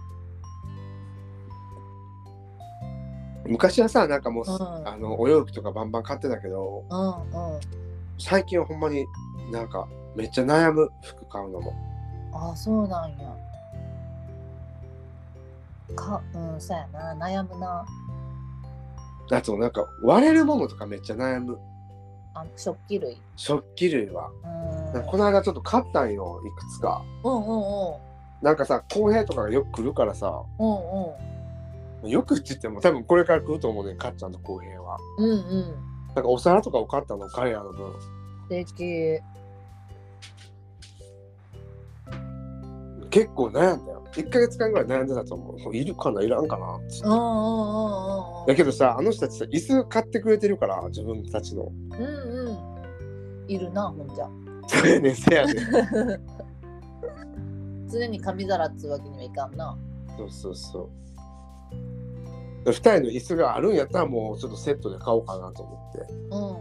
Speaker 1: 昔はさなんかもう、
Speaker 2: うん
Speaker 1: あのお洋服とかバンバン買ってたけど
Speaker 2: うんうん
Speaker 1: 最近はほんまになんかめっちゃ悩む服買うのも。
Speaker 2: ああそうなんやかうんそうやな悩むな
Speaker 1: あとなんか割れるものとかめっちゃ悩む。
Speaker 2: あ食器類
Speaker 1: 食器類は。
Speaker 2: う
Speaker 1: なん
Speaker 2: ん
Speaker 1: かこの間ちょっと買ったんよいくつか。
Speaker 2: うんうんうん
Speaker 1: なんかさ公平とかがよく来るからさ
Speaker 2: うん
Speaker 1: よくって言っても多分これから来ると思うねんかっちゃんの公平は。
Speaker 2: うんうんうん
Speaker 1: なんかお皿とかを買ったの彼らの分。
Speaker 2: 素敵
Speaker 1: 結構悩んだよ。 1ヶ月間ぐらい悩んでたと思う。いるかないらんかなっつって
Speaker 2: うんうんうんうん
Speaker 1: だけどさ、あの人たちさ、椅子買ってくれてるから、自分たちの。 [LAUGHS]
Speaker 2: うんうんいるなほんじゃ
Speaker 1: そうやねん、せやねん。
Speaker 2: 常に紙皿っつうわけにはいかんな
Speaker 1: そうそうそう。2人の椅子があるんやったら、もうちょっとセットで買おうかなと思って。
Speaker 2: うんう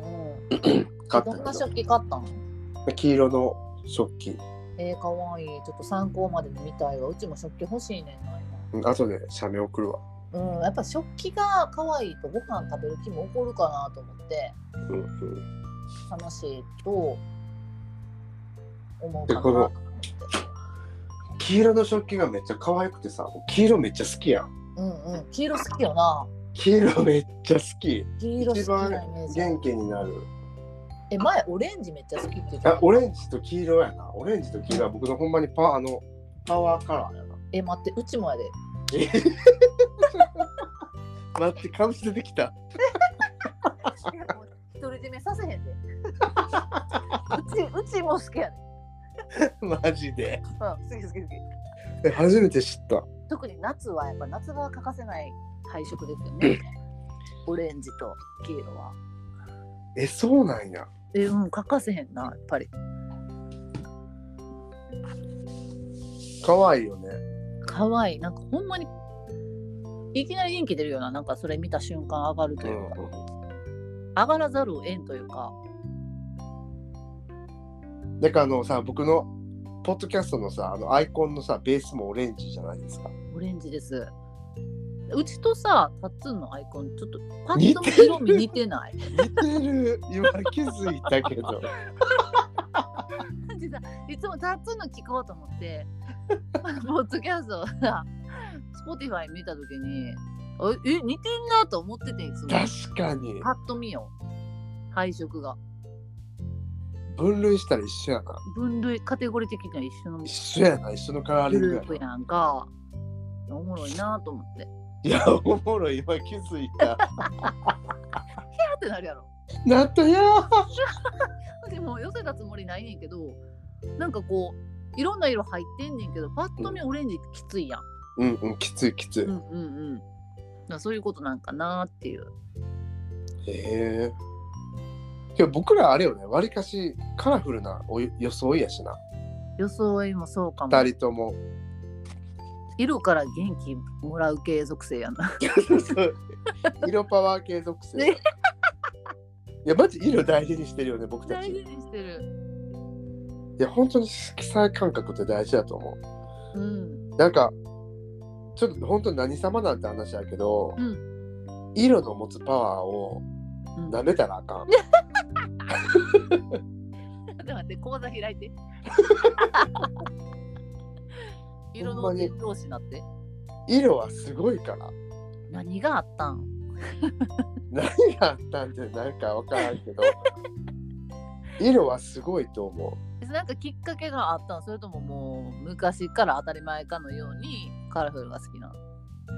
Speaker 2: ん
Speaker 1: 買っ
Speaker 2: どん
Speaker 1: た
Speaker 2: な
Speaker 1: けど
Speaker 2: 食器買ったの
Speaker 1: 黄色の食器。
Speaker 2: えー、かわいいちょっと参考までに見たいわうちも食器欲しいねんな
Speaker 1: うん後で写メ送るわ。
Speaker 2: 今うんやっぱ食器が可愛いとご飯食べる気も起こるかなと思って
Speaker 1: うんうん。
Speaker 2: 楽しいと思うか
Speaker 1: で
Speaker 2: な
Speaker 1: この黄色の食器がめっちゃ可愛くてさ、黄色めっちゃ好きやん。
Speaker 2: うんうん黄色好きよな
Speaker 1: 黄色めっちゃ好き。
Speaker 2: 黄色好
Speaker 1: 一
Speaker 2: き
Speaker 1: 番
Speaker 2: なイメージある
Speaker 1: 元気になる。
Speaker 2: え前オレンジめっちゃ好きって言って
Speaker 1: あ
Speaker 2: た
Speaker 1: オレンジと黄色やな。オレンジと黄色は僕のほんまにパあのパワーカラーやな。
Speaker 2: え待ってうちもやで
Speaker 1: 待って、感じ出てきた。 [LAUGHS]
Speaker 2: 独り占めさせへん [LAUGHS] でうちうちも好きやで、
Speaker 1: マジで。
Speaker 2: うん、好き好き好き
Speaker 1: え初めて知った。
Speaker 2: 特に夏はやっぱ夏場は欠かせない配色ですよ [LAUGHS] ね。オレンジと黄色は。
Speaker 1: え、そうなんや。
Speaker 2: え、うん、欠かせへんな、やっぱり。
Speaker 1: 可愛いよね。
Speaker 2: 可愛いなんかほんまに、いきなり元気出るような、なんかそれ見た瞬間上がると
Speaker 1: う
Speaker 2: いうんか、上がらざるを得んというか、
Speaker 1: うん。だからあのさ、僕のポッドキャストのさ、あのアイコンのさ、ベースもオレンジじゃないですか。
Speaker 2: オレンジです。うちとさ、タッツンのアイコン、ちょっとパッ
Speaker 1: 似
Speaker 2: と
Speaker 1: て
Speaker 2: 見
Speaker 1: る
Speaker 2: 色味似てない。
Speaker 1: 似てる。今気づいたけど。
Speaker 2: マジさいつもタッツンの聞こうと思 [LAUGHS] って、ポッドキャストをさ、Spotify 見たときに、あえ、似てんなと思ってて、いつ
Speaker 1: [LAUGHS]
Speaker 2: も。
Speaker 1: 確かに。
Speaker 2: パッと見よう配色が
Speaker 1: 分類したら一緒やな。
Speaker 2: 分類カテゴリー的には一緒の
Speaker 1: 一緒やな。一緒のカラーリ
Speaker 2: グ
Speaker 1: ング
Speaker 2: ル
Speaker 1: や
Speaker 2: ープ
Speaker 1: な。
Speaker 2: やんかおもろいなと思って
Speaker 1: いや、おもろい。今気づいた。
Speaker 2: キャーってなるやろ
Speaker 1: なったやー。
Speaker 2: でも寄せたつもりないねんけどなんかこういろんな色入ってんねんけどパッと見オレンジきついやん、
Speaker 1: うんうん、きついきつい。
Speaker 2: うん、うんうんだからそういうことなんかなっていう
Speaker 1: へえ。今日僕らあれよね、わりかしカラフルなお装いやしな、
Speaker 2: 装いもそうかも
Speaker 1: 二人と
Speaker 2: [LAUGHS]
Speaker 1: も。
Speaker 2: 色から元気もらう系属性やな
Speaker 1: 色パワー系属性。
Speaker 2: ね
Speaker 1: いや、マジ色大事にしてるよね、僕た
Speaker 2: 大
Speaker 1: ち。
Speaker 2: 事
Speaker 1: い
Speaker 2: にしてる
Speaker 1: や、本当に色彩感覚って大事だと思
Speaker 2: うん
Speaker 1: う。なんか、ちょっと本当に何様なんて話やけど、
Speaker 2: う
Speaker 1: 色の持つパワーを
Speaker 2: うん
Speaker 1: 舐めたらあかん。
Speaker 2: ちょっと待って、講座開
Speaker 1: [LAUGHS]
Speaker 2: いて。色
Speaker 1: ほ
Speaker 2: の
Speaker 1: んまに
Speaker 2: 伝道師なって。
Speaker 1: 色はすごいから。
Speaker 2: 何があったん
Speaker 1: 何があったんってなんかわからんけど色はすごいと思
Speaker 2: なんかきっかけがあったんそれとももう昔から当たり前かのようにカラフルが好きなの
Speaker 1: う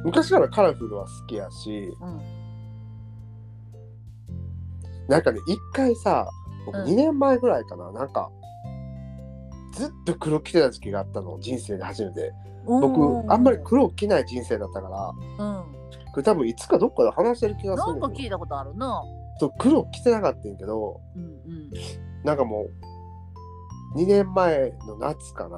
Speaker 1: 昔からカラフルは好きやし
Speaker 2: うん。
Speaker 1: なんかね一回さ僕
Speaker 2: うん
Speaker 1: 2年前ぐらいかな、なんかずっと黒着てた時期があったの人生で初めて僕あんまり黒着ない人生だったから
Speaker 2: うん。
Speaker 1: これ多分いつかどっかで話してる気がす
Speaker 2: な
Speaker 1: る
Speaker 2: ん
Speaker 1: ん
Speaker 2: か
Speaker 1: だけ
Speaker 2: 聞いたことあるな。
Speaker 1: どそう黒着てなかったんやけど
Speaker 2: うんうん。
Speaker 1: なんかもう2年前の夏かな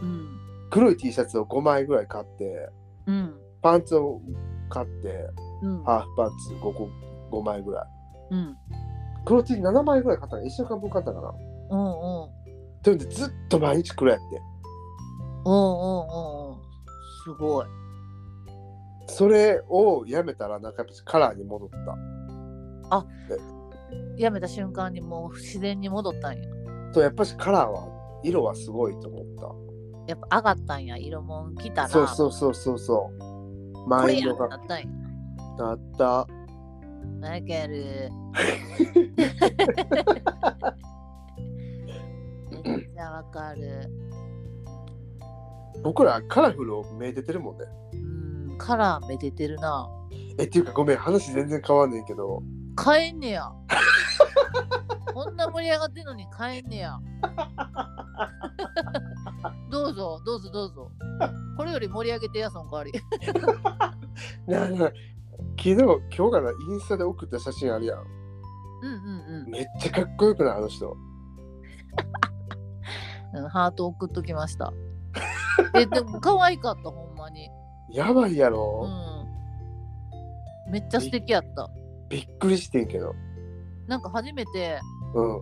Speaker 2: うん。
Speaker 1: 黒い T シャツを5枚ぐらい買って
Speaker 2: うん。
Speaker 1: パンツを買って
Speaker 2: うん。
Speaker 1: ハーフパンツ5個5枚ぐらい。
Speaker 2: うん。
Speaker 1: 黒 T 7枚ぐらい買ったの。1週間分買ったかな。
Speaker 2: うんうん。
Speaker 1: というんでずっと毎日黒やって。
Speaker 2: うんうんうんうん。すごい。
Speaker 1: それをやめたら、なんかやっぱカラーに戻った。
Speaker 2: やめた瞬間にもう自然に戻ったんや。
Speaker 1: とやっぱしカラーは、色はすごいと思っ
Speaker 2: やっぱ上がったんや。色もん来た
Speaker 1: た。
Speaker 2: ら。
Speaker 1: そうそうそうそうそう。
Speaker 2: こ
Speaker 1: マ
Speaker 2: れ
Speaker 1: イン
Speaker 2: や
Speaker 1: ド
Speaker 2: んな
Speaker 1: が
Speaker 2: ったんや。
Speaker 1: なった。
Speaker 2: 泣ける。めっちゃわかる。
Speaker 1: 僕らカラフルをめでてるもんね。
Speaker 2: うん、カラーめでてるな。
Speaker 1: え、っていうかごめん、話全然変わんねんけど、
Speaker 2: 買えんねや。こんな盛り上がってんのに買えんねや。どうぞどうぞどうぞ。これより盛り上げてやその代わり。
Speaker 1: なあなあ昨日、今日からインスタで送った写真あるやん。
Speaker 2: うんうん
Speaker 1: めっちゃかっこよくないあの人。
Speaker 2: うんうん。ハート送っときました。えでも可愛かったほんまに。
Speaker 1: やばいや
Speaker 2: う
Speaker 1: ろ、
Speaker 2: ん。めっちゃ素敵やった。
Speaker 1: びっくりしてんけど。
Speaker 2: なんか初めて
Speaker 1: うん。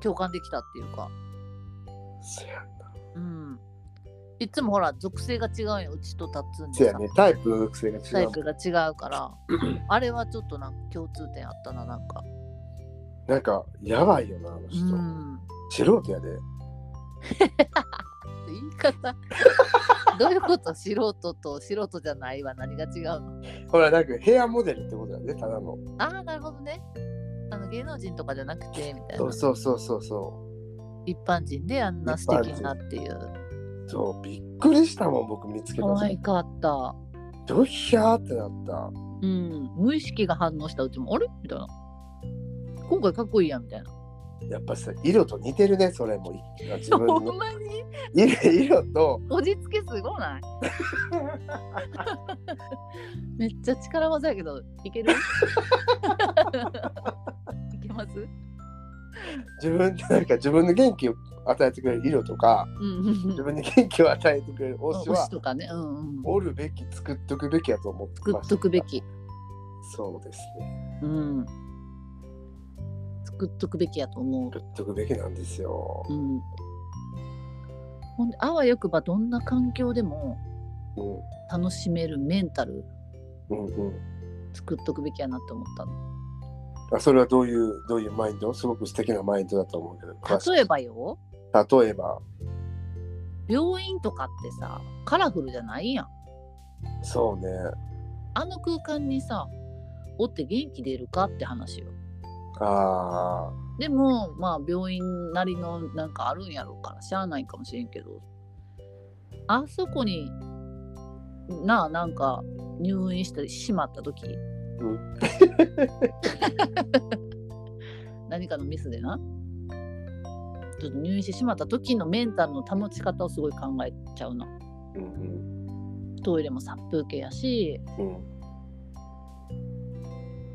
Speaker 2: 共感できたっていうか。
Speaker 1: せや
Speaker 2: うん。いつもほら属性が違うようちとタッツン
Speaker 1: せ
Speaker 2: で
Speaker 1: や
Speaker 2: さ、
Speaker 1: ね、タイプの属性が
Speaker 2: タ
Speaker 1: 違う
Speaker 2: イ
Speaker 1: もん。
Speaker 2: プが違うからあれはちょっとなんか共通点あったななんか。
Speaker 1: なんか、やばいよな、あの
Speaker 2: う
Speaker 1: 人。
Speaker 2: ん。
Speaker 1: 素人やで。
Speaker 2: 言い [LAUGHS] 方どういうこと素人と素人じゃないは何が違うの
Speaker 1: ほら、なんかヘアモデルってことだね、ただの。
Speaker 2: ああなるほどねあの芸能人とかじゃなくてみたい
Speaker 1: そ
Speaker 2: な
Speaker 1: うそうそうそうそ
Speaker 2: 一般人であんな素敵なっていう
Speaker 1: う。そう、びっくりしたもん、僕見つけた
Speaker 2: 可
Speaker 1: 時。
Speaker 2: 愛かった
Speaker 1: ドヒャーってなった。
Speaker 2: うん無意識が反応したうちもあれみたいな今回かっこいいやんみたいな
Speaker 1: やっぱさ、色と似てるね、それも。自分
Speaker 2: ほ
Speaker 1: の
Speaker 2: んまに
Speaker 1: 色色と、
Speaker 2: 落ち着けすご
Speaker 1: [LAUGHS]
Speaker 2: ないめっちゃ力技やけどいけるいけます
Speaker 1: 自分でなんか自分の元気を与えてくれる色とか、
Speaker 2: うんうんうん
Speaker 1: 自分に元気を与えてくれる推し
Speaker 2: 推
Speaker 1: は
Speaker 2: し、とかねうんうん
Speaker 1: 折るべき、作っとくべきやと思って
Speaker 2: 作
Speaker 1: ま
Speaker 2: っ
Speaker 1: した。
Speaker 2: とくべ。き。
Speaker 1: そうですね。
Speaker 2: うん。作っとくべきやと思
Speaker 1: 作っとくべきなんですよ
Speaker 2: う。う。ん。ほんで、あわよくばどんな環境でも
Speaker 1: うん。
Speaker 2: 楽しめるメンタル
Speaker 1: うんうん。
Speaker 2: 作っとくべきやなって思ったの。
Speaker 1: あそれはどういう、どういうマインドすごく素敵なマインドだと思うけど。詳し
Speaker 2: 例えばよ、
Speaker 1: く例えば、
Speaker 2: 病院とかってさ、カラフルじゃないやん。
Speaker 1: そうね。
Speaker 2: あの空間にさ、おって元気出るかって話よ。
Speaker 1: ああ、
Speaker 2: でも、まあ、病院なりのなんかあるんやろうから、しゃあないかもしれんけど、あそこになあ、なんか入院してしまった時、
Speaker 1: ん
Speaker 2: [LAUGHS] 何かのミスでな、ちょっと入院してしまった時のメンタルの保ち方をすごい考えちゃうな。
Speaker 1: うん
Speaker 2: トイレも殺風景やし、
Speaker 1: うん。うん。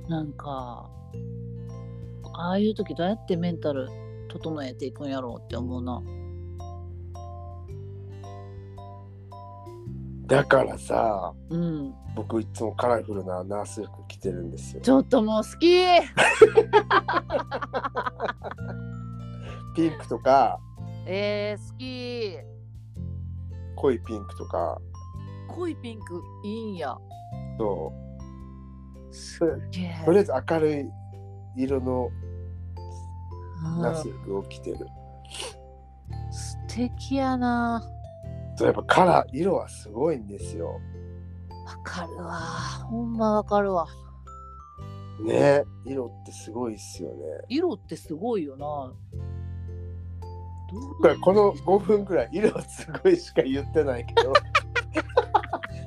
Speaker 2: なんか、ああいう時どうやってメンタル整えていくんやろうって思うな。
Speaker 1: だからさ、
Speaker 2: うん。
Speaker 1: 僕いつもカラフルなナース服着てるんですよ
Speaker 2: ち。ょっともう好き
Speaker 1: ピンクとか、
Speaker 2: えー、好き
Speaker 1: 濃いピンクとか、
Speaker 2: 濃いピンクいいんや
Speaker 1: そ
Speaker 2: す
Speaker 1: それ
Speaker 2: げえ
Speaker 1: う、とりあえず明るい色の
Speaker 2: うん
Speaker 1: ナース服を着てる。
Speaker 2: 素敵やな
Speaker 1: そうやっぱカラー、色はすごいんですよ。
Speaker 2: わかるわほんまわかるわ
Speaker 1: ね色ってすごいっすよね。
Speaker 2: 色ってすごいよな
Speaker 1: これこの5分くらい色はすごいしか言ってないけ [LAUGHS] ど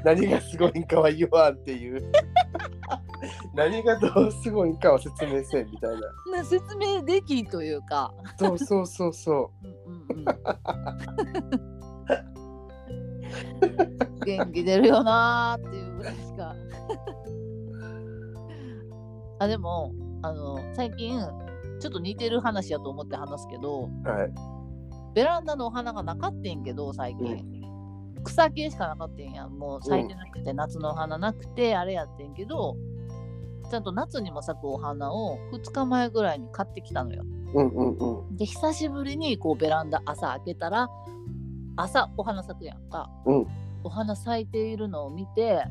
Speaker 1: 何がすごいんかは言わんっていう何がどうすごいんかは説明せんみたいな
Speaker 2: な説明できんというか
Speaker 1: そうそうそうそ
Speaker 2: うんうんうん元気出るよなーっていうぐらいしか [LAUGHS] あでもあの最近ちょっと似てる話やと思って話すけ
Speaker 1: う
Speaker 2: ど
Speaker 1: はい
Speaker 2: ベランダのお花がなかったんけど最近、草系しかなかったんやもう咲いてなくて、夏のお花なくてあれやってんけどちゃんと夏にも咲くお花を2日前ぐらいに買ってきたのよ
Speaker 1: うんうんうん
Speaker 2: で久しぶりにこうベランダ朝開けたら朝お花咲くやんか、
Speaker 1: うん
Speaker 2: お花咲いているのを見て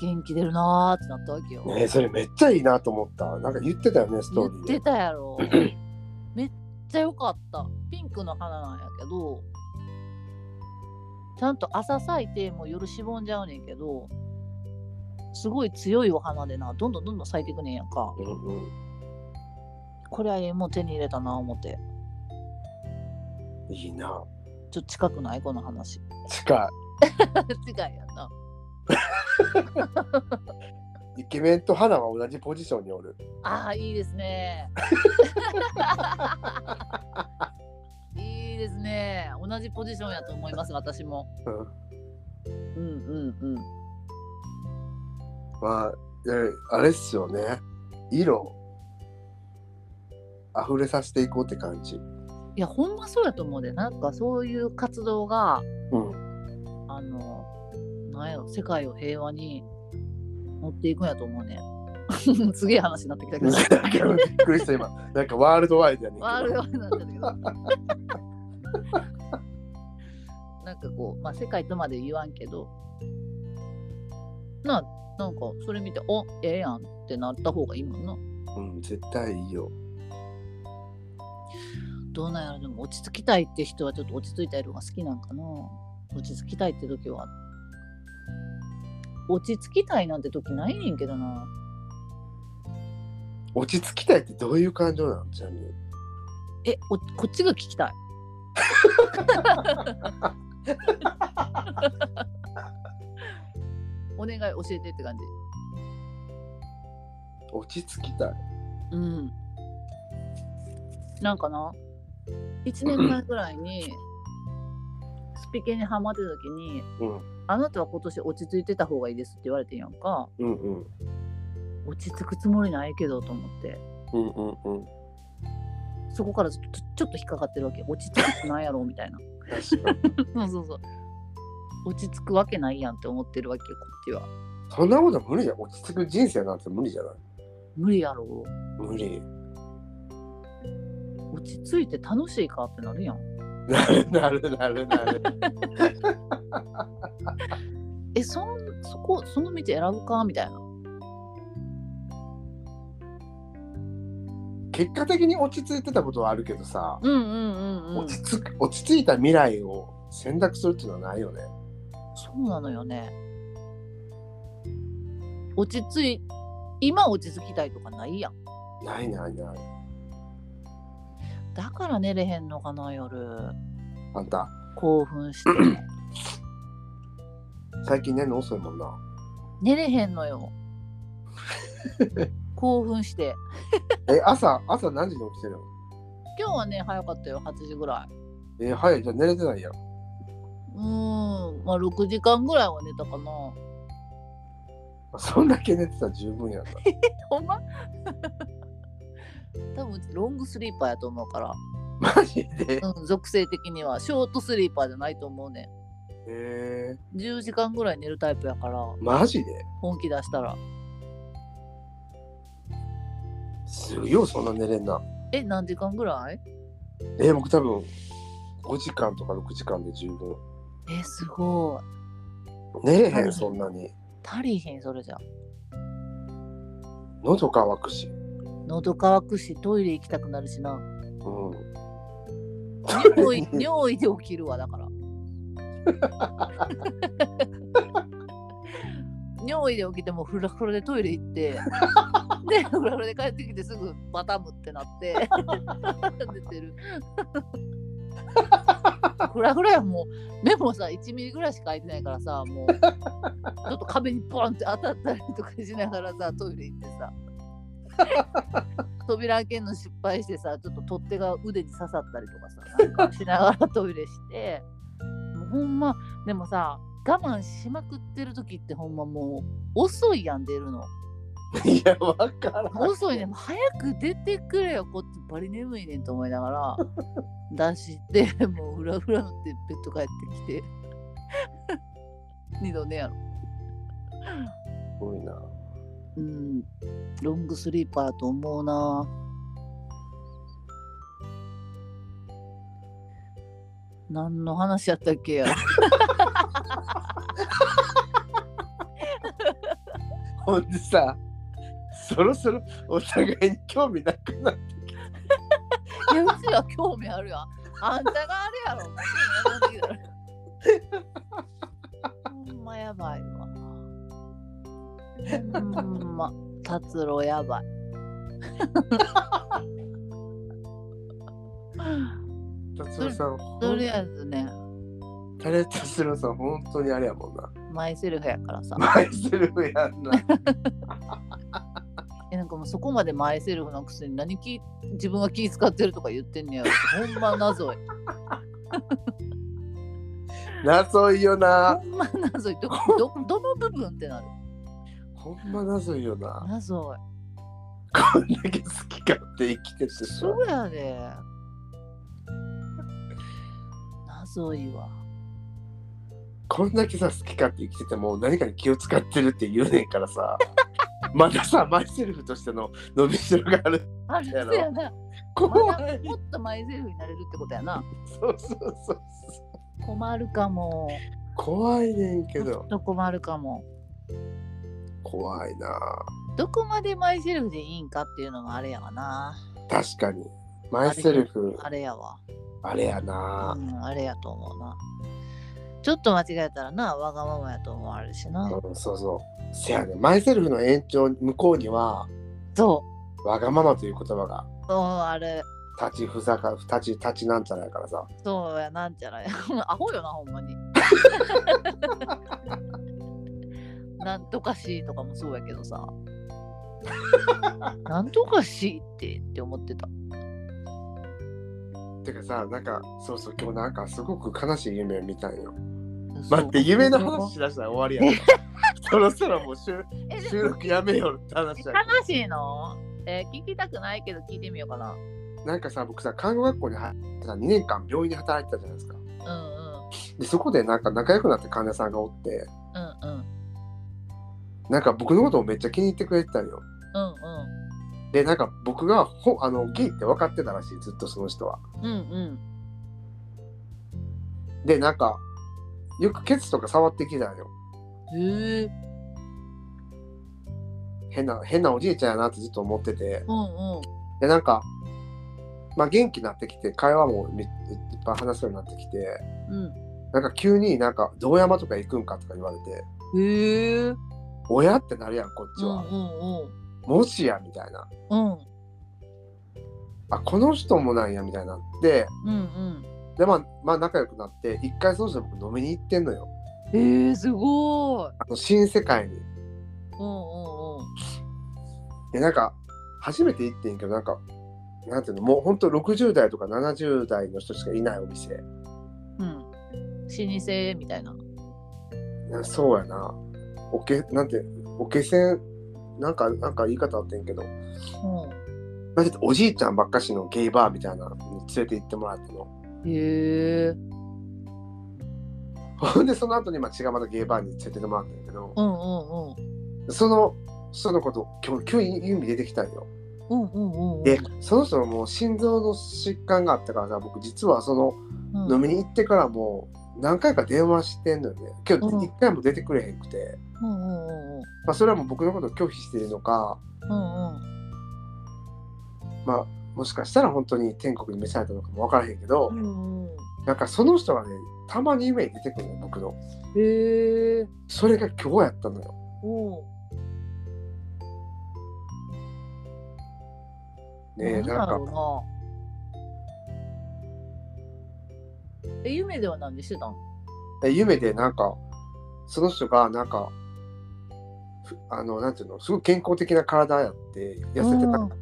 Speaker 2: 元気出るなーってなったわけよ、
Speaker 1: ねえそれめっちゃいいなと思ったなんか言ってたよねス
Speaker 2: 言
Speaker 1: ト
Speaker 2: っ
Speaker 1: ーリ
Speaker 2: て
Speaker 1: ーで
Speaker 2: たや [CLEARS THROAT] ろめっちゃ良かったピンクの花なんやけどちゃんと朝咲いてもう夜しぼんじゃうねんけどすごい強いお花でなどんどんどんどん咲いていくねんやんか
Speaker 1: うんうん
Speaker 2: これはええもん手に入れたな思って
Speaker 1: いいな
Speaker 2: ちょっと近くないこの [LAUGHS] 話
Speaker 1: 近
Speaker 2: 近いやんない
Speaker 1: イケメンと花は同じポジションにおる
Speaker 2: [LAUGHS] ああいいですね。いいいいですね。同じポジションやと思います、私も。うんうんうん。
Speaker 1: まあ、いやあれっすよね。色、溢れさせていこうって感じ。
Speaker 2: いや、ほんまそうやと思うで、なんかそういう活動が、
Speaker 1: うん。
Speaker 2: あの、なんやろ、世界を平和に持っていくんやと思うね。 [LAUGHS] すげえ話になってきたけ
Speaker 1: び [LAUGHS]
Speaker 2: ど。
Speaker 1: っくりした、今。なんかワールドワイドやねんけど。
Speaker 2: ワールドワイドになっちゃったけど。なんかこう、まあ、世界とまで言わんけど、な、なんかそれ見て、おええやんってなった方がいいもんな。
Speaker 1: うん、絶対いいよ。
Speaker 2: どうなんやろ、でも落ち着きたいって人はちょっと落ち着いた色が好きなんかな。落ち着きたいって時は。落ち着きたいなんて時ないねんけどな。
Speaker 1: 落ち着きたいってどういう感情なのちなみに。
Speaker 2: え、おこっちが聞きたい。お願い教えてって感じ。
Speaker 1: 落ち着きたい。
Speaker 2: うん。なんかな、1年前ぐらいに、スピケにハマってた時に、
Speaker 1: うん。
Speaker 2: あなたは今年落ち着いてた方がいいですって言われてんやんか、
Speaker 1: うんうん。
Speaker 2: 落ち着くつもりないけどと思って、
Speaker 1: うんうんうん。
Speaker 2: そこからちょっとちょっと引っかかってるわけ。落ち着くってなんやろうみたいな。
Speaker 1: 確かに。 [LAUGHS]
Speaker 2: そうそうそう。落ち着くわけないやんって思ってるわけよ、こっちは。
Speaker 1: そんなこと無理や。落ち着く人生なんて無理じゃない。
Speaker 2: 無理やろ
Speaker 1: 無理。
Speaker 2: 落ち着いて楽しいかってなるやん
Speaker 1: なるなるなるなる。
Speaker 2: えそんそこその道選ぶかみたいな
Speaker 1: 結果的に落ち着いてたことはあるけどさ、
Speaker 2: うんうんうんうん
Speaker 1: 落ち着く落ち着いた未来を選択するっていうのはないよね。
Speaker 2: そうなのよね落ち着い今落ち着きたいとかないやん
Speaker 1: ないないない。
Speaker 2: だから寝れへんのかな夜
Speaker 1: あんた、
Speaker 2: 興奮して
Speaker 1: 最近寝るの遅いもんな。
Speaker 2: 寝れへんのよ興奮して
Speaker 1: え、朝、朝何時に起きてるの
Speaker 2: 今日はね早かったよ8時ぐらい
Speaker 1: えー、早い、じゃあ寝れてないやん。
Speaker 2: うーんまあ6時間ぐらいは寝たかな
Speaker 1: そんだけ寝てたら十分やんな。
Speaker 2: ほんま [LAUGHS] 多分ロングスリーパーやと思うから、
Speaker 1: マジで
Speaker 2: うん、属性的にはショートスリーパーじゃないと思うね
Speaker 1: え
Speaker 2: ん10時間ぐらい寝るタイプやから
Speaker 1: ー、マジで
Speaker 2: 本気出したら
Speaker 1: すごいよ、そんな寝れんな。
Speaker 2: え何時間ぐらい
Speaker 1: えー僕多分、5時間とか6時間で十分。
Speaker 2: えすごい
Speaker 1: 寝れへん、そんなに。
Speaker 2: 足りひんそれじゃ
Speaker 1: 喉乾くし。
Speaker 2: 喉乾くしトイレ行きたくなるしな
Speaker 1: うん。
Speaker 2: 尿意尿意で起きるわだから尿意で起きてもフラフラでトイレ行ってでフラフラで帰ってきてすぐバタムってなって [LAUGHS] 出てるフラフラやもう目もさ1ミリぐらいしか開いてないからさもうちょっと壁にポンって当たったりとかしながらさトイレ行ってさ扉開けんの失敗してさちょっと取っ手が腕に刺さったりとかさなんかしながらトイレしてもうほんまでもさ我慢しまくってる時ってほんまもう遅いやん出るの
Speaker 1: [LAUGHS] いや、わからん。
Speaker 2: 遅いねもう早く出てくれよこっちバリ眠いねんと思いながら出してもうフラフラになってベッド帰って [LAUGHS] きて二度寝やろ
Speaker 1: すごいな。
Speaker 2: うんロングスリーパーやと思うな何の話やったっけや
Speaker 1: ほんでさ、そろそろお互いに興味なくなってき
Speaker 2: いやうちは興味あるやんあんたがあれやろもう興味なくなってきたほんまやばいわほんま達郎やばい
Speaker 1: た。達郎さん、ほん
Speaker 2: とりあえずね
Speaker 1: タレ達郎さん、本当にあれやもんな。
Speaker 2: マイセルフやからさ
Speaker 1: マイセルフやんな。
Speaker 2: えなんかもうそこまで前セルフのくせに何気自分が気使ってるとか言ってんねやろってほんま謎い
Speaker 1: 謎いよな。
Speaker 2: ほんま謎いどこどどの部分ってなる
Speaker 1: ほんま謎いよな。
Speaker 2: 謎い
Speaker 1: こんだけ好き勝手生きててさ
Speaker 2: そ。うやで謎いわ
Speaker 1: こんだけさ、好き勝手生きてても何かに気を使ってるって言うねんからさ。 [LAUGHS] まださ、マイセルフとしての伸びしろがある。
Speaker 2: あれそうやな
Speaker 1: 怖
Speaker 2: [LAUGHS] まだ
Speaker 1: い。
Speaker 2: もっとマイゼルフになれるってことやな
Speaker 1: そうそうそうそう。
Speaker 2: 困るかも
Speaker 1: 怖いねんけ
Speaker 2: ち
Speaker 1: ど
Speaker 2: ょっ。と困るかも
Speaker 1: 怖いな
Speaker 2: どこまでマイセルフでいいんかっていうのもあれやわな
Speaker 1: 確かにマイセルフ
Speaker 2: あれやわ
Speaker 1: あれやな
Speaker 2: うん、あれやと思うな。ちょっと間違えたらな、わがままやと思われるしな。
Speaker 1: うんそうそうせやねマイセルフの延長向こうには
Speaker 2: そ
Speaker 1: わがままという言葉が
Speaker 2: う、そうあれ、
Speaker 1: 立ちふざか立ち立ちなんちゃらやからさ
Speaker 2: そうや、なんちゃらや。 [LAUGHS] アホよな、ほん
Speaker 1: [LAUGHS]
Speaker 2: まに。なんとかしいとかもそうやけどさ。なんとかしいってって思ってた。
Speaker 1: てかさなんかそうそう今日なんかすごく悲しい夢を見たんよ
Speaker 2: そう
Speaker 1: 待って夢の話しだしたら終わりやなそろそろもう収
Speaker 2: えで
Speaker 1: 収録やめようって話や
Speaker 2: 悲しいのえー聞きたくないけど聞いてみようかな。
Speaker 1: なんかさ僕さ看護学校に入ってさ2年間病院で働いてたじゃないですか
Speaker 2: うんうん
Speaker 1: でそこでなんか仲良くなった患者さんがおって
Speaker 2: うんうん
Speaker 1: なんか僕のことをめっちゃ気に入ってくれてたんよ
Speaker 2: うん
Speaker 1: でなんか僕がほあのゲイって分かってたらしいずっとその人は。
Speaker 2: うんうんうん
Speaker 1: でなんかよくケツとか触ってきたのよ。
Speaker 2: へえ
Speaker 1: 変な変なおじいちゃんやなってずっと思ってて
Speaker 2: うんうん
Speaker 1: でなんか、まあ、元気になってきて会話もめいっぱい話すようになってきて
Speaker 2: うん
Speaker 1: なんか急になんか「堂山とか行くんか?」とか言われて
Speaker 2: へえ。
Speaker 1: 「親?」ってなるやんこっち
Speaker 2: うん
Speaker 1: は。
Speaker 2: うん
Speaker 1: もしやみたいな。
Speaker 2: うん。うん
Speaker 1: あこの人もなんやみたいになって
Speaker 2: うん
Speaker 1: で、まあ、まあ仲良くなって一回その人と僕飲みに行ってんのよ
Speaker 2: うん。へえ、すごい。
Speaker 1: あの新世界に。
Speaker 2: うんうんうん。
Speaker 1: でなんか初めて行ってんけどなんかなんていうのもうほんと60代とか70代の人しかいないお店
Speaker 2: うん。老舗みたいな。
Speaker 1: なそうやなおけなんておけせんなんかなんか言い方あってんけどまあちょっとおじいちゃんばっかしのゲイバーみたいなのに連れて行ってもらっての
Speaker 2: うん。へえ。
Speaker 1: ほん [LAUGHS] でその後にまあ違うまたゲイバーに連れてってもらったんやけど
Speaker 2: うんうんうん。
Speaker 1: その人のこと今日急に意味出てきたんよ
Speaker 2: うんうんうんうん。
Speaker 1: でその人はもう心臓の疾患があったからさ僕実はその
Speaker 2: うん、
Speaker 1: 飲みに行ってからもう何回か電話してんのよね今
Speaker 2: うん
Speaker 1: 日一回も出てくれへんくて、
Speaker 2: うんうんうんうん。
Speaker 1: まあ、それはもう僕のことを拒否しているのか、
Speaker 2: うんうん。
Speaker 1: まあ、もしかしたら本当に天国に召されたのかも分からへんけど、
Speaker 2: うんうん。
Speaker 1: なんかその人がねたまに夢に出てくるのよ僕の
Speaker 2: へえ。
Speaker 1: それが今日やったのよ
Speaker 2: おう。
Speaker 1: ねえ
Speaker 2: なん
Speaker 1: な
Speaker 2: だ
Speaker 1: んか
Speaker 2: ろうな。え、夢では何でしてたん
Speaker 1: え夢でなんかその人がなんかふあのなんていうのすごい健康的な体やって痩せてたくて、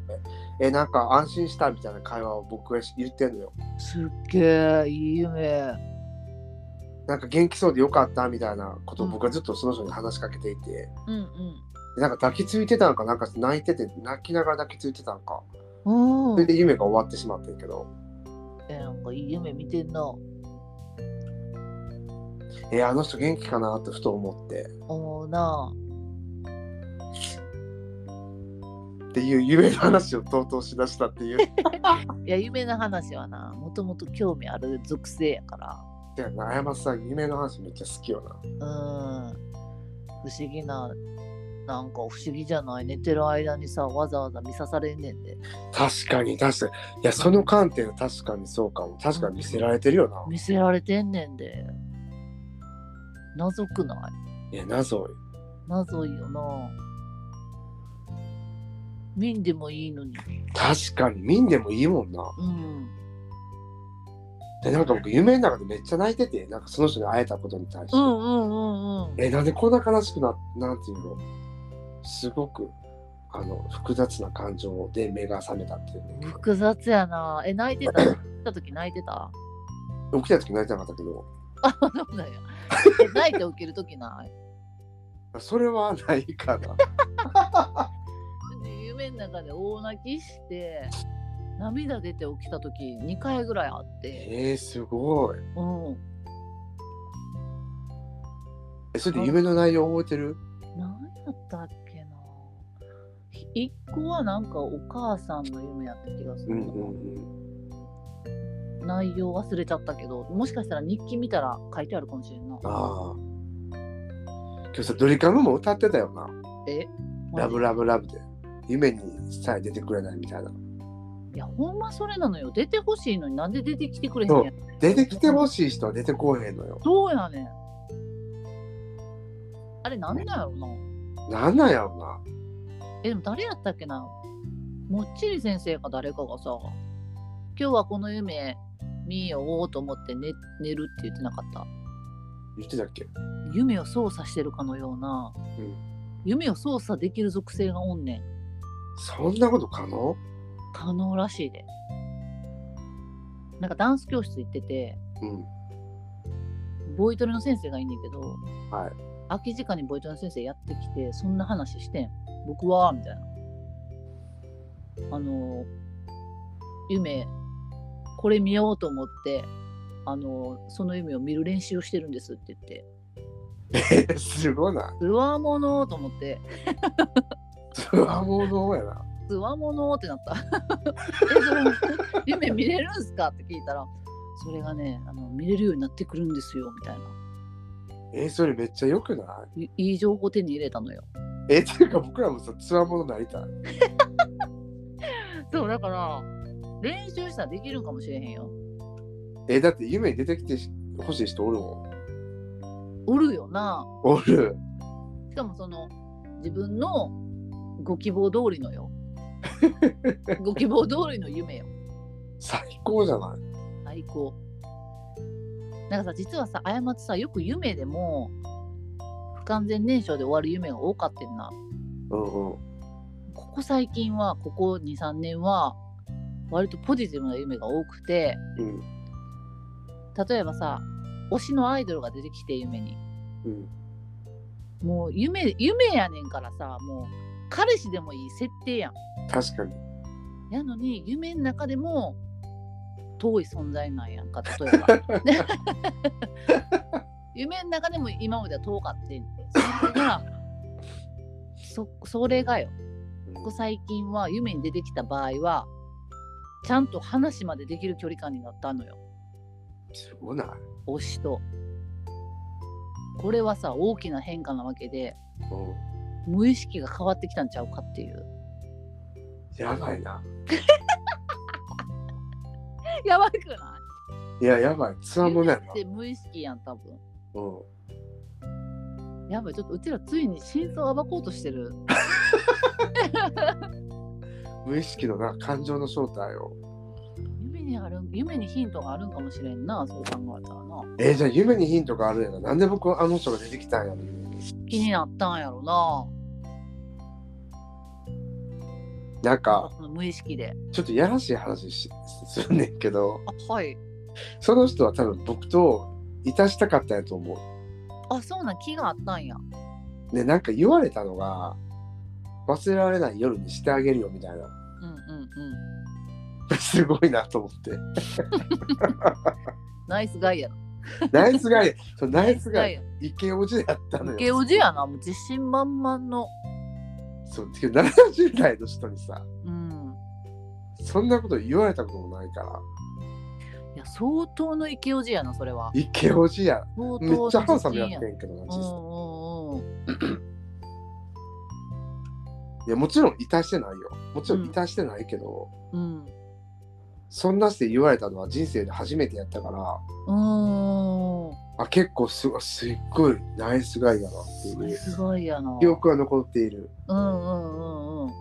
Speaker 1: えなんか安心したみたいな会話を僕が言ってんのよ
Speaker 2: すっげえ、いい夢。
Speaker 1: なんか元気そうでよかったみたいなことを僕はずっとその人に話しかけていて、
Speaker 2: うんうん。
Speaker 1: でなんか抱きついてたんかなんか泣いてて泣きながら抱きついてたんか
Speaker 2: うん
Speaker 1: それで夢が終わってしまってんけど、
Speaker 2: えなんかいい夢見てんな。あ
Speaker 1: えーあの人元気かなってふと思って
Speaker 2: 思うな。 [LAUGHS]
Speaker 1: っていう夢の話をとうとうしだしたっていう [LAUGHS]
Speaker 2: いや、夢の話はな、もともと興味ある属性やか
Speaker 1: いやなあやまさん夢の話めっちゃ好きよな
Speaker 2: ら。うん。不思議な、なんか不思議じゃない。寝てる間にさ、わざわざ見さされんねんで。
Speaker 1: 確かに確かにいやその観点は確かにそうかも確かに見せられてるよな、
Speaker 2: 見せられてんねんで。謎くない
Speaker 1: いや謎い
Speaker 2: 謎いよな。見んでもいいのに。
Speaker 1: 確かに見んでもいいもんな
Speaker 2: うん。
Speaker 1: でなんか僕夢の中でめっちゃ泣いててなんかその人に会えたことに対して、
Speaker 2: うんうんうんうん。
Speaker 1: えなんでこんな悲しくななんていうのすごくあの複雑な感情で目が覚めたっていうね
Speaker 2: 複雑やな。え、泣いてた [LAUGHS] 来た時泣いてた
Speaker 1: 起きた時泣いてなかったけど、
Speaker 2: そうだよ。え泣いて起きるときない。
Speaker 1: それはないか [LAUGHS] な。
Speaker 2: 夢の中で大泣きして、涙出て起きたとき2回ぐらいあって、
Speaker 1: えー、すごい。
Speaker 2: うん。
Speaker 1: え、それで夢の内容覚えてる
Speaker 2: 何やったっけな一個はなんかお母さんの夢やった気がす
Speaker 1: う
Speaker 2: る、
Speaker 1: んうんうん。
Speaker 2: 内容忘れちゃったけどもしかしたら日記見たら書いてあるかもしれんな
Speaker 1: ああ。今日さ、ドリカムも歌ってたよな。
Speaker 2: え
Speaker 1: ラブ
Speaker 2: ラ
Speaker 1: ラブラブで。夢にさえ出てくれないみたいな。
Speaker 2: いやほんまそれなのよ出てほしいのになんで出てきてくれへんやん
Speaker 1: 出てきてほしい人は出てこうへんのよ。
Speaker 2: そうやねんあれなんだろうな
Speaker 1: なんなんやろな。
Speaker 2: えでも誰やったっけなもっちり先生か誰かがさ今日はこの夢見ようと思って寝寝るって言ってなかった
Speaker 1: 言ってたっけ
Speaker 2: 夢を操作してるかのような、
Speaker 1: うん
Speaker 2: 夢を操作できる属性がおんねん
Speaker 1: そんなこと可能
Speaker 2: 可能らしいでなんかダンス教室行ってて
Speaker 1: うん。
Speaker 2: ボイトレの先生がいんねんけど、
Speaker 1: はい [LAUGHS]
Speaker 2: 空き時間にボイトレの先生やってきてそんな話してん僕はみたいなあの夢これ見ようと思ってあのその夢を見る練習をしてるんですって言って
Speaker 1: え、すごいな。
Speaker 2: うわものと思って
Speaker 1: つわものやな。
Speaker 2: つわものってなった。 [LAUGHS] え、それ夢見れるんすかって聞いたら、それがねあの、見れるようになってくるんですよみたいな。
Speaker 1: え、それめっちゃ良くない
Speaker 2: いい情報手に入れたのよ。
Speaker 1: いえ、っていうか僕らもさ、つわものなりたい。
Speaker 2: そう、だから、練習したらできるんかもしれへんよ。
Speaker 1: え、だって夢に出てきてほしい人おるもん。
Speaker 2: おるよな。
Speaker 1: おる。
Speaker 2: しかも、その、自分のご希望通りのよ。ご希望通りの夢よ。
Speaker 1: 最高じゃない
Speaker 2: 最高。なんかさ、実はさ、過ちさ、よく夢でも、不完全燃焼で終わる夢が多かったんな。
Speaker 1: うんうん。
Speaker 2: ここ最近はここ23年は割とポジティブな夢が多くて
Speaker 1: うん。
Speaker 2: 例えばさ推しのアイドルが出てきて夢に
Speaker 1: うん。
Speaker 2: もう夢夢やねんからさもう彼氏でもいい設定やん
Speaker 1: 確かに。
Speaker 2: やのに夢の中でも遠い存在なんやんか例 [LAUGHS] えばで夢の中でも今までは遠かってんそれがそそれがよここ最近は夢に出てきた場合はちゃんと話までできる距離感になったのよ
Speaker 1: すごない。
Speaker 2: 推しと。これはさ大きな変化なわけで
Speaker 1: うん。
Speaker 2: 無意識が変わってきたんちゃうかっていう
Speaker 1: やばいな。
Speaker 2: [LAUGHS] やばくない
Speaker 1: や、やばい。つわもの
Speaker 2: 夢
Speaker 1: や
Speaker 2: っ
Speaker 1: な。
Speaker 2: て無意識やん多分
Speaker 1: うん。
Speaker 2: やばいちょっとうちらついに真相を暴こうとしてる
Speaker 1: 無意識のな、感情の正体を。
Speaker 2: 夢にある夢にヒントがあるんかもしれんなそう考えたらな
Speaker 1: えーじゃあ夢にヒントがあるやな。なんで僕あの人が出てきたんやろ夢に
Speaker 2: 気になったんやろな
Speaker 1: なんか、
Speaker 2: その無意識で
Speaker 1: ちょっとやらしい話しするねんけど、
Speaker 2: あはい
Speaker 1: その人は多分僕といたしたかったんやと思う。
Speaker 2: あそうなん気があったんや
Speaker 1: でなんか言われたのが忘れられない夜にしてあげるよみたいな [LAUGHS]
Speaker 2: うんうんうん
Speaker 1: すごいなと思って
Speaker 2: ナイスガイやな。
Speaker 1: ナイスガイそうナイスガイ
Speaker 2: や。
Speaker 1: イケオジだったのよ
Speaker 2: イケオジやな、もう自信満々の。
Speaker 1: そうてか70代の人にさ
Speaker 2: うん。
Speaker 1: そんなこと言われたこともないから
Speaker 2: いや、相当のイケオジやな、それは。
Speaker 1: イケオジや
Speaker 2: 相当
Speaker 1: めっ
Speaker 2: の
Speaker 1: ちゃハンサムや
Speaker 2: 自
Speaker 1: っ
Speaker 2: 信
Speaker 1: てんけどな
Speaker 2: う
Speaker 1: 実際
Speaker 2: んうんうん。
Speaker 1: いやもちろんいたしてないよもちろんいたしてないけど、
Speaker 2: うん。
Speaker 1: そんなして言われたのは人生で初めてやったから
Speaker 2: うん。うん
Speaker 1: あ結構すごいすっごいナイスガイだなって
Speaker 2: そ
Speaker 1: い
Speaker 2: れ
Speaker 1: う
Speaker 2: すごいやな。
Speaker 1: 記憶が残っている
Speaker 2: うんうんうんうん。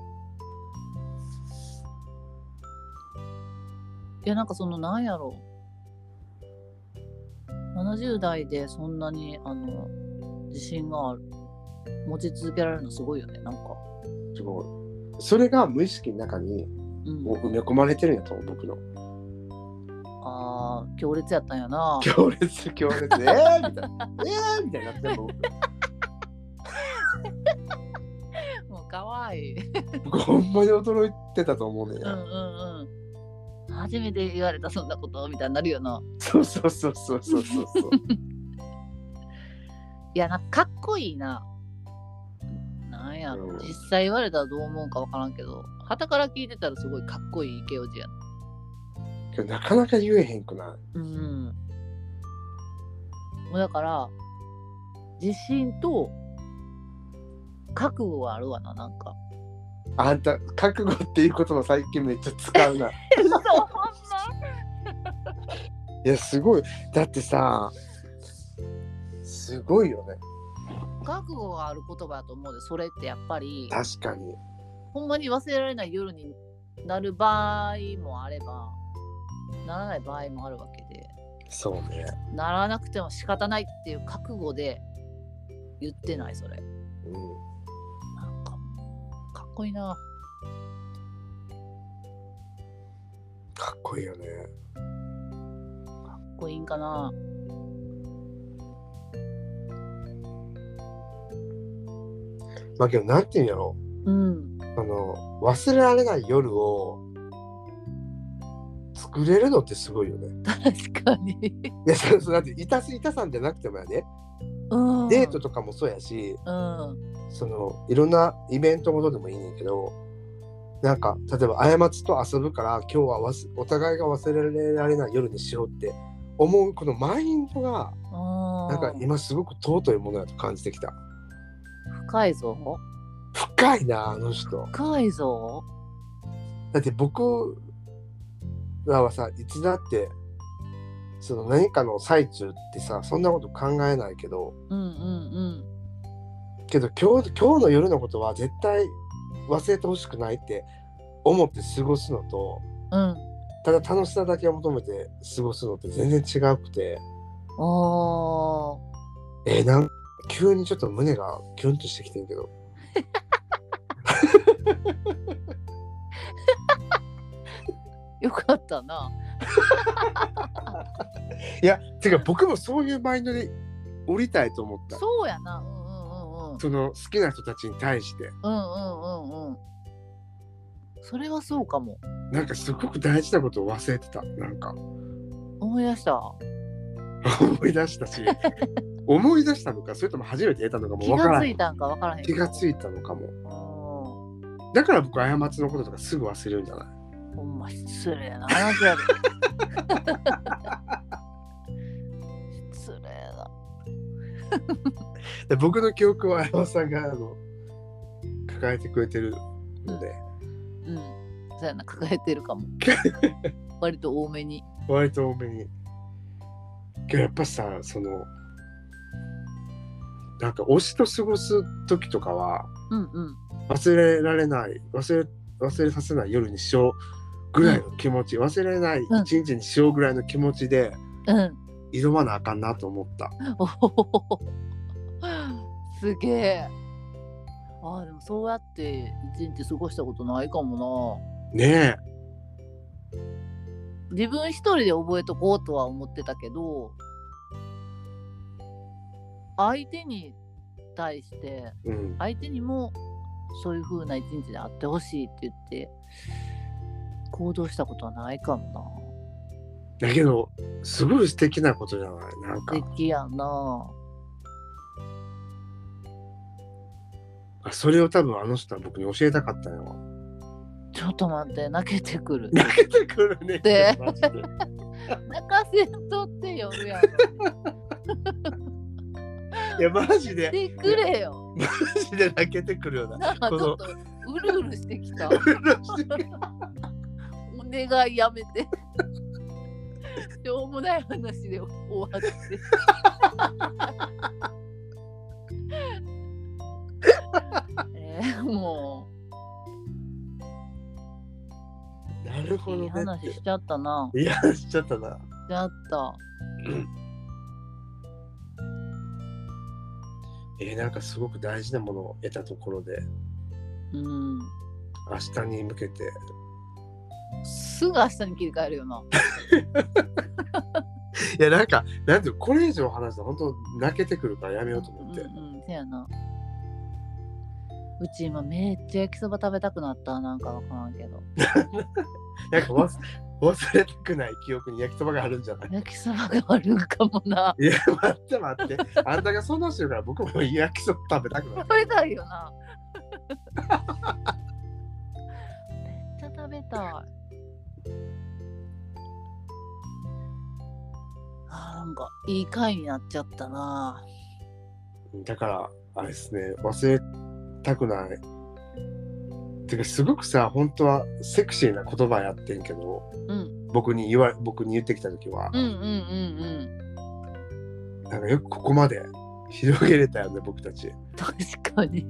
Speaker 2: いや、なんかその、なんやろう。70代でそんなに、あの、自信がある持ち続けられるのすごいよね、なんか。
Speaker 1: すごいそれが無意識の中に
Speaker 2: うん
Speaker 1: もう埋め込まれてるんやと思う僕の
Speaker 2: あな強烈やったんやな
Speaker 1: 強烈強烈えー、みたいなえー、みたいになってんの
Speaker 2: [LAUGHS] もう可愛い
Speaker 1: 僕ほんまに驚いてたと思うねん
Speaker 2: う
Speaker 1: や、
Speaker 2: んうんうん初めて言われたそんなことみたいになるよな
Speaker 1: そうそうそうそうそうそうそ
Speaker 2: [LAUGHS]
Speaker 1: う
Speaker 2: いやなんかかっこいいななんやろ
Speaker 1: うん
Speaker 2: 実際言われたらどう思うかわからんけど旗から聞いてたらすごいかっこいいイケオジやな
Speaker 1: けどなかなか言えへんくな
Speaker 2: うんもうだから自信と覚悟はあるわななんか
Speaker 1: いあんた覚悟っていう言葉最近めっちゃ使うない
Speaker 2: そうほん
Speaker 1: やすごいだってさすごいよね
Speaker 2: ま [LAUGHS] 覚悟がある言葉やと思うでそれってやっぱり
Speaker 1: 確かに
Speaker 2: ほんまに忘れられない夜になる場合もあればならない場合もあるわけで
Speaker 1: そうね
Speaker 2: ならなくても仕方ないっていう覚悟で言ってないそれ
Speaker 1: う
Speaker 2: なんかかっこいいなん
Speaker 1: かっこいいよね
Speaker 2: かっこいいんかな
Speaker 1: まあけどなんていうんやろ
Speaker 2: うん
Speaker 1: あの忘れられない夜を作れるのってすごいよね。
Speaker 2: 確かに
Speaker 1: いやそうそうだっていたすいたさんじゃなくてもやね、
Speaker 2: [LAUGHS] うん
Speaker 1: デートとかもそうやし
Speaker 2: うん
Speaker 1: そのいろんなイベントごとでもいいねんけどなんか例えば過ちと遊ぶから今日はわすお互いが忘れられない夜にしようって思うこのマインドが
Speaker 2: な
Speaker 1: なんか今すごく尊いものだと感じてきた。
Speaker 2: 深いぞ
Speaker 1: 深いなあの人。
Speaker 2: 深いぞ
Speaker 1: だって僕らはさいつだってその何かの最中ってさそんなこと考えないけど
Speaker 2: うんうん
Speaker 1: けど今日今日の夜のことは絶対忘れてほしくないって思って過ごすのと
Speaker 2: うんうん
Speaker 1: ただ楽しさだけを求めて過ごすのって全然違くて
Speaker 2: おー
Speaker 1: えーなん急にちょっと胸がキュンとしてきてんけど
Speaker 2: よかったない
Speaker 1: やてか僕もそういうマインドで降りたいと思った
Speaker 2: そうやなうんうんうんうん
Speaker 1: その好きな人たちに対して
Speaker 2: うんうんうんうんそれはそうかも
Speaker 1: なんかすごく大事なことを忘れてたなんか。
Speaker 2: 思い出した
Speaker 1: 思い出した
Speaker 2: [LAUGHS]
Speaker 1: し思い出したのかそれとも初めて得たのかも
Speaker 2: 気
Speaker 1: 分か
Speaker 2: が
Speaker 1: ら
Speaker 2: つ
Speaker 1: ないい
Speaker 2: たんかわからへん
Speaker 1: 気が
Speaker 2: い
Speaker 1: ついたのかも
Speaker 2: たほ
Speaker 1: だから僕過ちのこととかすぐ忘れるんじゃない
Speaker 2: んま失礼な話やで [LAUGHS] 失礼な
Speaker 1: で僕の記憶は過ちさんがあの抱えてくれてるので
Speaker 2: うんそうやな抱えてる [LAUGHS] かも割と多めに
Speaker 1: 割と多めにけどやっぱさそのなんか推しと過ごす時とかは
Speaker 2: うんうん
Speaker 1: 忘れられない忘れ忘れさせない夜にしようぐらいの気持ち、忘れられない
Speaker 2: うん
Speaker 1: 一日にしようぐらいの気持ちで
Speaker 2: うん [LAUGHS]
Speaker 1: 挑まなあかんなと思った
Speaker 2: おほほほほすげえあーでもそうやって一日過ごしたことないかも
Speaker 1: ね
Speaker 2: な自分一人で覚えとこうとは思ってたけど相手に対して
Speaker 1: え、うん、
Speaker 2: 相手にもそういう風な一日であってほしいって言って行動したことはないかも
Speaker 1: だけどすごい素敵なことじゃないなん
Speaker 2: な
Speaker 1: か
Speaker 2: 素敵やな
Speaker 1: それを多分あの人は僕に教えたかったよ
Speaker 2: ちょっと待って泣けてくる
Speaker 1: 泣けてくるね [LAUGHS]
Speaker 2: で
Speaker 1: マジで
Speaker 2: 泣かせんとってよやん
Speaker 1: いやマジで
Speaker 2: でくれよ
Speaker 1: マジで泣けてくるような
Speaker 2: なんかち
Speaker 1: こ
Speaker 2: ょ
Speaker 1: の
Speaker 2: っとうるうるしてき
Speaker 1: [LAUGHS]
Speaker 2: たお願いやめてしょうもない話で終わって
Speaker 1: [LAUGHS]
Speaker 2: えーも
Speaker 1: なるほ
Speaker 2: ういい
Speaker 1: どねっ
Speaker 2: 話しちゃったな
Speaker 1: ていやしちゃったな
Speaker 2: しちゃった
Speaker 1: えーなんかすごく大事なものを得たところで
Speaker 2: うん
Speaker 1: 明日に向けて
Speaker 2: すぐ明日に切り替えるよな
Speaker 1: いやなんかなんていうのこれ以上話すと本当泣けてくるからやめようと思って、
Speaker 2: うんうん、せやな。うち今めっちゃ焼きそば食べたくなったなんかわからんけど
Speaker 1: なんか忘 [LAUGHS] 忘れたくない記憶に焼きそばがあるんじゃない [LAUGHS]
Speaker 2: 焼きそばがあるんかもない
Speaker 1: や待って待ってあんたがそんなしてるから僕も焼きそば食べたくなる
Speaker 2: 食べたいよなめっちゃ食べたいあーなんかいい回になっちゃったな
Speaker 1: だからあれですね忘れたくないてかすごくさ本当はセクシーな言葉やってんけど、
Speaker 2: ん
Speaker 1: 僕に言わ僕に言ってきた時は、
Speaker 2: うんうんうん
Speaker 1: なんかよくここまで広げれたよね僕たち
Speaker 2: うん確かに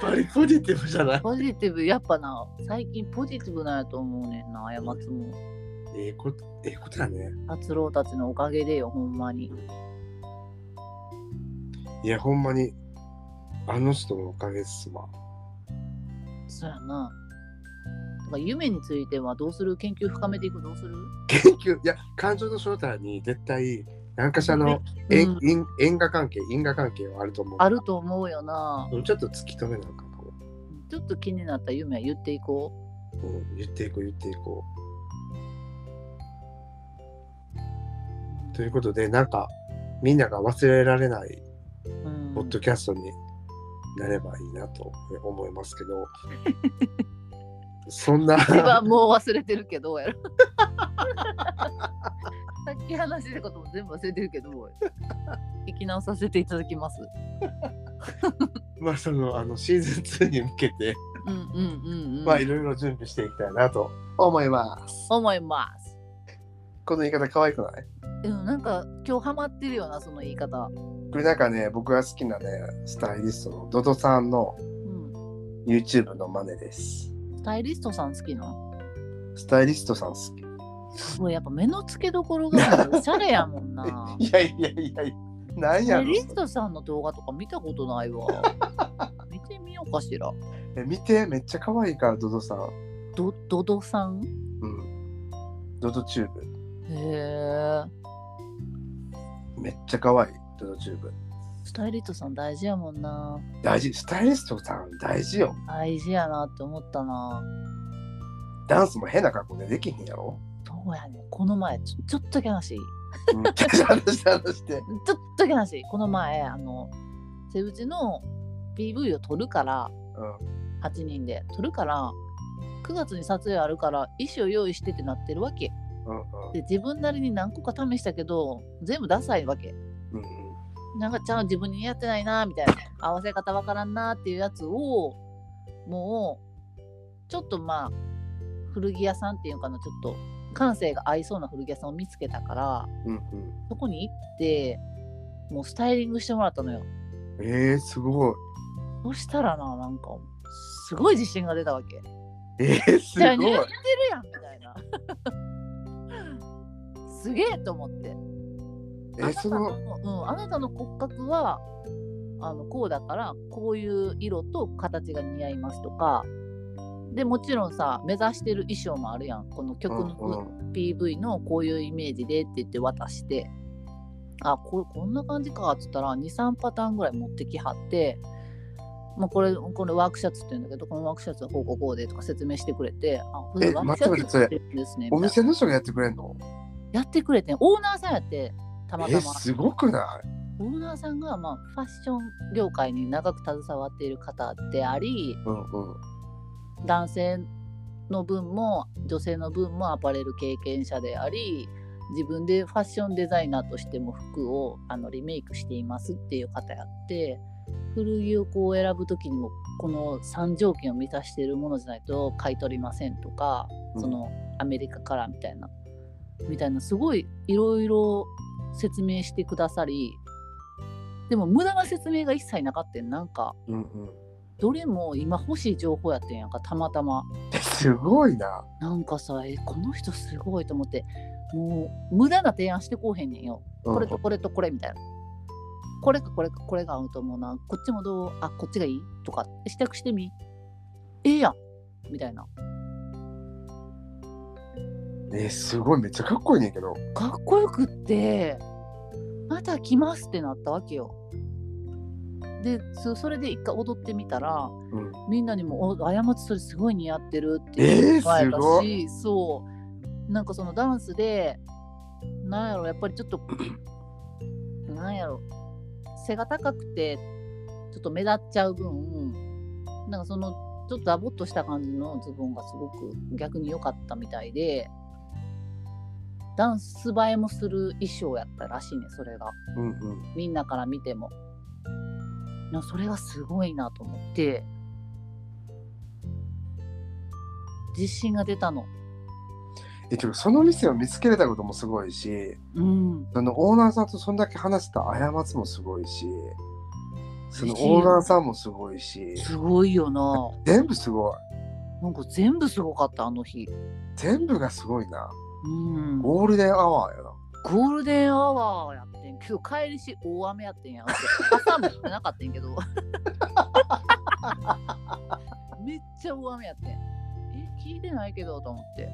Speaker 1: バリポジティブじゃない
Speaker 2: ポジティブやっぱな最近ポジティブなんやと思うねんな過つも
Speaker 1: ええことええことだね
Speaker 2: 達郎たちのおかげでよほんまに
Speaker 1: いやほんまにあの人のおかげっすわ
Speaker 2: そうやなだから夢についてはどうする研究深めていくどうする
Speaker 1: 研究いや感情の正体に絶対何かしらのえ
Speaker 2: うん
Speaker 1: ん因因果関係因果関係はあると思う
Speaker 2: あると思うよな
Speaker 1: うんちょっと突き止めなあかんかも、
Speaker 2: ちょっと気になった夢は言っていこ、
Speaker 1: うん、言っていこう言っていこうということでなんかみんなが忘れられないう
Speaker 2: うん
Speaker 1: ポッドキャストになればいいなと思いますけ [LAUGHS] ど、そんな
Speaker 2: 私はもう忘れてるけどやろ [LAUGHS] さっき話してたことも全部忘れてるけ
Speaker 1: [LAUGHS]
Speaker 2: ど聞き直させていただきます
Speaker 1: [LAUGHS] まあそのあのシーズン2に向けて、
Speaker 2: うんうんうんうん、
Speaker 1: まあいろいろ準備していきたいなと思います。
Speaker 2: 思います
Speaker 1: この言い方可愛くない
Speaker 2: うんなんか今日ハマってるよなその言い方
Speaker 1: これなんかね僕が好きなねスタイリストのドドさんの
Speaker 2: うん
Speaker 1: YouTube の真似です。
Speaker 2: スタイリストさん好きな
Speaker 1: スタイリストさん好き。
Speaker 2: もうやっぱ目の付けどころがおしゃれやもん [LAUGHS] な
Speaker 1: [LAUGHS] いやいやいやいや、なん
Speaker 2: ス
Speaker 1: や
Speaker 2: タイ
Speaker 1: ろ
Speaker 2: リストさんの動画とか見たことない [LAUGHS] わ見てみようかしら
Speaker 1: え見て、めっちゃ可愛いから、ドドさん。
Speaker 2: どドドさん
Speaker 1: うん。ドドチュー
Speaker 2: へえ
Speaker 1: ブ。めっちゃ可愛い、ドドチューブ。
Speaker 2: スタイリストさん大事やもんな
Speaker 1: 大事、スタイリストさん大事よ。
Speaker 2: 大事やなって思ったな
Speaker 1: ダンスも変な格好でできへんやろ。
Speaker 2: そうやねこの前ちょちょっとだけ話いい [LAUGHS]
Speaker 1: うん、話して話して。
Speaker 2: ちょっとだけ話この前あのセブチの PV を撮るか
Speaker 1: う
Speaker 2: ら8人で撮るから9月に撮影あるから衣装用意してってなってるわけ
Speaker 1: ん、うん、
Speaker 2: で自分なりに何個か試したけど全部ダサいわけ
Speaker 1: うん、
Speaker 2: なんかちゃん自分に似合ってないなみたいな合わせ方わからんなっていうやつをもうちょっとまあ古着屋さんっていうかなちょっと感性が合いそうな古着屋さんを見つけたから
Speaker 1: うん、うん。
Speaker 2: そこに行ってもうスタイリングしてもらったのよ
Speaker 1: うん、えー、すごい。
Speaker 2: そしたらななんかすごい自信が出たわけ
Speaker 1: えー、す
Speaker 2: じゃあ
Speaker 1: ご
Speaker 2: 似
Speaker 1: い
Speaker 2: 合っ。てるやんみたいな [LAUGHS] すげえと思って
Speaker 1: え
Speaker 2: あな
Speaker 1: ー、
Speaker 2: た
Speaker 1: そ
Speaker 2: の
Speaker 1: の、、
Speaker 2: うん、あなたの骨格はあのこうだからこういう色と形が似合いますとかでもちろんさ目指してる衣装もあるやんこの曲
Speaker 1: うん、う
Speaker 2: の
Speaker 1: ん。
Speaker 2: PV のこういうイメージでって言って渡して、あここんな感じかっつったら23パターンぐらい持ってきはって、まあ、これこれワークシャツって言うんだけどこのワークシャツはこうこうこうでとか説明してくれてあこれ
Speaker 1: え
Speaker 2: ワークシャ
Speaker 1: 待って待って
Speaker 2: ツ
Speaker 1: それ
Speaker 2: って言うんですねみた
Speaker 1: お
Speaker 2: いな
Speaker 1: 店の人がやってくれんの
Speaker 2: やってくれてんオーナーさんやってたま
Speaker 1: え
Speaker 2: たま。
Speaker 1: ー、すごくない
Speaker 2: オーナーさんが、まあ、ファッション業界に長く携わっている方であり
Speaker 1: うん、うん。
Speaker 2: 男性の分も女性の分もアパレル経験者であり自分でファッションデザイナーとしても服をあのリメイクしていますっていう方やって古着をこう選ぶ時にもこの3条件を満たしているものじゃないと買い取りませんとか
Speaker 1: うん
Speaker 2: そのアメリカからみたいな、みたいなすごいいろいろ説明してくださりでも無駄な説明が一切なかったんなんか
Speaker 1: うん、うん。
Speaker 2: どれも今欲しい情報やってんやんかたまたます
Speaker 1: ごいな。
Speaker 2: なんかさえこの人すごいと思ってもう無駄な提案してこうへんねんよこれとこれとこれみたいな。これかこれかこれが合うと思うな。こっちもどうあこっちがいいとか試着してみええやんみたいな。
Speaker 1: えーすごいめっちゃかっこいいねんけど
Speaker 2: かっこよくって「また来ます」ってなったわけよ。でそそれで一回踊ってみたら、
Speaker 1: ん
Speaker 2: みんなにも「おあやまつそれすごい似合ってる」って
Speaker 1: えー
Speaker 2: 言われた
Speaker 1: すご
Speaker 2: し、そうなんかそのダンスでなんやろやっぱりちょっと [CLEARS THROAT] なんやろ背が高くてちょっと目立っちゃう分なんかそのちょっとダボっとした感じのズボンがすごく逆に良かったみたいでダンス映えもする衣装やったらしいねそれが
Speaker 1: うんうん
Speaker 2: みんなから見てもいやそれがすごいなと思って自信が出たの
Speaker 1: えでもその店を見つけれたこともすごいし
Speaker 2: うん
Speaker 1: そのオーナーさんとそんだけ話した過ちもすごいしその
Speaker 2: 嬉しいよ
Speaker 1: オーナーさんもすごいし
Speaker 2: すごいよな
Speaker 1: 全部すごい
Speaker 2: なんか全部すごかったあの日
Speaker 1: 全部がすごいな
Speaker 2: うんゴ
Speaker 1: ゴールデンアワーやな
Speaker 2: ールデンアワーやってんけど帰りし大雨やってんや朝も降ってなかったんやけど [LAUGHS] めっちゃ大雨やってんえ聞いてないけどと思って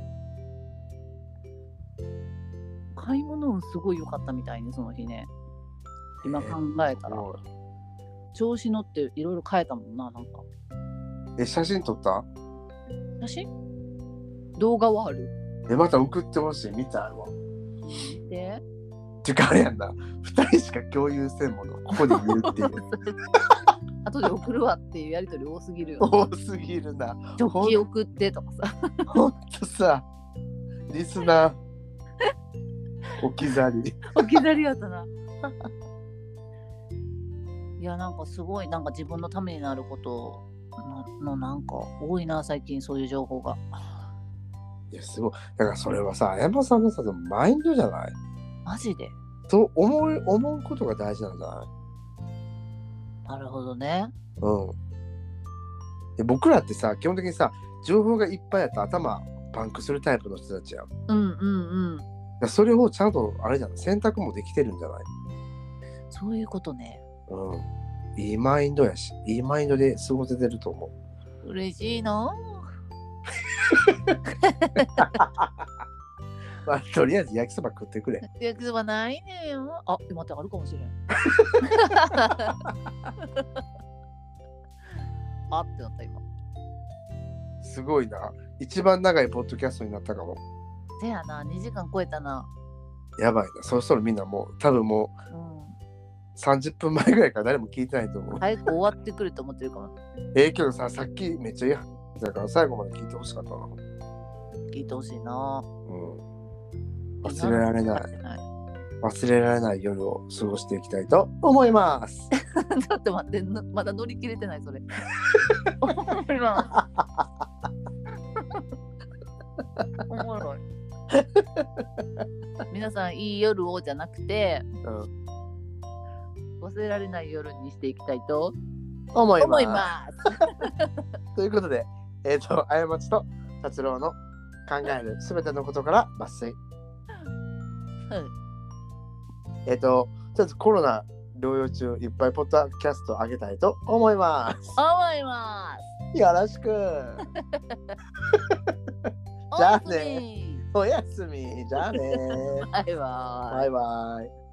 Speaker 2: 買い物運すごい良かったみたいねその日ね今考えたら
Speaker 1: おい
Speaker 2: 調子乗っていろいろ変えたもんななんか
Speaker 1: え写真撮った
Speaker 2: 写真動画はある
Speaker 1: えまた送ってほしい見たいわ
Speaker 2: で
Speaker 1: てかあれやんな2人しか共有せんものここで言うっていう
Speaker 2: 後で送るわっていうやりとり多すぎるよ
Speaker 1: [LAUGHS]
Speaker 2: ね
Speaker 1: 多すぎるな
Speaker 2: ジョッキ送ってとかさ
Speaker 1: ほんとさリスナー置き去り
Speaker 2: 置き去りやったな [LAUGHS] いやなんかすごいなんか自分のためになることののなんか多いな最近そういう情報が
Speaker 1: いやすごいだからそれはさ山さんのさそのマインドじゃない
Speaker 2: マジで
Speaker 1: そう思い思うことが大事なんじゃない
Speaker 2: なるほどね
Speaker 1: うんで僕らってさ基本的にさ情報がいっぱいあって頭パンクするタイプの人たちやんだか
Speaker 2: うんうんうん
Speaker 1: らそれをちゃんとあれじゃん選択もできてるんじゃない
Speaker 2: そういうことね
Speaker 1: うん。いいマインドやし、いいマインドで過ごせてると思う。
Speaker 2: 嬉しいな
Speaker 1: まあ、とりあえず焼きそば食ってくれ。
Speaker 2: 約束はないねよあ待ってあるかもしれ [LAUGHS] んあってなった今
Speaker 1: すごいな。一番長いポッドキャストになったかも。
Speaker 2: せやな2時間超えたな
Speaker 1: やばいな。そろそろみんなもう、多分も
Speaker 2: う
Speaker 1: う30分前ぐらいから誰も聞いてないと思
Speaker 2: ん、
Speaker 1: う。
Speaker 2: 早く終わってくると思ってるかも
Speaker 1: ええけどさ、さっきめっちゃいい話だから最後まで聞いてほしかったな。うん。
Speaker 2: 聞いてほしいな
Speaker 1: 忘れられない。
Speaker 2: い
Speaker 1: 忘れられない夜を過ごしていきたいと思います。
Speaker 2: ちょっと待ってなまだ乗り切れてないそ [LAUGHS] れおもろいなおもろい皆さんいい夜をじゃなくて
Speaker 1: うん。
Speaker 2: 忘れられない夜にしていきたいと
Speaker 1: 思いま
Speaker 2: 思
Speaker 1: す。
Speaker 2: います
Speaker 1: ということで、えっ、と、過ちと達郎の考えるすべてのことから抜粋。
Speaker 2: うん
Speaker 1: えっ、と、ちょっとコロナ療養中、いっぱいポッドキャストあげたいと思います。
Speaker 2: 思います
Speaker 1: よろしく。じゃあね
Speaker 2: おやすみ
Speaker 1: おやすみ。じゃあね。
Speaker 2: バイバイ
Speaker 1: バイバイ。